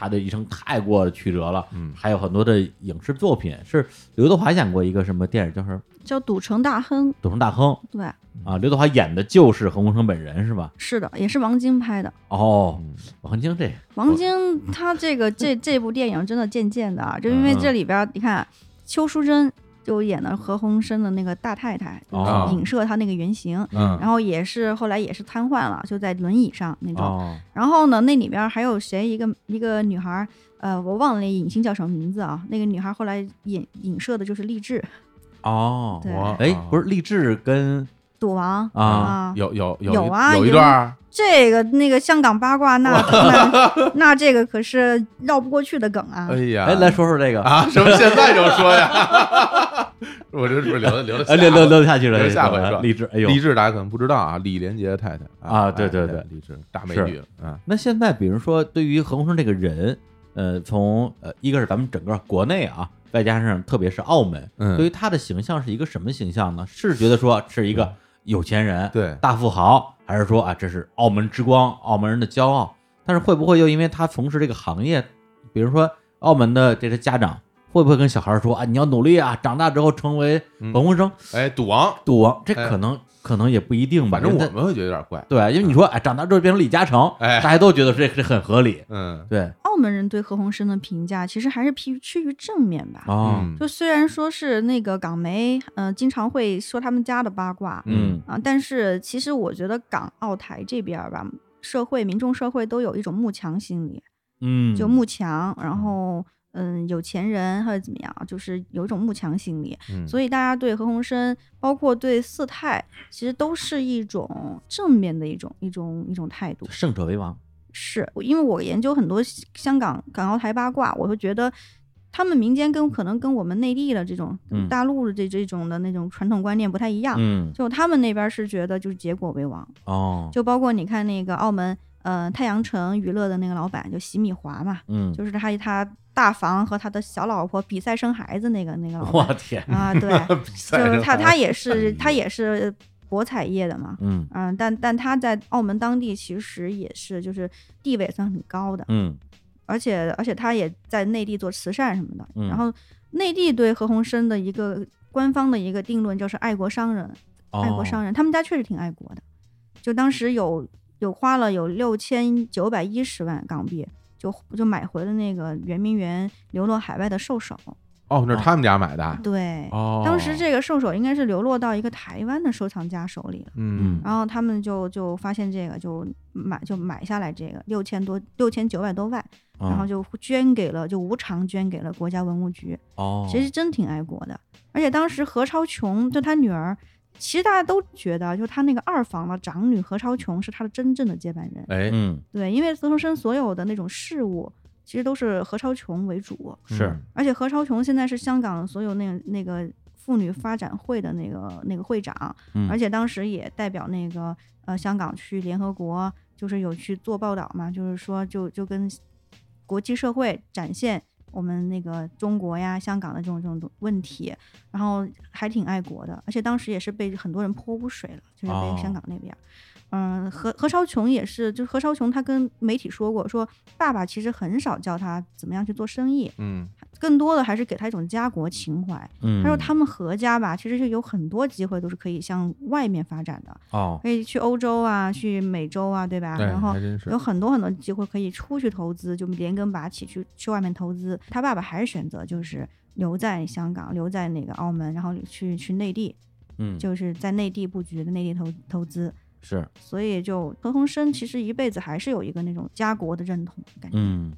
Speaker 1: 他的一生太过曲折了，
Speaker 2: 嗯
Speaker 1: 还有很多的影视作品。是刘德华演过一个什么电影，就是《
Speaker 3: 叫赌城大亨，
Speaker 1: 赌城大亨》
Speaker 3: 对，
Speaker 2: 嗯
Speaker 1: 啊，刘德华演的就是何鸿燊本人，是吧？
Speaker 3: 是的，也是王晶拍的。
Speaker 1: 哦
Speaker 2: 嗯，
Speaker 1: 王晶这
Speaker 3: 王晶他这个 这这部电影真的贱贱的啊，就
Speaker 1: 嗯
Speaker 3: 因为这里边儿你看邱淑贞就演了何鸿燊的那个大太太，
Speaker 1: 哦
Speaker 3: 影射他那个原型，
Speaker 2: 嗯
Speaker 1: 哎
Speaker 3: 然后也是后来也是瘫痪了，就在轮椅上那种。
Speaker 1: 哦，
Speaker 3: 然后呢，那里边儿还有谁一个一个女孩儿，呃，我忘了那影星叫什么名字啊，那个女孩儿后来影影射的就是励志
Speaker 1: 哦，
Speaker 3: 对
Speaker 2: 我
Speaker 1: 哎，不是励志跟
Speaker 3: 赌王
Speaker 1: 啊
Speaker 2: 嗯有有有
Speaker 3: 有
Speaker 2: 一
Speaker 3: 啊
Speaker 2: 有一
Speaker 3: 有
Speaker 2: 段儿
Speaker 3: 这个那个香港八卦那 那那这个可是绕不过去的梗啊。
Speaker 2: 哎呀，
Speaker 1: 哎，来说说这个，
Speaker 2: 啊， 什么现在就说呀？ 我这是不是留留
Speaker 1: 哎，
Speaker 2: 了
Speaker 1: 聊聊聊下去了，
Speaker 2: 留下回
Speaker 1: 哎
Speaker 2: 说
Speaker 1: 励志，哎呦，
Speaker 2: 励志大家可能不知道啊，李连杰的太太
Speaker 1: 啊对对
Speaker 2: 哎
Speaker 1: 对
Speaker 2: 励志大美
Speaker 1: 是
Speaker 2: 女啊，
Speaker 1: 那现在，比如说对于何鸿燊这个人，呃，从呃，一个是咱们整个国内啊，再加上特别是澳门，
Speaker 2: 嗯
Speaker 1: 对于他的形象是一个什么形象呢？是觉得说是一个有钱人，
Speaker 2: 嗯对
Speaker 1: 大富豪，还是说啊，这是澳门之光，澳门人的骄傲？但是会不会又因为他从事这个行业，比如说澳门的这个家长会不会跟小孩说啊，你要努力啊，长大之后成为
Speaker 2: 嗯
Speaker 1: 文科生、
Speaker 2: 哎，赌王，
Speaker 1: 赌王？这
Speaker 2: 哎
Speaker 1: 可能、可能也不一定吧。
Speaker 2: 反正
Speaker 1: 因
Speaker 2: 我
Speaker 1: 为他
Speaker 2: 们会觉得有点怪，
Speaker 1: 对，因为你说哎，长大之后变成李嘉诚，
Speaker 2: 哎
Speaker 1: 大家都觉得这这很合理。
Speaker 2: 嗯，
Speaker 1: 对，
Speaker 3: 澳门人对何鸿燊的评价其实还是偏趋于正面吧。
Speaker 1: 哦，
Speaker 2: 嗯
Speaker 3: 就虽然说是那个港媒，嗯、经常会说他们家的八卦，
Speaker 1: 嗯
Speaker 3: 啊，但是其实我觉得港澳台这边儿吧，社会民众社会都有一种慕强心理，
Speaker 1: 嗯，
Speaker 3: 就慕强，然后嗯有钱人或者怎么样，就是有一种慕强心理，
Speaker 2: 嗯
Speaker 3: 所以大家对何鸿燊，包括对四太，其实都是一种正面的一种一种一种态度。
Speaker 1: 胜者为王。
Speaker 3: 是因为我研究很多西香港港澳台八卦，我会觉得他们民间跟可能跟我们内地的这种
Speaker 1: 嗯
Speaker 3: 大陆的这这种的那种传统观念不太一样。
Speaker 1: 嗯，
Speaker 3: 就他们那边是觉得就是结果为王，
Speaker 1: 哦，
Speaker 3: 就包括你看那个澳门呃太阳城娱乐的那个老板就席米华嘛，
Speaker 1: 嗯，
Speaker 3: 就是他他大房和他的小老婆比赛生孩子那个那个老
Speaker 1: 我
Speaker 3: 板
Speaker 1: 天，
Speaker 3: 啊，对，
Speaker 2: 比赛
Speaker 3: 就是
Speaker 2: 是
Speaker 3: 他
Speaker 2: 吧
Speaker 3: 他也
Speaker 1: 哎
Speaker 3: 是他也是博彩业的嘛，
Speaker 1: 嗯
Speaker 3: 嗯，但但他在澳门当地其实也是就是地位算很高的，
Speaker 1: 嗯
Speaker 3: 而且而且他也在内地做慈善什么的。
Speaker 1: 嗯
Speaker 3: 然后内地对何鸿燊的一个官方的一个定论就是爱国商人，
Speaker 1: 哦，
Speaker 3: 爱国商人，他们家确实挺爱国的，就当时有有花了有六千九百一十万港币。就就买回了那个圆明园流落海外的兽首，
Speaker 1: 啊
Speaker 2: 哦，那是他们家买的啊，
Speaker 3: 对，
Speaker 2: 哦，
Speaker 3: 当时这个兽首应该是流落到一个台湾的收藏家手里了，
Speaker 2: 嗯，
Speaker 3: 然后他们就就发现这个，就买就买下来这个六千多六千九百多万，
Speaker 1: 嗯，
Speaker 3: 然后就捐给了，就无偿捐给了国家文物局。
Speaker 1: 哦，
Speaker 3: 其实真挺爱国的，而且当时何超琼就他女儿，其实大家都觉得，就他那个二房的长女何超琼是他的真正的接班人。
Speaker 2: 哎，
Speaker 1: 嗯
Speaker 3: 对，因为何鸿燊所有的那种事物，其实都是何超琼为主，
Speaker 1: 是
Speaker 2: 嗯
Speaker 3: 而且何超琼现在是香港所有那那个妇女发展会的那个那个会长，
Speaker 1: 嗯
Speaker 3: 而且当时也代表那个呃香港去联合国，就是有去做报道嘛，就是说就就跟国际社会展现我们那个中国呀、香港的这种这种问题，然后还挺爱国的，而且当时也是被很多人泼污水了，就是
Speaker 1: 哦
Speaker 3: 被香港那边。嗯，何何超琼也是，就是何超琼，他跟媒体说过，说爸爸其实很少教他怎么样去做生意，
Speaker 2: 嗯
Speaker 3: 更多的还是给他一种家国情怀。
Speaker 1: 嗯，
Speaker 3: 他说他们何家吧，其实是有很多机会都是可以向外面发展的，
Speaker 1: 哦，
Speaker 3: 可以去欧洲啊，去美洲啊，对吧？
Speaker 2: 哎
Speaker 3: 然后
Speaker 2: 还真是
Speaker 3: 有很多很多机会可以出去投资，就连根拔起去去外面投资。他爸爸还是选择就是留在香港，留在那个澳门，然后去去内地，
Speaker 1: 嗯，
Speaker 3: 就是在内地布局的内地投投资。
Speaker 1: 是
Speaker 3: 所以就何鸿燊其实一辈子还是有一个那种家国的认同感觉。
Speaker 1: 嗯，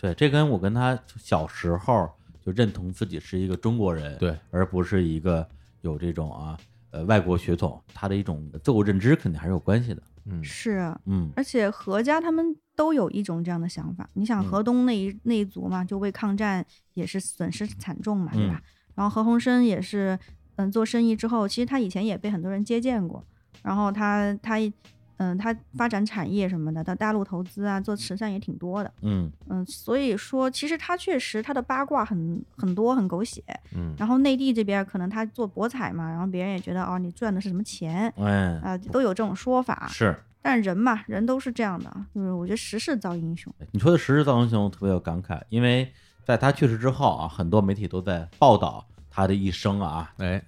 Speaker 1: 对，这跟我跟他小时候就认同自己是一个中国人，
Speaker 2: 对，
Speaker 1: 而不是一个有这种啊呃外国血统，他的一种自我认知肯定还是有关系的。
Speaker 2: 嗯
Speaker 3: 是，啊
Speaker 1: 嗯
Speaker 3: 而且何家他们都有一种这样的想法。你想
Speaker 1: 嗯
Speaker 3: 河东那一、那一族嘛，就为抗战也是损失惨重嘛，对吧？
Speaker 1: 嗯
Speaker 3: 然后何鸿燊也是，嗯，做生意之后，其实他以前也被很多人接见过，然后他他。嗯，他发展产业什么的，到大陆投资啊，做慈善也挺多的。
Speaker 1: 嗯
Speaker 3: 嗯，所以说，其实他确实他的八卦很很多，很狗血。
Speaker 2: 嗯，
Speaker 3: 然后内地这边可能他做博彩嘛，然后别人也觉得哦，你赚的是什么钱
Speaker 1: 哎
Speaker 3: 啊、都有这种说法。
Speaker 1: 是。
Speaker 3: 但人嘛，人都是这样的，啊就是我觉得时势造英雄。
Speaker 1: 你说的时势造英雄特别有感慨，因为在他去世之后啊，很多媒体都在报道他的一生啊，
Speaker 2: 哎，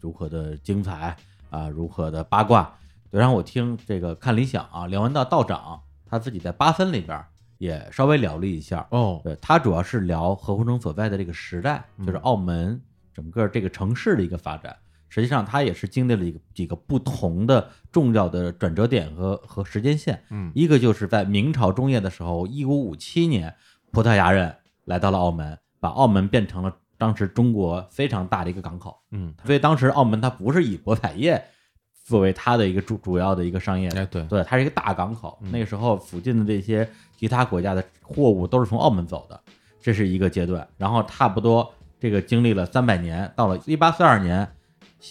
Speaker 1: 如何的精彩啊，如何的八卦。对，然后我听这个看理想啊，梁文道道长他自己在八分里边儿也稍微聊了一下，
Speaker 2: 哦，
Speaker 1: 对他主要是聊何鸿燊所在的这个时代，就是澳门整个这个城市的一个发展。实际上，他也是经历了一个几个不同的重要的转折点和和时间线。
Speaker 2: 嗯
Speaker 1: 一个就是在明朝中叶的时候，一五五七年，葡萄牙人来到了澳门，把澳门变成了当时中国非常大的一个港口。
Speaker 2: 嗯，
Speaker 1: 所以当时澳门它不是以博彩业作为它的一个主主要的一个商业
Speaker 2: 哎对，
Speaker 1: 对，它是一个大港口。
Speaker 2: 嗯
Speaker 1: 那个时候附近的这些其他国家的货物都是从澳门走的，这是一个阶段。然后差不多这个经历了三百年，到了一八四二年，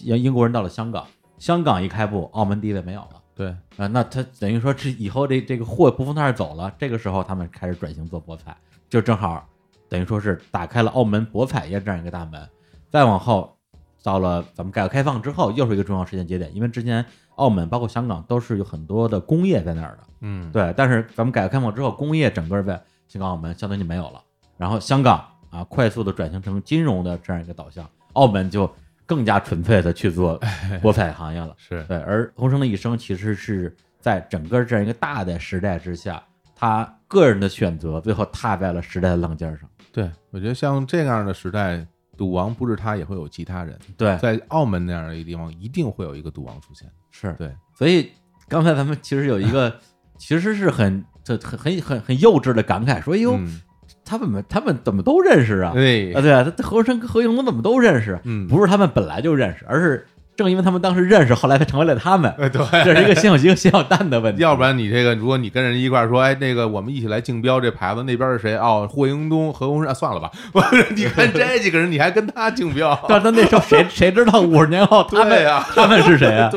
Speaker 1: 英英国人到了香港，香港一开埠，澳门地位没有了。
Speaker 2: 对，
Speaker 1: 啊、那他等于说这以后这这个货不从那儿走了，这个时候他们开始转型做博彩，就正好等于说是打开了澳门博彩业这样一个大门。再往后，到了咱们改革开放之后，又是一个重要时间节点，因为之前澳门包括香港都是有很多的工业在那儿的，
Speaker 2: 嗯，
Speaker 1: 对。但是咱们改革开放之后，工业整个在香港、澳门相当于就没有了，然后香港啊，快速的转型成金融的这样一个导向，澳门就更加纯粹的去做博彩行业了。
Speaker 2: 是
Speaker 1: 对，而洪生的一生其实是在整个这样一个大的时代之下，他个人的选择最后踏在了时代的浪尖上。
Speaker 2: 对，我觉得像这样的时代，赌王不是他，也会有其他人。
Speaker 1: 对，
Speaker 2: 在澳门那样的一个地方，一定会有一个赌王出现。
Speaker 1: 是
Speaker 2: 对，
Speaker 1: 所以刚才咱们其实有一 个，其实是很这很很很很幼稚的感慨，说：“哎呦，
Speaker 2: 嗯，
Speaker 1: 他们他们怎么都认识啊？
Speaker 2: 对
Speaker 1: 啊，，对啊，他何生跟何应龙怎么都认识？
Speaker 2: 嗯，
Speaker 1: 不是他们本来就认识，而是正因为他们当时认识，后来才成为了他们。
Speaker 2: 哎，对，
Speaker 1: 这是一个先有鸡和先有蛋的问题。
Speaker 2: 要不然你这个，如果你跟人一块儿说，哎，那个我们一起来竞标这牌子，那边是谁？哦，霍英东、何鸿燊、啊，算了吧。 我说你看这几个人，你还跟他 竞标，
Speaker 1: 但是他那时候谁谁知道五十年后他
Speaker 2: 对
Speaker 1: 们、
Speaker 2: 呀、
Speaker 1: 他们是谁啊？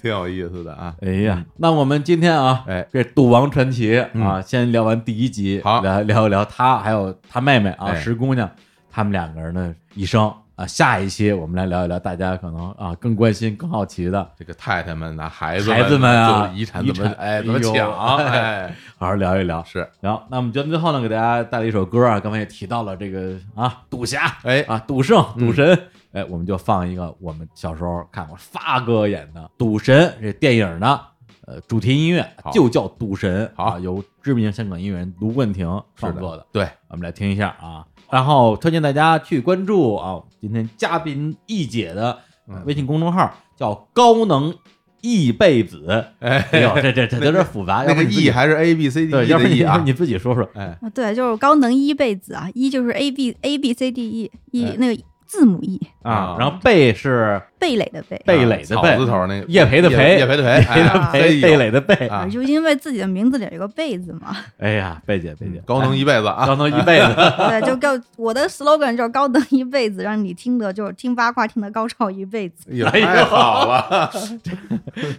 Speaker 2: 挺有意思的啊。
Speaker 1: 哎呀，那我们今天啊，
Speaker 2: 哎，
Speaker 1: 这《赌王传奇》啊，
Speaker 2: 嗯
Speaker 1: 先聊完第一集，
Speaker 2: 好
Speaker 1: 聊聊一聊他还有他妹妹啊，
Speaker 2: 哎
Speaker 1: 石姑娘，他们两个人的一生啊。下一期我们来聊一聊大家可能啊更关心、更好奇的，
Speaker 2: 这个太太们啊，孩子
Speaker 1: 孩子们啊
Speaker 2: 就是遗产
Speaker 1: 遗
Speaker 2: 怎
Speaker 1: 产
Speaker 2: 么哎怎么
Speaker 1: 哎呦
Speaker 2: 抢哎
Speaker 1: 好好聊一聊。
Speaker 2: 是
Speaker 1: 然后，那我们节目最后呢，给大家带来一首歌啊，刚才也提到了这个啊，赌侠
Speaker 2: 哎
Speaker 1: 啊，赌圣、
Speaker 2: 嗯
Speaker 1: 赌神，哎，我们就放一个我们小时候看过发哥演的《赌神》这电影呢，呃，主题音乐
Speaker 2: 好
Speaker 1: 就叫《赌神》，啊，
Speaker 2: 好
Speaker 1: 由知名香港音乐人卢冠廷创作的，
Speaker 2: 对
Speaker 1: 我们来听一下啊。然后推荐大家去关注啊，今天嘉宾易姐的呃
Speaker 2: 嗯
Speaker 1: 微信公众号叫“高能易贝子”，
Speaker 2: 哎
Speaker 1: 哎呦，这这这有点复杂，啊
Speaker 2: 那
Speaker 1: 要不
Speaker 2: 个
Speaker 1: 你自
Speaker 2: E
Speaker 1: 己
Speaker 2: 还是 A B C D
Speaker 1: 对，
Speaker 2: E
Speaker 1: 要不
Speaker 2: 的
Speaker 1: 你
Speaker 2: E
Speaker 1: 要
Speaker 2: 啊
Speaker 1: 不，你自己说说。
Speaker 2: 哎
Speaker 3: 啊，对，就是高能一辈子啊，一就是 A B A B C D E E、
Speaker 2: 哎
Speaker 3: 那个字母 E，
Speaker 1: 啊
Speaker 2: 啊，
Speaker 1: 然后贝是
Speaker 3: 贝蕾的贝。
Speaker 1: 贝蕾的
Speaker 2: 草
Speaker 1: 贝
Speaker 2: 字头那个
Speaker 1: 叶培的培，
Speaker 2: 叶培的培，
Speaker 1: 叶培的
Speaker 2: 哎
Speaker 1: 培，贝蕾的贝。
Speaker 2: 啊
Speaker 3: 啊，就因为自己的名字里有个贝字嘛，
Speaker 1: 哎呀，贝姐，贝姐，哎
Speaker 2: 高能一辈子 啊
Speaker 1: 高，能一辈 子。
Speaker 3: 对， 就高我的 slogan 就是高能一辈子，让你听得就是听八卦听得高潮一辈子。
Speaker 2: 也
Speaker 1: 哎呦
Speaker 2: 太好了，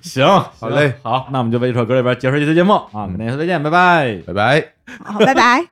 Speaker 1: 行，
Speaker 2: 好嘞
Speaker 1: 行好，那我们就为这首歌里边结束这期节目啊，跟大家说再见，拜拜。
Speaker 2: 拜拜。
Speaker 3: 好，拜拜。